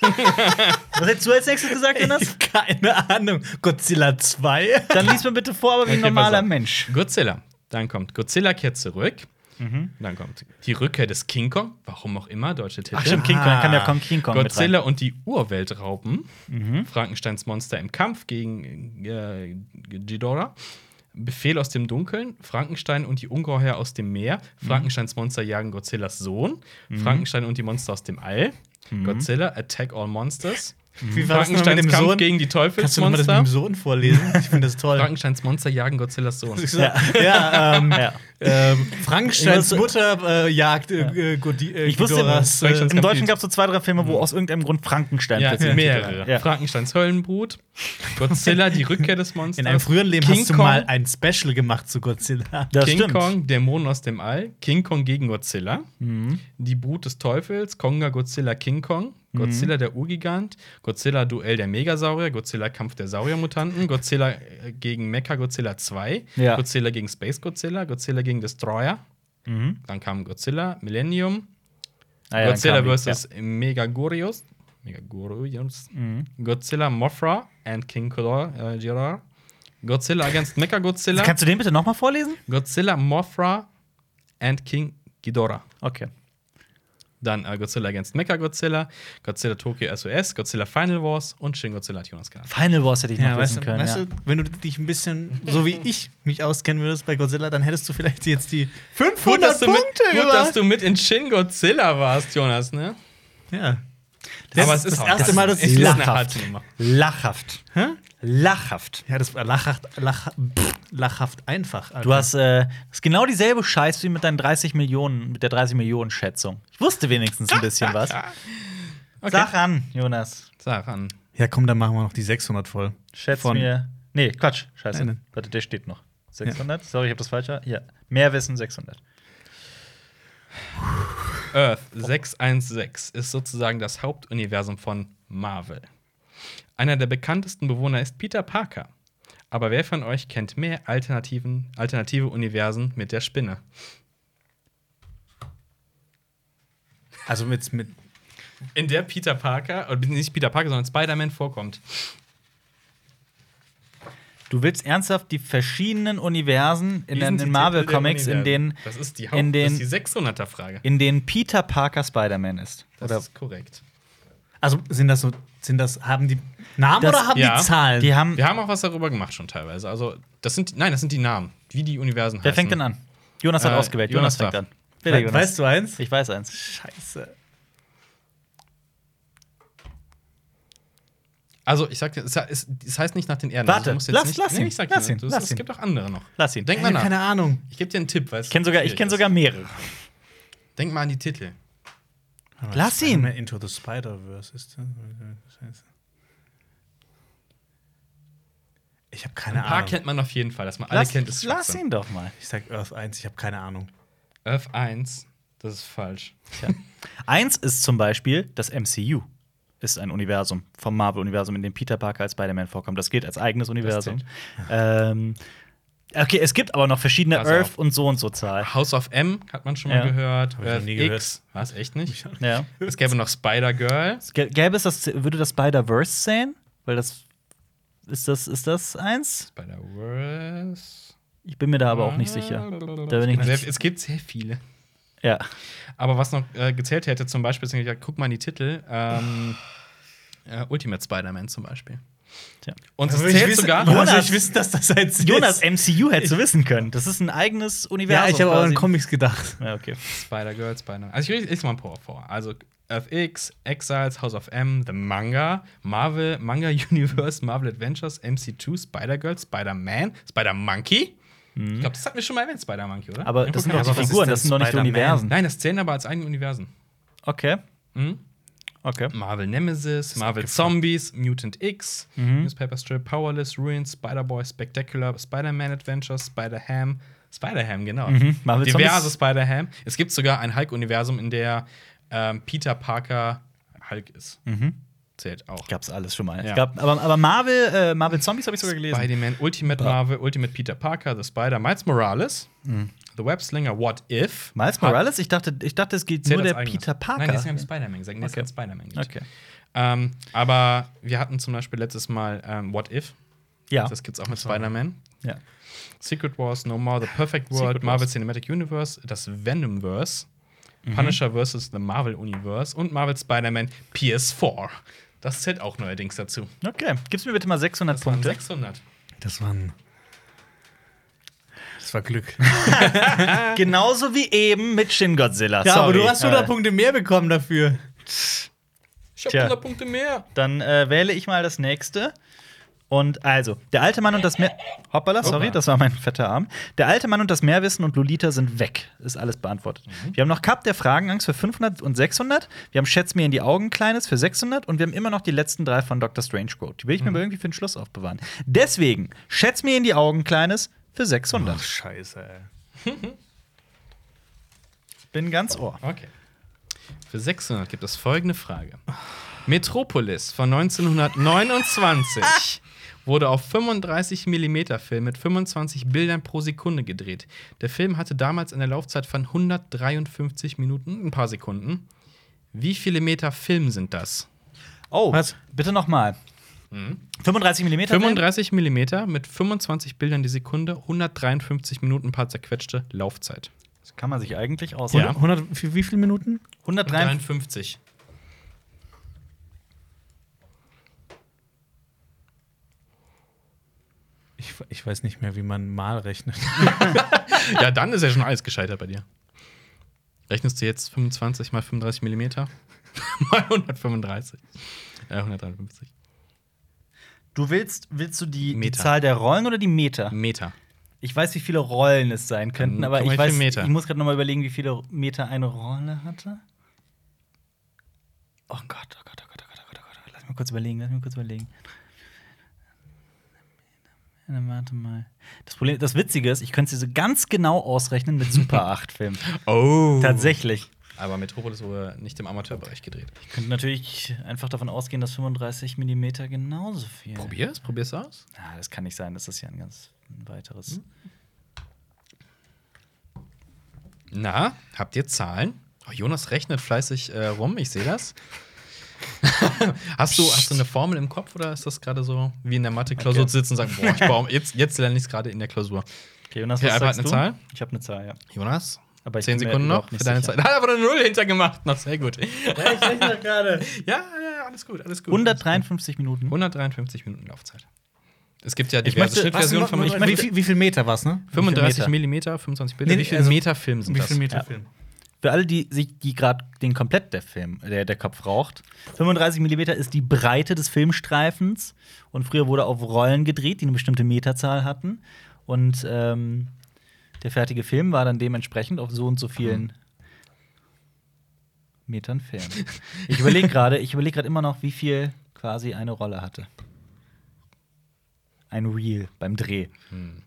[SPEAKER 2] Was hättest du als nächstes gesagt, Jonas?
[SPEAKER 3] Keine Ahnung. Godzilla 2?
[SPEAKER 2] Dann lies mir bitte vor, aber wie ein
[SPEAKER 1] Okay, pass
[SPEAKER 2] normaler
[SPEAKER 1] auf.
[SPEAKER 2] Mensch.
[SPEAKER 1] Godzilla. Dann kommt Godzilla kehrt zurück.
[SPEAKER 3] Mhm.
[SPEAKER 1] Dann kommt die Rückkehr des King Kong. Warum auch immer, deutsche Titel.
[SPEAKER 2] Ach stimmt, King Kong, dann kann der Kong King Kong mit rein.
[SPEAKER 1] Godzilla und die Urweltraupen.
[SPEAKER 3] Mhm.
[SPEAKER 1] Frankensteins Monster im Kampf gegen äh, Ghidorah. Befehl aus dem Dunkeln. Frankenstein und die Ungeheuer aus dem Meer.
[SPEAKER 3] Mhm.
[SPEAKER 1] Frankensteins Monster jagen Godzillas Sohn. Frankenstein und die Monster aus dem All. Godzilla, Attack All Monsters.
[SPEAKER 3] Mhm. Wie war das noch mit
[SPEAKER 1] Frankensteins
[SPEAKER 3] dem
[SPEAKER 1] Kampf
[SPEAKER 3] Sohn?
[SPEAKER 1] gegen die
[SPEAKER 3] Kannst du nochmal das mit
[SPEAKER 1] Teufelsmonster.
[SPEAKER 3] dem Sohn vorlesen? Ich finde das toll.
[SPEAKER 1] Frankensteins Monster jagen Godzillas Sohn.
[SPEAKER 3] ja, ja, ähm,
[SPEAKER 2] Ja.
[SPEAKER 3] ähm, Frankensteins
[SPEAKER 2] Ich
[SPEAKER 3] Mutter äh, jagt äh, Godi- äh,
[SPEAKER 2] Ich wusste
[SPEAKER 3] Ghidorahs,
[SPEAKER 1] nicht.
[SPEAKER 3] äh,
[SPEAKER 1] Frankensteins-
[SPEAKER 2] Im Deutschen gab es so zwei, drei Filme, wo aus irgendeinem Grund Frankenstein
[SPEAKER 1] Ja,
[SPEAKER 2] plötzlich im Titel
[SPEAKER 1] mehrere.
[SPEAKER 2] war. Ja.
[SPEAKER 1] Frankensteins Höllenbrut, Godzilla, die Rückkehr des Monsters.
[SPEAKER 3] In einem früheren Leben
[SPEAKER 1] King
[SPEAKER 3] hast du
[SPEAKER 1] Kong,
[SPEAKER 3] mal ein Special gemacht zu Godzilla.
[SPEAKER 2] Das
[SPEAKER 1] King
[SPEAKER 2] stimmt.
[SPEAKER 1] Kong, Dämonen aus dem All, King Kong gegen Godzilla,
[SPEAKER 3] Mhm.
[SPEAKER 1] die Brut des Teufels, Konga, Godzilla, King Kong, Godzilla der Urgigant, Godzilla Duell der Megasaurier, Godzilla Kampf der Sauriermutanten, Godzilla äh, gegen Mecha Godzilla 2,
[SPEAKER 2] Ja.
[SPEAKER 1] Godzilla gegen Space Godzilla, Godzilla gegen Destroyer,
[SPEAKER 3] Mhm.
[SPEAKER 1] dann kam Godzilla, Millennium,
[SPEAKER 2] Ah, ja, dann
[SPEAKER 1] Godzilla
[SPEAKER 2] kam die-
[SPEAKER 1] vs. Megagorius. Megagorius.
[SPEAKER 2] Ja. Mhm.
[SPEAKER 1] Godzilla, Mothra and King Ghidorah. Äh, Ghidorah. Godzilla against Mechagodzilla.
[SPEAKER 2] Kannst du den bitte nochmal vorlesen?
[SPEAKER 1] Godzilla, Mothra and King Ghidorah.
[SPEAKER 2] Okay.
[SPEAKER 1] Dann äh, Godzilla against Mechagodzilla, Godzilla Tokyo SOS, Godzilla Final Wars und Shin Godzilla hat Jonas genannt.
[SPEAKER 2] Final Wars hätte ich noch
[SPEAKER 3] Ja,
[SPEAKER 2] wissen
[SPEAKER 3] weißt, du,
[SPEAKER 2] können.
[SPEAKER 3] weißt
[SPEAKER 2] ja.
[SPEAKER 3] du, wenn du dich ein bisschen, so wie ich mich auskennen würdest bei Godzilla, dann hättest du vielleicht jetzt die 500
[SPEAKER 1] du mit,
[SPEAKER 3] Punkte
[SPEAKER 1] gut, dass
[SPEAKER 3] gemacht.
[SPEAKER 1] du mit in Shin Godzilla warst, Jonas, ne?
[SPEAKER 3] Ja.
[SPEAKER 1] Aber
[SPEAKER 3] ist
[SPEAKER 1] es
[SPEAKER 3] das
[SPEAKER 1] auch-
[SPEAKER 3] erste
[SPEAKER 1] das
[SPEAKER 3] Mal, dass
[SPEAKER 1] ist echt
[SPEAKER 3] ich
[SPEAKER 1] eine
[SPEAKER 2] lachhaft.
[SPEAKER 1] harte Nummer.
[SPEAKER 2] Lachhaft.
[SPEAKER 3] Hä?
[SPEAKER 2] Lachhaft.
[SPEAKER 3] Ja, das war lachhaft, lach, pff, lachhaft einfach. Alter.
[SPEAKER 2] Du hast äh, ist genau dieselbe Scheiße wie mit deinen 30 Millionen, mit der 30 Millionen Schätzung. Ich wusste wenigstens ein bisschen was.
[SPEAKER 1] Okay.
[SPEAKER 2] Sag an, Jonas.
[SPEAKER 1] Sag an.
[SPEAKER 3] Ja, komm, dann machen wir noch die 600 voll.
[SPEAKER 2] Schätz
[SPEAKER 3] Von-
[SPEAKER 2] mir. Nee, Quatsch. Scheiße.
[SPEAKER 3] Nein, nein.
[SPEAKER 2] Warte, der steht noch. 600? Sorry, ich habe das falsch. Ja. Mehr Wissen 600.
[SPEAKER 1] Earth 616 ist sozusagen das Hauptuniversum von Marvel. Einer der bekanntesten Bewohner ist Peter Parker. Aber wer von euch kennt mehr alternativen, alternative Universen mit der Spinne?
[SPEAKER 3] Also mit, mit
[SPEAKER 1] In der Peter Parker, oder nicht Peter Parker, sondern Spider-Man vorkommt.
[SPEAKER 2] Du willst ernsthaft die verschiedenen Universen in
[SPEAKER 1] Wie sind
[SPEAKER 2] den,
[SPEAKER 1] die
[SPEAKER 2] den Marvel
[SPEAKER 1] Titel der
[SPEAKER 2] Comics, in
[SPEAKER 1] Universen?
[SPEAKER 2] denen,
[SPEAKER 1] Das ist die, Haupt
[SPEAKER 2] in
[SPEAKER 1] das
[SPEAKER 2] den,
[SPEAKER 1] ist die 600er Frage.
[SPEAKER 2] in denen Peter Parker Spider-Man ist.
[SPEAKER 1] Das
[SPEAKER 2] Oder
[SPEAKER 1] ist korrekt.
[SPEAKER 3] Also sind das so, sind das, haben die Namen
[SPEAKER 2] Das-
[SPEAKER 3] oder haben
[SPEAKER 1] ja.
[SPEAKER 3] die Zahlen?
[SPEAKER 2] die haben.
[SPEAKER 1] Wir haben auch was darüber gemacht schon teilweise. Also, das sind, nein, das sind die Namen, wie die Universen
[SPEAKER 2] Wer
[SPEAKER 1] heißen.
[SPEAKER 2] fängt denn an? Jonas hat
[SPEAKER 1] Äh,
[SPEAKER 2] ausgewählt.
[SPEAKER 1] Jonas
[SPEAKER 2] Jonas, fängt
[SPEAKER 1] darf.
[SPEAKER 2] an.
[SPEAKER 3] We- Weißt du eins?
[SPEAKER 2] Ich weiß eins.
[SPEAKER 3] Scheiße.
[SPEAKER 1] Also, ich sag dir, es, es, es heißt nicht nach den Erden. also,
[SPEAKER 2] Warte,
[SPEAKER 1] du musst jetzt
[SPEAKER 2] lass-
[SPEAKER 1] nicht,
[SPEAKER 2] lass ihn,
[SPEAKER 1] ich sag
[SPEAKER 2] lass
[SPEAKER 1] dir,
[SPEAKER 2] ihn,
[SPEAKER 1] du-
[SPEAKER 2] lass
[SPEAKER 1] Es
[SPEAKER 2] ihn.
[SPEAKER 1] gibt doch andere noch.
[SPEAKER 2] Lass ihn.
[SPEAKER 1] Denk
[SPEAKER 3] Ich
[SPEAKER 1] mal
[SPEAKER 3] hab
[SPEAKER 1] nach.
[SPEAKER 3] keine Ahnung.
[SPEAKER 1] Ich gebe dir einen Tipp, weil es
[SPEAKER 2] Ich kenne sogar, ich
[SPEAKER 1] schwierig
[SPEAKER 2] kenn
[SPEAKER 1] ist.
[SPEAKER 2] sogar mehrere.
[SPEAKER 1] Denk mal an die Titel.
[SPEAKER 2] Lass ihn.
[SPEAKER 3] Spider-Man Into the Spider-Verse ist das? Scheiße. Ich habe keine
[SPEAKER 1] Ein paar
[SPEAKER 3] Ahnung.
[SPEAKER 1] kennt man auf jeden Fall, dass man alle
[SPEAKER 2] Ah. Lass,
[SPEAKER 1] kennt. Ist
[SPEAKER 2] lass
[SPEAKER 1] Schwachsinn.
[SPEAKER 2] ihn doch mal.
[SPEAKER 3] Ich sag Earth 1, ich habe keine Ahnung.
[SPEAKER 1] Earth 1, das ist falsch.
[SPEAKER 2] Eins ist zum Beispiel das MCU. Ist ein Universum vom Marvel-Universum, in dem Peter Parker als Spider-Man vorkommt. Das gilt als eigenes Universum. Ähm, okay, es gibt aber noch verschiedene
[SPEAKER 1] Pass auf.
[SPEAKER 2] Earth und so und so Zahl.
[SPEAKER 1] House of M hat man schon mal
[SPEAKER 2] Ja.
[SPEAKER 1] gehört.
[SPEAKER 3] ich noch
[SPEAKER 1] Earth
[SPEAKER 3] nie gehört.
[SPEAKER 1] X. Was, echt nicht?
[SPEAKER 2] Ja.
[SPEAKER 1] Es gäbe noch Spider-Girl.
[SPEAKER 2] Gä- Gäbe es das, würde das Spider-Verse sein? Weil das ist das, ist das eins?
[SPEAKER 1] Spider-Verse.
[SPEAKER 2] Ich bin mir da aber auch nicht sicher. Da bin ich
[SPEAKER 1] Es gibt
[SPEAKER 2] nicht.
[SPEAKER 1] sehr- Es gibt sehr viele.
[SPEAKER 2] Ja.
[SPEAKER 1] Aber was noch äh, gezählt hätte, zum Beispiel, deswegen hab ich gesagt, guck mal in die Titel. Ähm, äh, Ultimate Spider-Man zum Beispiel.
[SPEAKER 2] Tja.
[SPEAKER 1] Und es
[SPEAKER 3] Also ich
[SPEAKER 1] zählt
[SPEAKER 3] wissen-
[SPEAKER 1] sogar.
[SPEAKER 3] Woher soll
[SPEAKER 2] Jonas-
[SPEAKER 3] ich wissen, dass das eins ist?
[SPEAKER 2] Jonas, MCU hättest du wissen können. Das ist ein eigenes
[SPEAKER 3] ja,
[SPEAKER 2] Universum.
[SPEAKER 3] ich habe auch an
[SPEAKER 2] quasi.
[SPEAKER 3] Comics gedacht.
[SPEAKER 2] Ja, okay.
[SPEAKER 1] Spider-Girl, Spider-Man. Also ich lese- lese mal ein paar vor. Also FX, Exiles, House of M, The Manga, Marvel, Manga Universe, Marvel Adventures, MC2, Spider-Girl, Spider-Man, Spider-Monkey. Ich glaube, das hatten wir schon mal erwähnt, Spider-Monkey, oder?
[SPEAKER 2] Mhm. Aber das sind
[SPEAKER 3] aber
[SPEAKER 2] doch
[SPEAKER 3] was
[SPEAKER 2] die
[SPEAKER 3] ist
[SPEAKER 2] Figuren,
[SPEAKER 3] denn
[SPEAKER 2] das sind doch nicht die
[SPEAKER 3] Spider-Man?
[SPEAKER 2] Universen.
[SPEAKER 1] Nein, das zählen aber als eigene Universen.
[SPEAKER 2] Okay.
[SPEAKER 1] Mhm.
[SPEAKER 2] Okay.
[SPEAKER 1] Marvel Nemesis, Marvel Zombies, Mutant X,
[SPEAKER 2] Mhm.
[SPEAKER 1] Newspaper Strip, Powerless, Ruins, Spider-Boy, Spectacular, Spider-Man Adventures, Spider-Ham, Spider-Ham, genau.
[SPEAKER 2] Mhm, Marvel
[SPEAKER 1] Diverse
[SPEAKER 2] Zombies.
[SPEAKER 1] Spider-Ham. Es gibt sogar ein Hulk-Universum, in der ähm, Peter Parker Hulk ist.
[SPEAKER 2] Mhm.
[SPEAKER 1] Zählt auch.
[SPEAKER 2] Gab's alles schon mal.
[SPEAKER 1] Ja.
[SPEAKER 2] Es gab, aber, aber Marvel, äh, Marvel Zombies habe ich sogar gelesen.
[SPEAKER 1] Spider-Man, Ultimate Marvel, Ultimate Peter Parker, The Spider, Miles Morales, The Webslinger, What If.
[SPEAKER 2] Mhm. Miles Morales? Ich dachte, ich dachte es geht
[SPEAKER 1] Zählt
[SPEAKER 2] nur
[SPEAKER 1] als
[SPEAKER 2] der
[SPEAKER 1] eigenes.
[SPEAKER 2] Peter Parker.
[SPEAKER 1] Nein, das ist ja Spider-Man gesagt. Nee, das ist
[SPEAKER 2] Okay.
[SPEAKER 1] ja Spider-Man gibt.
[SPEAKER 2] okay.
[SPEAKER 1] Ähm, aber wir hatten zum Beispiel letztes Mal ähm, What If.
[SPEAKER 2] Ja.
[SPEAKER 1] Das gibt's auch mit Spider-Man.
[SPEAKER 2] ja.
[SPEAKER 1] Secret Wars, No More, The Perfect World,
[SPEAKER 2] Secret
[SPEAKER 1] Marvel
[SPEAKER 2] Wars. Mhm.
[SPEAKER 1] Cinematic Universe, das Venomverse, Punisher vs. The Marvel Universe und Marvel Spider-Man PS4. Das zählt auch neuerdings dazu.
[SPEAKER 2] Okay. Gib's mir bitte mal 600
[SPEAKER 1] Das waren
[SPEAKER 2] Punkte.
[SPEAKER 1] 600.
[SPEAKER 3] Das waren. Das war Glück.
[SPEAKER 2] Genauso wie eben mit Shin Godzilla.
[SPEAKER 3] Ja,
[SPEAKER 2] Sorry.
[SPEAKER 3] aber du hast 100
[SPEAKER 2] Äh,
[SPEAKER 3] Punkte mehr bekommen dafür.
[SPEAKER 1] Ich hab
[SPEAKER 2] Tja.
[SPEAKER 1] 100 Punkte mehr.
[SPEAKER 2] Dann äh, wähle ich mal das nächste. Und also, der alte Mann und das Meer. Hoppala, sorry,
[SPEAKER 1] Hoppla.
[SPEAKER 2] das war mein fetter Arm. Der alte Mann und das Meerwissen und Lolita sind weg. Ist alles beantwortet. Wir haben noch Cup der Fragenangst für 500 und 600. Wir haben Schätz mir in die Augen Kleines für 600. Und wir haben immer noch die letzten drei von Dr. Strange Quote. Die will ich mir aber irgendwie für den Schluss aufbewahren. Deswegen, Schätz mir in die Augen Kleines für 600.
[SPEAKER 3] Ach, scheiße, ey.
[SPEAKER 2] Bin ganz ohr.
[SPEAKER 1] Okay. Für 600 gibt es folgende Frage. Metropolis von 1929 wurde auf 35 mm Film mit 25 Bildern pro Sekunde gedreht. Der Film hatte damals eine Laufzeit von 153 Minuten, ein paar Sekunden. Wie viele Meter Film sind das?
[SPEAKER 2] Oh,
[SPEAKER 3] Was?
[SPEAKER 2] bitte noch mal. 35 mm?
[SPEAKER 1] 35 mm mit 25 Bildern die Sekunde, 153 Minuten, ein paar zerquetschte Laufzeit.
[SPEAKER 2] Das kann man sich eigentlich aus.
[SPEAKER 1] Ja.
[SPEAKER 3] 100, für wie viele Minuten?
[SPEAKER 2] 153.
[SPEAKER 1] 53.
[SPEAKER 3] Ich, ich weiß nicht mehr, wie man mal rechnet.
[SPEAKER 1] Ja, dann ist ja schon alles gescheitert bei dir. Rechnest du jetzt 25 mal 35 Millimeter? mal 135. Äh, 153.
[SPEAKER 2] Du willst, willst du die, die
[SPEAKER 1] Meter.
[SPEAKER 2] Zahl der Rollen oder die Meter?
[SPEAKER 1] Meter.
[SPEAKER 2] Ich weiß, wie viele Rollen es sein könnten,
[SPEAKER 1] Dann
[SPEAKER 2] aber
[SPEAKER 1] kann man
[SPEAKER 2] ich
[SPEAKER 1] wie viel
[SPEAKER 2] weiß,
[SPEAKER 1] Meter?
[SPEAKER 2] ich muss gerade noch mal überlegen, wie viele Meter eine Rolle hatte. Oh Gott, oh Gott, oh Gott, oh Gott, oh Gott, oh Gott. Lass mich kurz überlegen, lass mich kurz überlegen. Na, Warte mal. Das, Problem, das Witzige ist, ich könnte sie so ganz genau ausrechnen mit Super 8 Filmen.
[SPEAKER 1] Oh. Tatsächlich.
[SPEAKER 2] Tatsächlich.
[SPEAKER 1] Aber Metropolis wurde nicht im Amateurbereich gedreht.
[SPEAKER 2] Ich könnte natürlich einfach davon ausgehen, dass 35 mm genauso viel.
[SPEAKER 1] Probier's, probier's aus.
[SPEAKER 2] Ah, das kann nicht sein, das ist ja ein ganz weiteres.
[SPEAKER 1] Na, habt ihr Zahlen? Oh, Jonas rechnet fleißig äh, rum, ich sehe das. hast, du, hast du eine Formel im Kopf oder ist das gerade so wie in der Mathe-Klausur
[SPEAKER 2] Okay.
[SPEAKER 1] zu sitzen und sagen, boah, ich baue, jetzt, jetzt lerne ich es gerade in der Klausur?
[SPEAKER 2] Okay, Jonas,
[SPEAKER 1] Okay,
[SPEAKER 2] was
[SPEAKER 1] Albert,
[SPEAKER 2] sagst
[SPEAKER 1] eine
[SPEAKER 2] du?
[SPEAKER 1] Zahl?
[SPEAKER 2] Ich habe eine Zahl, ja.
[SPEAKER 1] Jonas?
[SPEAKER 2] Aber ich
[SPEAKER 1] Zehn
[SPEAKER 2] bin mir
[SPEAKER 1] Sekunden noch
[SPEAKER 2] überhaupt
[SPEAKER 1] für
[SPEAKER 2] nicht
[SPEAKER 1] deine
[SPEAKER 2] sicher.
[SPEAKER 1] Zeit. Hat aber eine Null hintergemacht. Noch sehr gut.
[SPEAKER 2] ich rechne gerade.
[SPEAKER 1] Ja, ja, ja, alles gut, alles gut.
[SPEAKER 2] 153 Minuten.
[SPEAKER 1] 153 Minuten Laufzeit. Es gibt ja
[SPEAKER 2] Ich
[SPEAKER 1] diverse
[SPEAKER 2] möchte-
[SPEAKER 1] Schnittversionen
[SPEAKER 2] was-
[SPEAKER 1] von
[SPEAKER 2] was-
[SPEAKER 1] Metropolis.
[SPEAKER 2] möchte-
[SPEAKER 3] wie, viel, wie viel Meter war es, ne?
[SPEAKER 1] 35
[SPEAKER 2] Meter?
[SPEAKER 1] Millimeter, 25 Bilder.
[SPEAKER 3] Nee,
[SPEAKER 1] wie viel
[SPEAKER 3] also-
[SPEAKER 1] Meter Film sind
[SPEAKER 3] Wie
[SPEAKER 1] das?
[SPEAKER 3] viel Meter
[SPEAKER 2] Ja.
[SPEAKER 3] Film?
[SPEAKER 2] Für alle, die sich, die gerade den komplett der Film, der, der Kopf raucht. 35 mm ist die Breite des Filmstreifens und früher wurde auf Rollen gedreht, die eine bestimmte Meterzahl hatten. Und ähm, der fertige Film war dann dementsprechend auf so und so vielen Metern Film. Ich überlege gerade, ich überlege gerade immer noch, wie viel quasi eine Rolle hatte. Ein Reel beim Dreh.
[SPEAKER 1] Hm.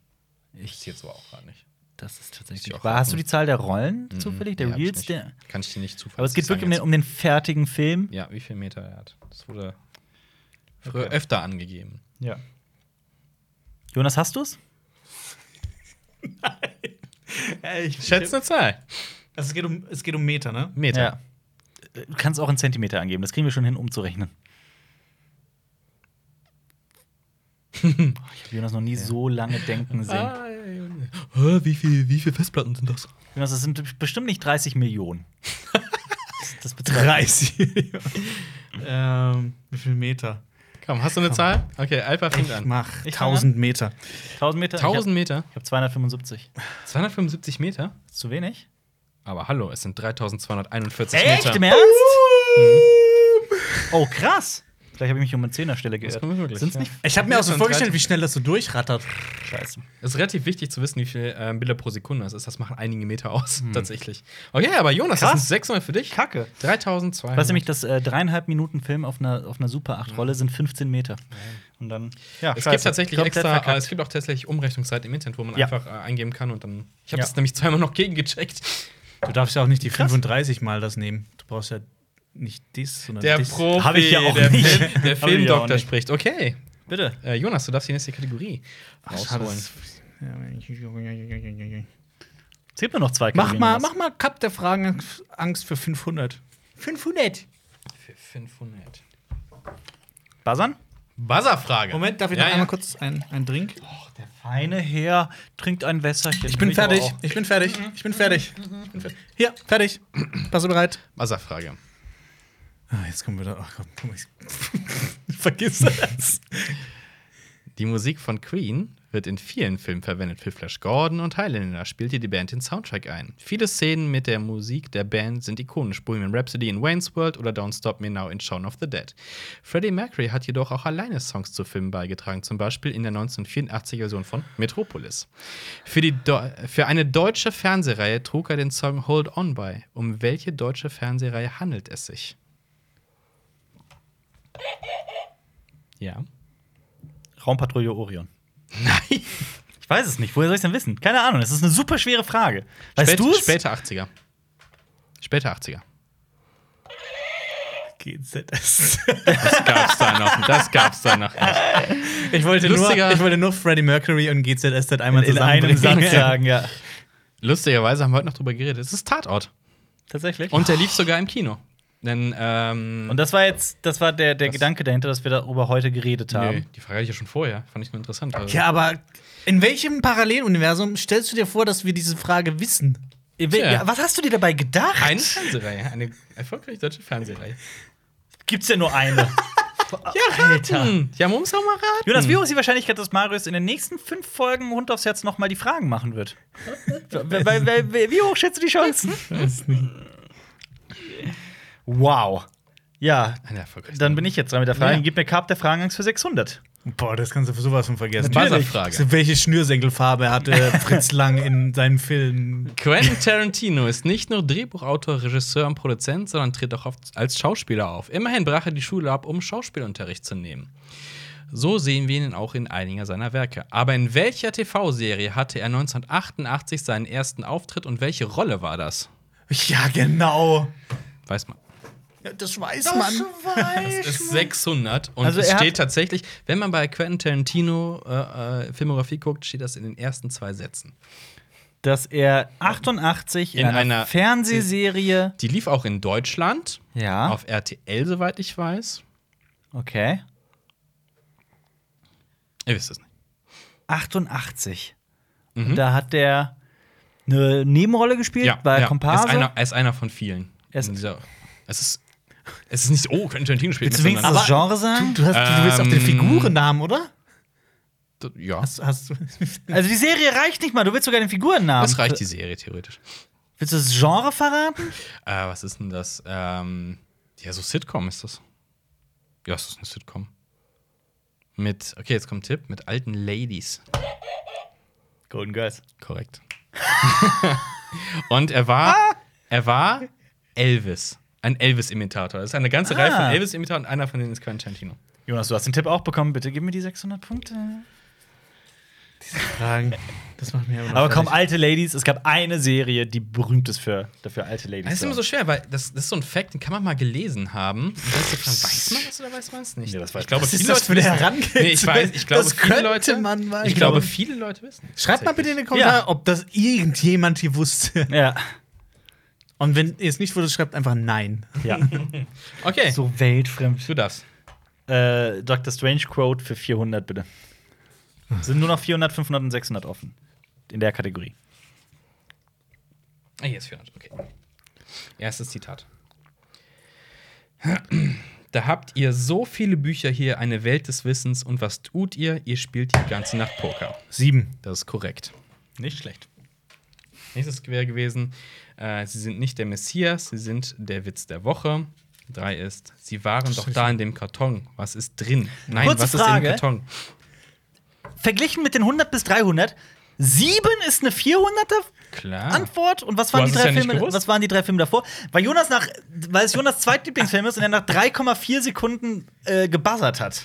[SPEAKER 1] Ich sehe jetzt aber auch gar nicht.
[SPEAKER 2] Das ist
[SPEAKER 1] Muss ich
[SPEAKER 2] tatsächlich.
[SPEAKER 1] auch
[SPEAKER 2] War, hast du
[SPEAKER 1] raten.
[SPEAKER 2] die Zahl der Rollen zufällig? Der
[SPEAKER 1] Nee, Mhm. hab ich
[SPEAKER 2] Reels?
[SPEAKER 1] nicht.
[SPEAKER 2] Der
[SPEAKER 1] Kann ich dir nicht zufällig
[SPEAKER 2] aber es geht
[SPEAKER 1] sagen
[SPEAKER 2] wirklich um den, um den fertigen Film.
[SPEAKER 1] jetzt. Ja, wie viel Meter er hat. Das wurde früher öfter angegeben.
[SPEAKER 2] Ja. Jonas, hast du's?
[SPEAKER 3] Ich
[SPEAKER 1] Schätzt eine Zahl.
[SPEAKER 3] Also, es, geht um, es geht um Meter, ne?
[SPEAKER 1] Meter.
[SPEAKER 2] Du kannst auch in Zentimeter angeben, das kriegen wir schon hin, umzurechnen. Oh, ich habe Jonas noch nie so lange denken sehen.
[SPEAKER 1] Ah, ja. wie viele wie viel Festplatten sind das?
[SPEAKER 2] Jonas, das sind bestimmt nicht 30 Millionen. Das- das bezweifle ich.
[SPEAKER 3] 30. ähm, wie viel Meter?
[SPEAKER 1] Komm, hast du eine Zahl? Okay, Alpha fängt
[SPEAKER 3] Ich
[SPEAKER 1] an.
[SPEAKER 3] mach
[SPEAKER 2] Ich fang
[SPEAKER 3] 1000 Meter.
[SPEAKER 2] 1000 Meter?
[SPEAKER 1] 1000 Meter?
[SPEAKER 2] Ich habe hab 275.
[SPEAKER 1] 275 Meter?
[SPEAKER 2] Ist zu wenig?
[SPEAKER 1] Aber hallo, es sind 3241
[SPEAKER 2] Echt?
[SPEAKER 1] Meter.
[SPEAKER 2] Im Ernst? Oh, krass. Vielleicht habe ich mich um eine Zehnerstelle
[SPEAKER 1] Das
[SPEAKER 2] geirrt.
[SPEAKER 1] kann man wirklich,
[SPEAKER 2] Sind's
[SPEAKER 1] ja.
[SPEAKER 2] nicht?
[SPEAKER 3] Ich habe mir auch so
[SPEAKER 1] Meter und
[SPEAKER 3] vorgestellt,
[SPEAKER 1] 30.
[SPEAKER 3] wie schnell das so durchrattert.
[SPEAKER 2] Scheiße.
[SPEAKER 1] Es ist relativ wichtig zu wissen, wie viel ähm, Bilder pro Sekunde das ist. Das machen einige Meter aus, tatsächlich. Okay, aber Jonas, das
[SPEAKER 2] Krass.
[SPEAKER 1] sind 600 für dich.
[SPEAKER 2] Kacke.
[SPEAKER 1] 3200.
[SPEAKER 2] Weißt du nämlich, dass äh, dreieinhalb Minuten Film auf einer, auf einer Super 8 Rolle sind 15 Meter. Und dann. Ja,
[SPEAKER 1] es gibt
[SPEAKER 2] scheiße.
[SPEAKER 1] tatsächlich
[SPEAKER 2] Komplett
[SPEAKER 1] extra,
[SPEAKER 2] verkackt.
[SPEAKER 1] äh, es gibt auch tatsächlich Umrechnungsseiten im Internet, wo man
[SPEAKER 2] Ja.
[SPEAKER 1] einfach äh, eingeben kann und dann. Ich habe
[SPEAKER 2] Ja.
[SPEAKER 1] das nämlich zweimal noch gegengecheckt.
[SPEAKER 3] Du darfst ja auch nicht die
[SPEAKER 2] Krass.
[SPEAKER 3] 35 mal das nehmen. Du brauchst ja nicht dies, sondern
[SPEAKER 1] Der
[SPEAKER 3] dies.
[SPEAKER 1] Profi,
[SPEAKER 2] Hab ich ja auch
[SPEAKER 1] der,
[SPEAKER 2] nicht.
[SPEAKER 1] Film,
[SPEAKER 2] Hab
[SPEAKER 1] der
[SPEAKER 2] ich ja auch
[SPEAKER 1] Filmdoktor
[SPEAKER 2] nicht.
[SPEAKER 1] spricht. Okay,
[SPEAKER 2] Bitte.
[SPEAKER 1] äh, Jonas, du darfst die nächste Kategorie
[SPEAKER 3] Ach, schade,
[SPEAKER 1] rausholen.
[SPEAKER 3] das-
[SPEAKER 2] Es gibt nur noch zwei
[SPEAKER 3] Mach
[SPEAKER 2] Kategorien,
[SPEAKER 3] mal,
[SPEAKER 2] Jonas.
[SPEAKER 3] mach mal Cup der Fragenangst für 500. 500!
[SPEAKER 1] Für 500.
[SPEAKER 2] Buzzern?
[SPEAKER 1] Buzzerfrage.
[SPEAKER 3] Moment, darf ich noch
[SPEAKER 1] Ja, ja.
[SPEAKER 3] einmal kurz einen, einen Drink?
[SPEAKER 2] Der feine Herr trinkt ein Wässerchen.
[SPEAKER 3] Ich bin fertig, ich bin fertig, ich bin fertig. Mhm. Ich bin fertig. Hier, fertig. Bist du bereit?
[SPEAKER 1] Buzzerfrage.
[SPEAKER 3] Ah, jetzt kommen wir da. Ach komm, komm ich. Vergiss das.
[SPEAKER 1] Die Musik von Queen wird in vielen Filmen verwendet. Für Flash Gordon und Highlander spielte die Band den Soundtrack ein. Viele Szenen mit der Musik der Band sind ikonisch. Bohemian Rhapsody in Wayne's World oder Don't Stop Me Now in Shaun of the Dead. Freddie Mercury hat jedoch auch alleine Songs zu Filmen beigetragen, zum Beispiel in der 1984er-Version von Metropolis. Für, die Do für eine deutsche Fernsehreihe trug er den Song Hold On bei. Um welche deutsche Fernsehreihe handelt es sich? Ja.
[SPEAKER 2] Raumpatrouille Orion.
[SPEAKER 1] Nein.
[SPEAKER 2] Ich weiß es nicht. Woher soll ich es denn wissen? Keine Ahnung. Das ist eine super schwere Frage. Weißt
[SPEAKER 1] Spät-
[SPEAKER 2] du es?
[SPEAKER 1] Späte 80er. Späte 80er.
[SPEAKER 3] GZS.
[SPEAKER 1] Das gab's da noch. Das gab's da noch. nicht.
[SPEAKER 3] Ich wollte, nur,
[SPEAKER 1] Lustiger-
[SPEAKER 3] ich wollte nur Freddie Mercury und GZS das einmal
[SPEAKER 2] In einem Satz sagen, ja.
[SPEAKER 1] Lustigerweise haben wir heute noch drüber geredet. Es ist Tatort.
[SPEAKER 2] Tatsächlich. Und,
[SPEAKER 1] Und der lief sogar im Kino. Denn, ähm.
[SPEAKER 2] das war jetzt, das war der, der
[SPEAKER 1] Das-
[SPEAKER 2] Gedanke dahinter, dass wir darüber heute geredet
[SPEAKER 1] nö,
[SPEAKER 2] haben.
[SPEAKER 1] die Frage hatte ich ja schon vorher. Fand ich nur interessant. Also,
[SPEAKER 3] Ja, aber in welchem Paralleluniversum stellst du dir vor, dass wir diese Frage wissen?
[SPEAKER 1] Tja.
[SPEAKER 2] Ja, was hast du dir dabei gedacht?
[SPEAKER 1] Eine Fernsehreihe. Eine erfolgreiche deutsche Fernsehreihe.
[SPEAKER 2] Gibt's ja nur eine.
[SPEAKER 1] Ja, Alter. Ja, muss auch mal raten.
[SPEAKER 2] Jonas, wie hoch ist die Wahrscheinlichkeit, dass Marius in den nächsten fünf Folgen Hund aufs Herz nochmal die Fragen machen wird? Weil- weil- weil- wie hoch schätzt du die Chancen? Wow. Ja,
[SPEAKER 1] Eine erfolgreiche.
[SPEAKER 2] dann bin ich jetzt dran mit der Frage.
[SPEAKER 1] Ja.
[SPEAKER 2] Gib mir Carp der Fragenangst für 600.
[SPEAKER 3] Boah, das kannst du für sowas von vergessen.
[SPEAKER 1] Natürlich.
[SPEAKER 3] Frage. Welche Schnürsenkelfarbe hatte Fritz Lang in seinen Filmen?
[SPEAKER 1] Quentin Tarantino ist nicht nur Drehbuchautor, Regisseur und Produzent, sondern tritt auch oft als Schauspieler auf. Immerhin brach er die Schule ab, um Schauspielunterricht zu nehmen. So sehen wir ihn auch in einiger seiner Werke. Aber in welcher TV-Serie hatte er 1988 seinen ersten Auftritt und welche Rolle war das?
[SPEAKER 3] Ja, genau.
[SPEAKER 1] Weiß man.
[SPEAKER 3] Ja, das weiß man.
[SPEAKER 1] Das ist 600 und
[SPEAKER 2] Also
[SPEAKER 1] es
[SPEAKER 2] er hat-
[SPEAKER 1] steht tatsächlich, wenn man bei Quentin Tarantino äh, äh, Filmografie guckt, steht das in den ersten zwei Sätzen.
[SPEAKER 2] Dass er 88 in,
[SPEAKER 1] In
[SPEAKER 2] einer,
[SPEAKER 1] einer-
[SPEAKER 2] Fernsehserie.
[SPEAKER 1] Die lief auch in Deutschland,
[SPEAKER 2] Ja.
[SPEAKER 1] auf RTL, soweit ich weiß.
[SPEAKER 2] Okay.
[SPEAKER 1] Ihr wisst es nicht.
[SPEAKER 2] 88.
[SPEAKER 1] Mhm.
[SPEAKER 2] Und da hat der eine Nebenrolle gespielt, war er Komparse.
[SPEAKER 1] Er ist einer, er ist einer von vielen.
[SPEAKER 2] Er ist-
[SPEAKER 1] In dieser, es ist. Es ist nicht so, oh, Quentin Tarantino spielt
[SPEAKER 2] Willst du wenigstens
[SPEAKER 1] sondern-
[SPEAKER 2] das Genre sagen?
[SPEAKER 3] Du, hast, du willst auf den
[SPEAKER 1] Ähm,
[SPEAKER 3] Figurennamen, oder?
[SPEAKER 1] D- Ja,
[SPEAKER 3] Hast, hast du.
[SPEAKER 2] Also die Serie reicht nicht mal, du willst sogar den Figurennamen.
[SPEAKER 1] das reicht die Serie theoretisch.
[SPEAKER 2] Willst du das Genre verraten?
[SPEAKER 1] Äh, was ist denn das? Ähm, ja, so Sitcom ist das. Ja, es ist eine Sitcom. Mit, okay, jetzt kommt ein Tipp, mit alten Ladies.
[SPEAKER 2] Golden Girls.
[SPEAKER 1] Korrekt. Und er war, er war Elvis. Ein Elvis-Imitator. Das ist eine ganze Reihe von
[SPEAKER 2] Ah.
[SPEAKER 1] Elvis-Imitatoren und einer von denen ist Quentin Tarantino.
[SPEAKER 2] Jonas, du hast den Tipp auch bekommen, bitte gib mir die 600 Punkte.
[SPEAKER 3] Fragen. Das macht mir
[SPEAKER 2] Aber komm, alte Ladies, es gab eine Serie, die berühmt ist für, dafür alte Ladies.
[SPEAKER 1] Das ist immer so schwer, weil das, das ist so ein Fact, den kann man mal gelesen haben. Und dann ist die Frage, weiß man das oder weiß man es nicht?
[SPEAKER 2] Nee, das weiß
[SPEAKER 1] ich glaube,
[SPEAKER 3] Was
[SPEAKER 1] viele
[SPEAKER 3] ist das
[SPEAKER 1] Leute
[SPEAKER 3] für eine
[SPEAKER 1] wissen-
[SPEAKER 3] Herangehensweise?
[SPEAKER 1] Nee, ich weiß, ich glaube,
[SPEAKER 3] Das
[SPEAKER 1] viele
[SPEAKER 3] könnte
[SPEAKER 1] Leute.
[SPEAKER 3] man mal-
[SPEAKER 1] ich glaube, viele Leute wissen. es.
[SPEAKER 3] Schreibt mal bitte in den Kommentar, ob das irgendjemand hier wusste.
[SPEAKER 2] Ja.
[SPEAKER 3] Und wenn ihr es nicht wusstet, schreibt einfach nein.
[SPEAKER 2] ja.
[SPEAKER 1] Okay,
[SPEAKER 2] so weltfremd.
[SPEAKER 1] du darfst.
[SPEAKER 2] Äh, Dr. Strange Quote für 400, bitte. Sind nur noch 400, 500 und 600 offen. In der Kategorie.
[SPEAKER 1] Ah, hier ist 400. Okay. Erstes Zitat. Da habt ihr so viele Bücher hier, eine Welt des Wissens. Und was tut ihr? Ihr spielt die ganze Nacht Poker.
[SPEAKER 3] Sieben.
[SPEAKER 1] Das ist korrekt.
[SPEAKER 2] Nicht schlecht.
[SPEAKER 1] Nächstes wäre gewesen, äh, sie sind nicht der Messias, sie sind der Witz der Woche. Drei ist, sie waren doch da in dem Karton. Was ist drin? Nein,
[SPEAKER 2] Kurze
[SPEAKER 1] was
[SPEAKER 2] Frage.
[SPEAKER 1] ist im Karton?
[SPEAKER 2] Verglichen mit den 100 bis 300, 7 ist eine 400er
[SPEAKER 1] Klar.
[SPEAKER 2] Antwort und was
[SPEAKER 1] Ah. Du
[SPEAKER 2] waren
[SPEAKER 1] hast
[SPEAKER 2] die
[SPEAKER 1] es
[SPEAKER 2] drei
[SPEAKER 1] ja nicht
[SPEAKER 2] Filme?
[SPEAKER 1] gewusst.
[SPEAKER 2] Was waren die drei Filme davor? Weil Jonas nach, weil es Jonas Zweitlieblingsfilm ist und er nach 3,4 Sekunden äh, gebuzzert hat.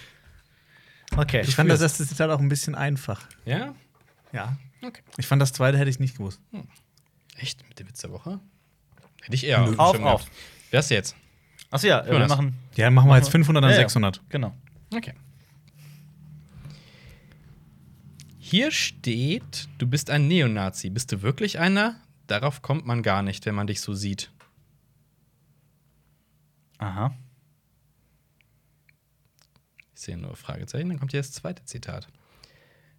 [SPEAKER 2] Okay.
[SPEAKER 3] Ich fand das erste Zitat auch ein bisschen einfach.
[SPEAKER 1] ja?
[SPEAKER 3] Ja.
[SPEAKER 1] Okay.
[SPEAKER 3] Ich fand das zweite hätte ich nicht gewusst.
[SPEAKER 1] Echt? Mit dem Witz der Woche? Hätte ich eher. dem
[SPEAKER 2] Auf,
[SPEAKER 1] Schirm
[SPEAKER 2] auf.
[SPEAKER 1] gehabt. Wer ist jetzt?
[SPEAKER 2] Achso, ja, wir
[SPEAKER 1] Jonas.
[SPEAKER 2] machen.
[SPEAKER 3] Ja, machen wir jetzt 500 an
[SPEAKER 2] Ja, ja.
[SPEAKER 3] 600.
[SPEAKER 2] Genau.
[SPEAKER 1] Okay. Hier steht, du bist ein Neonazi. Bist du wirklich einer? Darauf kommt man gar nicht, wenn man dich so sieht.
[SPEAKER 2] Aha.
[SPEAKER 1] Ich sehe nur Fragezeichen, dann kommt hier das zweite Zitat.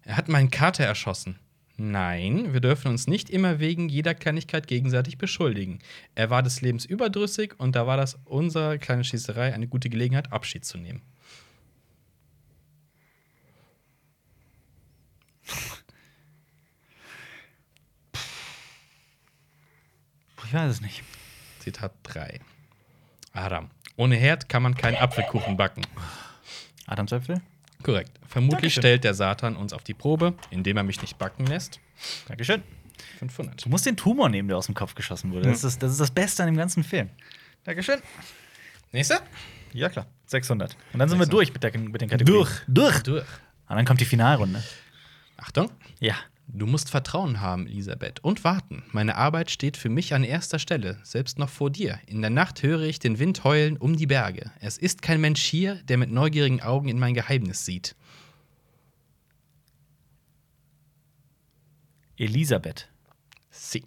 [SPEAKER 1] Er hat meinen Kater erschossen. Nein, wir dürfen uns nicht immer wegen jeder Kleinigkeit gegenseitig beschuldigen. Er war des Lebens überdrüssig und da war das unsere kleine Schießerei eine gute Gelegenheit, Abschied zu nehmen.
[SPEAKER 2] Ich weiß es nicht.
[SPEAKER 1] Zitat 3. Adam. Ohne Herd kann man keinen Apfelkuchen backen.
[SPEAKER 2] Adamsäpfel?
[SPEAKER 1] Korrekt. Vermutlich stellt der Satan uns auf die Probe, indem er mich nicht backen lässt.
[SPEAKER 2] Dankeschön.
[SPEAKER 1] 500.
[SPEAKER 2] Du musst den Tumor nehmen, der aus dem Kopf geschossen wurde. Das ist das, ist das Beste an dem ganzen Film. Dankeschön.
[SPEAKER 1] Nächste?
[SPEAKER 2] Ja, klar. 600. Und dann sind wir durch mit, der, mit den Kategorien.
[SPEAKER 4] Durch.
[SPEAKER 2] Durch.
[SPEAKER 1] Durch.
[SPEAKER 2] Und dann kommt die Finalrunde.
[SPEAKER 1] Achtung.
[SPEAKER 2] Ja.
[SPEAKER 1] Du musst Vertrauen haben, Elisabeth, und warten. Meine Arbeit steht für mich an erster Stelle, selbst noch vor dir. In der Nacht höre ich den Wind heulen um die Berge. Es ist kein Mensch hier, der mit neugierigen Augen in mein Geheimnis sieht.
[SPEAKER 2] Elisabeth.
[SPEAKER 1] Sie.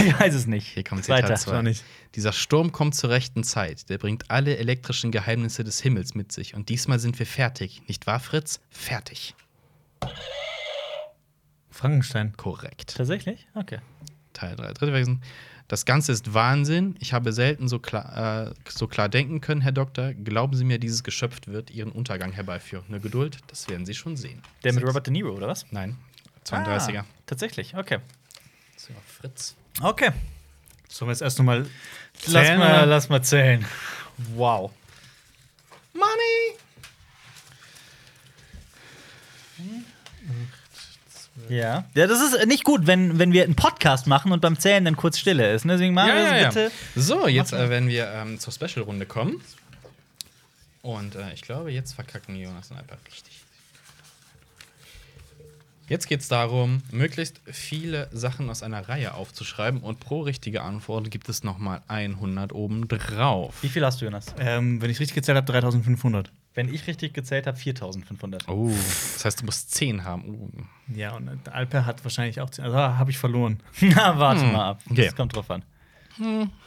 [SPEAKER 2] ich weiß es nicht.
[SPEAKER 1] Hier kommt
[SPEAKER 2] Weiter.
[SPEAKER 1] Zitat 2.
[SPEAKER 3] nicht.
[SPEAKER 1] Dieser Sturm kommt zur rechten Zeit. Der bringt alle elektrischen Geheimnisse des Himmels mit sich. Und diesmal sind wir fertig. Nicht wahr, Fritz? Fertig.
[SPEAKER 3] Frankenstein.
[SPEAKER 1] Korrekt.
[SPEAKER 2] Tatsächlich? Okay.
[SPEAKER 1] Teil 3, dritte Wesen. Das Ganze ist Wahnsinn. Ich habe selten so klar, äh, so klar denken können, Herr Doktor. Glauben Sie mir, dieses Geschöpf wird Ihren Untergang herbeiführen. Eine Geduld, das werden Sie schon sehen.
[SPEAKER 2] Der mit
[SPEAKER 1] Sechs.
[SPEAKER 2] Robert De Niro, oder was?
[SPEAKER 1] Nein, 32er.
[SPEAKER 2] Ah, tatsächlich, okay.
[SPEAKER 1] So, Fritz.
[SPEAKER 2] Okay.
[SPEAKER 3] Sollen wir jetzt erst nochmal.
[SPEAKER 2] Lass
[SPEAKER 3] Zählen
[SPEAKER 2] mal,
[SPEAKER 3] wir?
[SPEAKER 2] lass mal zählen. Wow.
[SPEAKER 1] Money!
[SPEAKER 2] Ja. Ja, das ist nicht gut, wenn, wenn wir einen Podcast machen und beim Zählen dann kurz Stille ist. ne? Deswegen machen
[SPEAKER 1] Ja,
[SPEAKER 2] wir
[SPEAKER 1] ja,
[SPEAKER 2] das
[SPEAKER 1] ja.
[SPEAKER 2] bitte.
[SPEAKER 1] So, jetzt äh, werden wir ähm, zur Special-Runde kommen. Und äh, ich glaube, jetzt verkacken die Jonas und Alper richtig. Jetzt geht es darum, möglichst viele Sachen aus einer Reihe aufzuschreiben und pro richtige Antwort gibt es nochmal 100 obendrauf.
[SPEAKER 2] Wie viel hast du, Jonas?
[SPEAKER 3] Ähm, wenn ich richtig gezählt habe, 3500.
[SPEAKER 2] Wenn ich richtig gezählt habe, 4500.
[SPEAKER 1] Oh, das heißt, du musst 10 haben. Uh.
[SPEAKER 3] Ja, und äh, Alper hat wahrscheinlich auch. zehn- Also habe ich verloren.
[SPEAKER 2] Na, warte mal ab.
[SPEAKER 1] Okay.
[SPEAKER 2] Das kommt drauf an.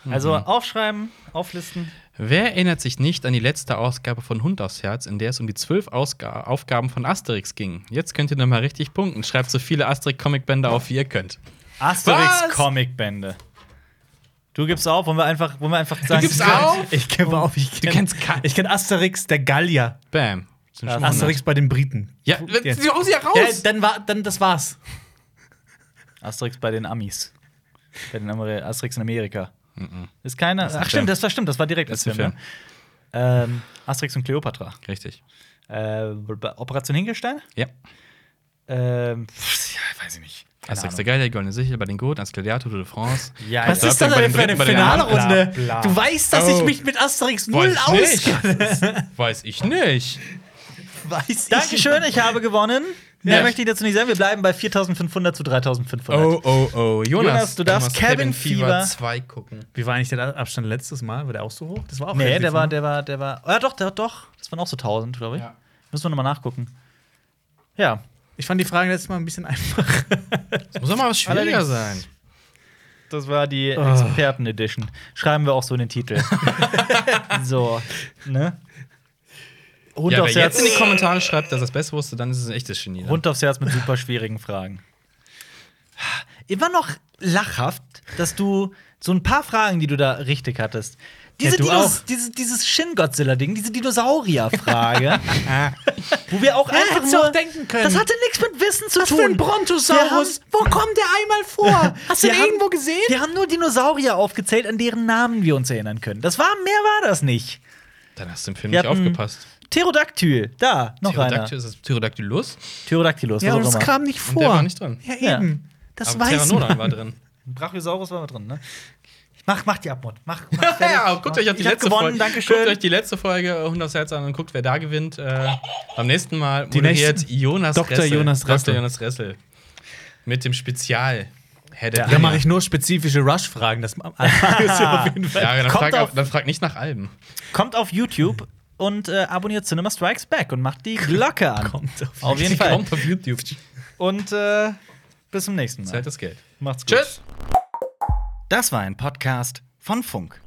[SPEAKER 2] Also aufschreiben, auflisten.
[SPEAKER 1] Wer erinnert sich nicht an die letzte Ausgabe von Hund aufs Herz, in der es um die zwölf Ausga Aufgaben von Asterix ging? Jetzt könnt ihr nochmal richtig punkten. Schreibt so viele Asterix-Comicbände auf, wie ihr könnt.
[SPEAKER 2] Asterix
[SPEAKER 1] Was?
[SPEAKER 2] Comicbände. Du gibst auf, wollen wir einfach, wollen wir einfach sagen.
[SPEAKER 1] gibst auf?
[SPEAKER 3] Ich gebe auf. Ich kenn,
[SPEAKER 2] Genau.
[SPEAKER 1] kennst keinen.
[SPEAKER 3] Ich kenne Asterix, der Gallier.
[SPEAKER 1] Bam. Sind schon
[SPEAKER 3] Asterix bei den Briten.
[SPEAKER 1] Ja,
[SPEAKER 3] Ja.
[SPEAKER 1] sie hauen sie ja
[SPEAKER 3] Ja,
[SPEAKER 1] raus.
[SPEAKER 3] dann war, dann das war's.
[SPEAKER 2] Asterix bei den Amis. Bei den Amer Asterix in Amerika. Ist keiner. Ach,
[SPEAKER 1] Film.
[SPEAKER 2] stimmt, das war stimmt, das war direkt
[SPEAKER 1] Mhm. Das
[SPEAKER 2] das
[SPEAKER 1] ist ein
[SPEAKER 2] Film. Ne? Ähm, Asterix und Cleopatra.
[SPEAKER 1] Richtig.
[SPEAKER 2] Äh, bei Operation Hinkelstein?
[SPEAKER 1] Ja.
[SPEAKER 2] Ähm, pff, ja, weiß ich nicht. Keine
[SPEAKER 1] Asterix der Geil,
[SPEAKER 2] Ahnung.
[SPEAKER 1] der goldene Sichel bei den Goten, als Gladiator de France.
[SPEAKER 2] Ja,
[SPEAKER 1] Als
[SPEAKER 2] ja.
[SPEAKER 1] Dörpling Also, bei den Briten, bei den Amis.
[SPEAKER 2] Finalrunde? Du
[SPEAKER 3] weißt,
[SPEAKER 1] dass ich mich
[SPEAKER 3] mit Asterix
[SPEAKER 1] Weiß ich nicht. Weiß ich nicht.
[SPEAKER 3] Weiß
[SPEAKER 2] Dankeschön, ich habe gewonnen. Mehr
[SPEAKER 1] Ja.
[SPEAKER 2] möchte ich dazu nicht sagen. Wir bleiben bei 4500 zu 3500.
[SPEAKER 1] Oh, oh, oh. Jonas,
[SPEAKER 2] Jonas, du darfst Cabin Fever
[SPEAKER 1] 2 gucken.
[SPEAKER 3] Wie war eigentlich der Abstand letztes Mal? War der auch so ne? hoch? Das war auch
[SPEAKER 2] Nee,
[SPEAKER 3] relativ
[SPEAKER 2] der war,
[SPEAKER 3] hoch.
[SPEAKER 2] der war, der war. Oh, ja, doch, der, doch. Das waren auch so 1000, glaube ich.
[SPEAKER 1] Ja.
[SPEAKER 2] Müssen wir nochmal nachgucken. Ja.
[SPEAKER 3] Ich fand die Frage letztes Mal ein bisschen einfach.
[SPEAKER 1] Das muss doch mal was schwieriger
[SPEAKER 2] Allerdings.
[SPEAKER 1] sein.
[SPEAKER 2] Das war die Experten-Edition. Schreiben wir auch so in den Titel. so, ne? Hund,
[SPEAKER 1] Ja, wer
[SPEAKER 2] aufs
[SPEAKER 1] jetzt
[SPEAKER 2] Herz,
[SPEAKER 1] in die Kommentare schreibt, dass er es besser wusste, dann ist es ein echtes Genie. ne?
[SPEAKER 2] Hund aufs Herz mit super schwierigen Fragen. Immer noch lachhaft, dass du so ein paar Fragen, die du da richtig hattest. Diese
[SPEAKER 3] Ja, du
[SPEAKER 2] Dinos,
[SPEAKER 3] auch.
[SPEAKER 2] diese, dieses Shin-Godzilla-Ding, diese Dinosaurier-Frage, wo wir auch einfach
[SPEAKER 3] hättest
[SPEAKER 2] nur
[SPEAKER 3] du auch denken können.
[SPEAKER 2] Das hatte nichts mit Wissen zu tun. Wir haben-
[SPEAKER 3] Wo kommt der einmal vor? Hast
[SPEAKER 2] Wir haben-
[SPEAKER 3] gesehen?
[SPEAKER 2] Wir haben nur Dinosaurier aufgezählt, an deren Namen wir uns erinnern können. Das war mehr war das nicht.
[SPEAKER 1] Dann hast du im Film
[SPEAKER 2] Wir
[SPEAKER 1] nicht
[SPEAKER 2] hatten-
[SPEAKER 1] aufgepasst.
[SPEAKER 2] Pterodactyl, da noch einer.
[SPEAKER 1] Pterodactyl, ist das Pterodactylus?
[SPEAKER 2] Pterodactylus,
[SPEAKER 3] Ja,
[SPEAKER 2] was
[SPEAKER 3] und
[SPEAKER 2] auch
[SPEAKER 3] es
[SPEAKER 2] immer.
[SPEAKER 3] kam nicht vor.
[SPEAKER 1] Und der war nicht drin.
[SPEAKER 3] Ja,
[SPEAKER 2] Ja.
[SPEAKER 3] eben. Das
[SPEAKER 1] Aber
[SPEAKER 3] weiß
[SPEAKER 1] Pteranodon
[SPEAKER 3] man.
[SPEAKER 1] war drin.
[SPEAKER 2] Brachiosaurus war mit drin, ne? Mach, mach die Abmod. Mach, mach
[SPEAKER 1] Ja, guckt euch, auf die
[SPEAKER 2] Ich hab
[SPEAKER 1] letzte
[SPEAKER 2] gewonnen,
[SPEAKER 1] Folge,
[SPEAKER 2] Dankeschön.
[SPEAKER 1] guckt euch die letzte Folge äh, Hund aufs Herz an und guckt, wer da gewinnt. Äh, am nächsten Mal
[SPEAKER 3] Die
[SPEAKER 1] moderiert
[SPEAKER 3] nächste-
[SPEAKER 1] Jonas
[SPEAKER 3] Dr.
[SPEAKER 1] Ressel.
[SPEAKER 3] Jonas
[SPEAKER 1] Dr.
[SPEAKER 3] Ressel.
[SPEAKER 1] Jonas Ressel. Mit dem Spezial. Herr der
[SPEAKER 3] Da
[SPEAKER 1] Ringe.
[SPEAKER 3] mache ich nur spezifische Rush-Fragen. Das am Anfang ist ja auf jeden Fall.
[SPEAKER 1] Ja, dann
[SPEAKER 2] Kommt
[SPEAKER 1] frag,
[SPEAKER 2] auf-
[SPEAKER 1] dann frag nicht nach Alben.
[SPEAKER 2] Kommt auf YouTube und äh, abonniert Cinema Strikes Back und macht die Glocke an.
[SPEAKER 3] Kommt auf
[SPEAKER 2] auf jeden
[SPEAKER 1] Die
[SPEAKER 2] Fall.
[SPEAKER 1] Kommt auf YouTube.
[SPEAKER 2] Und äh, bis zum nächsten Mal.
[SPEAKER 1] Zahlt das Geld.
[SPEAKER 2] Macht's gut.
[SPEAKER 1] Tschüss.
[SPEAKER 2] Das war ein Podcast von Funk.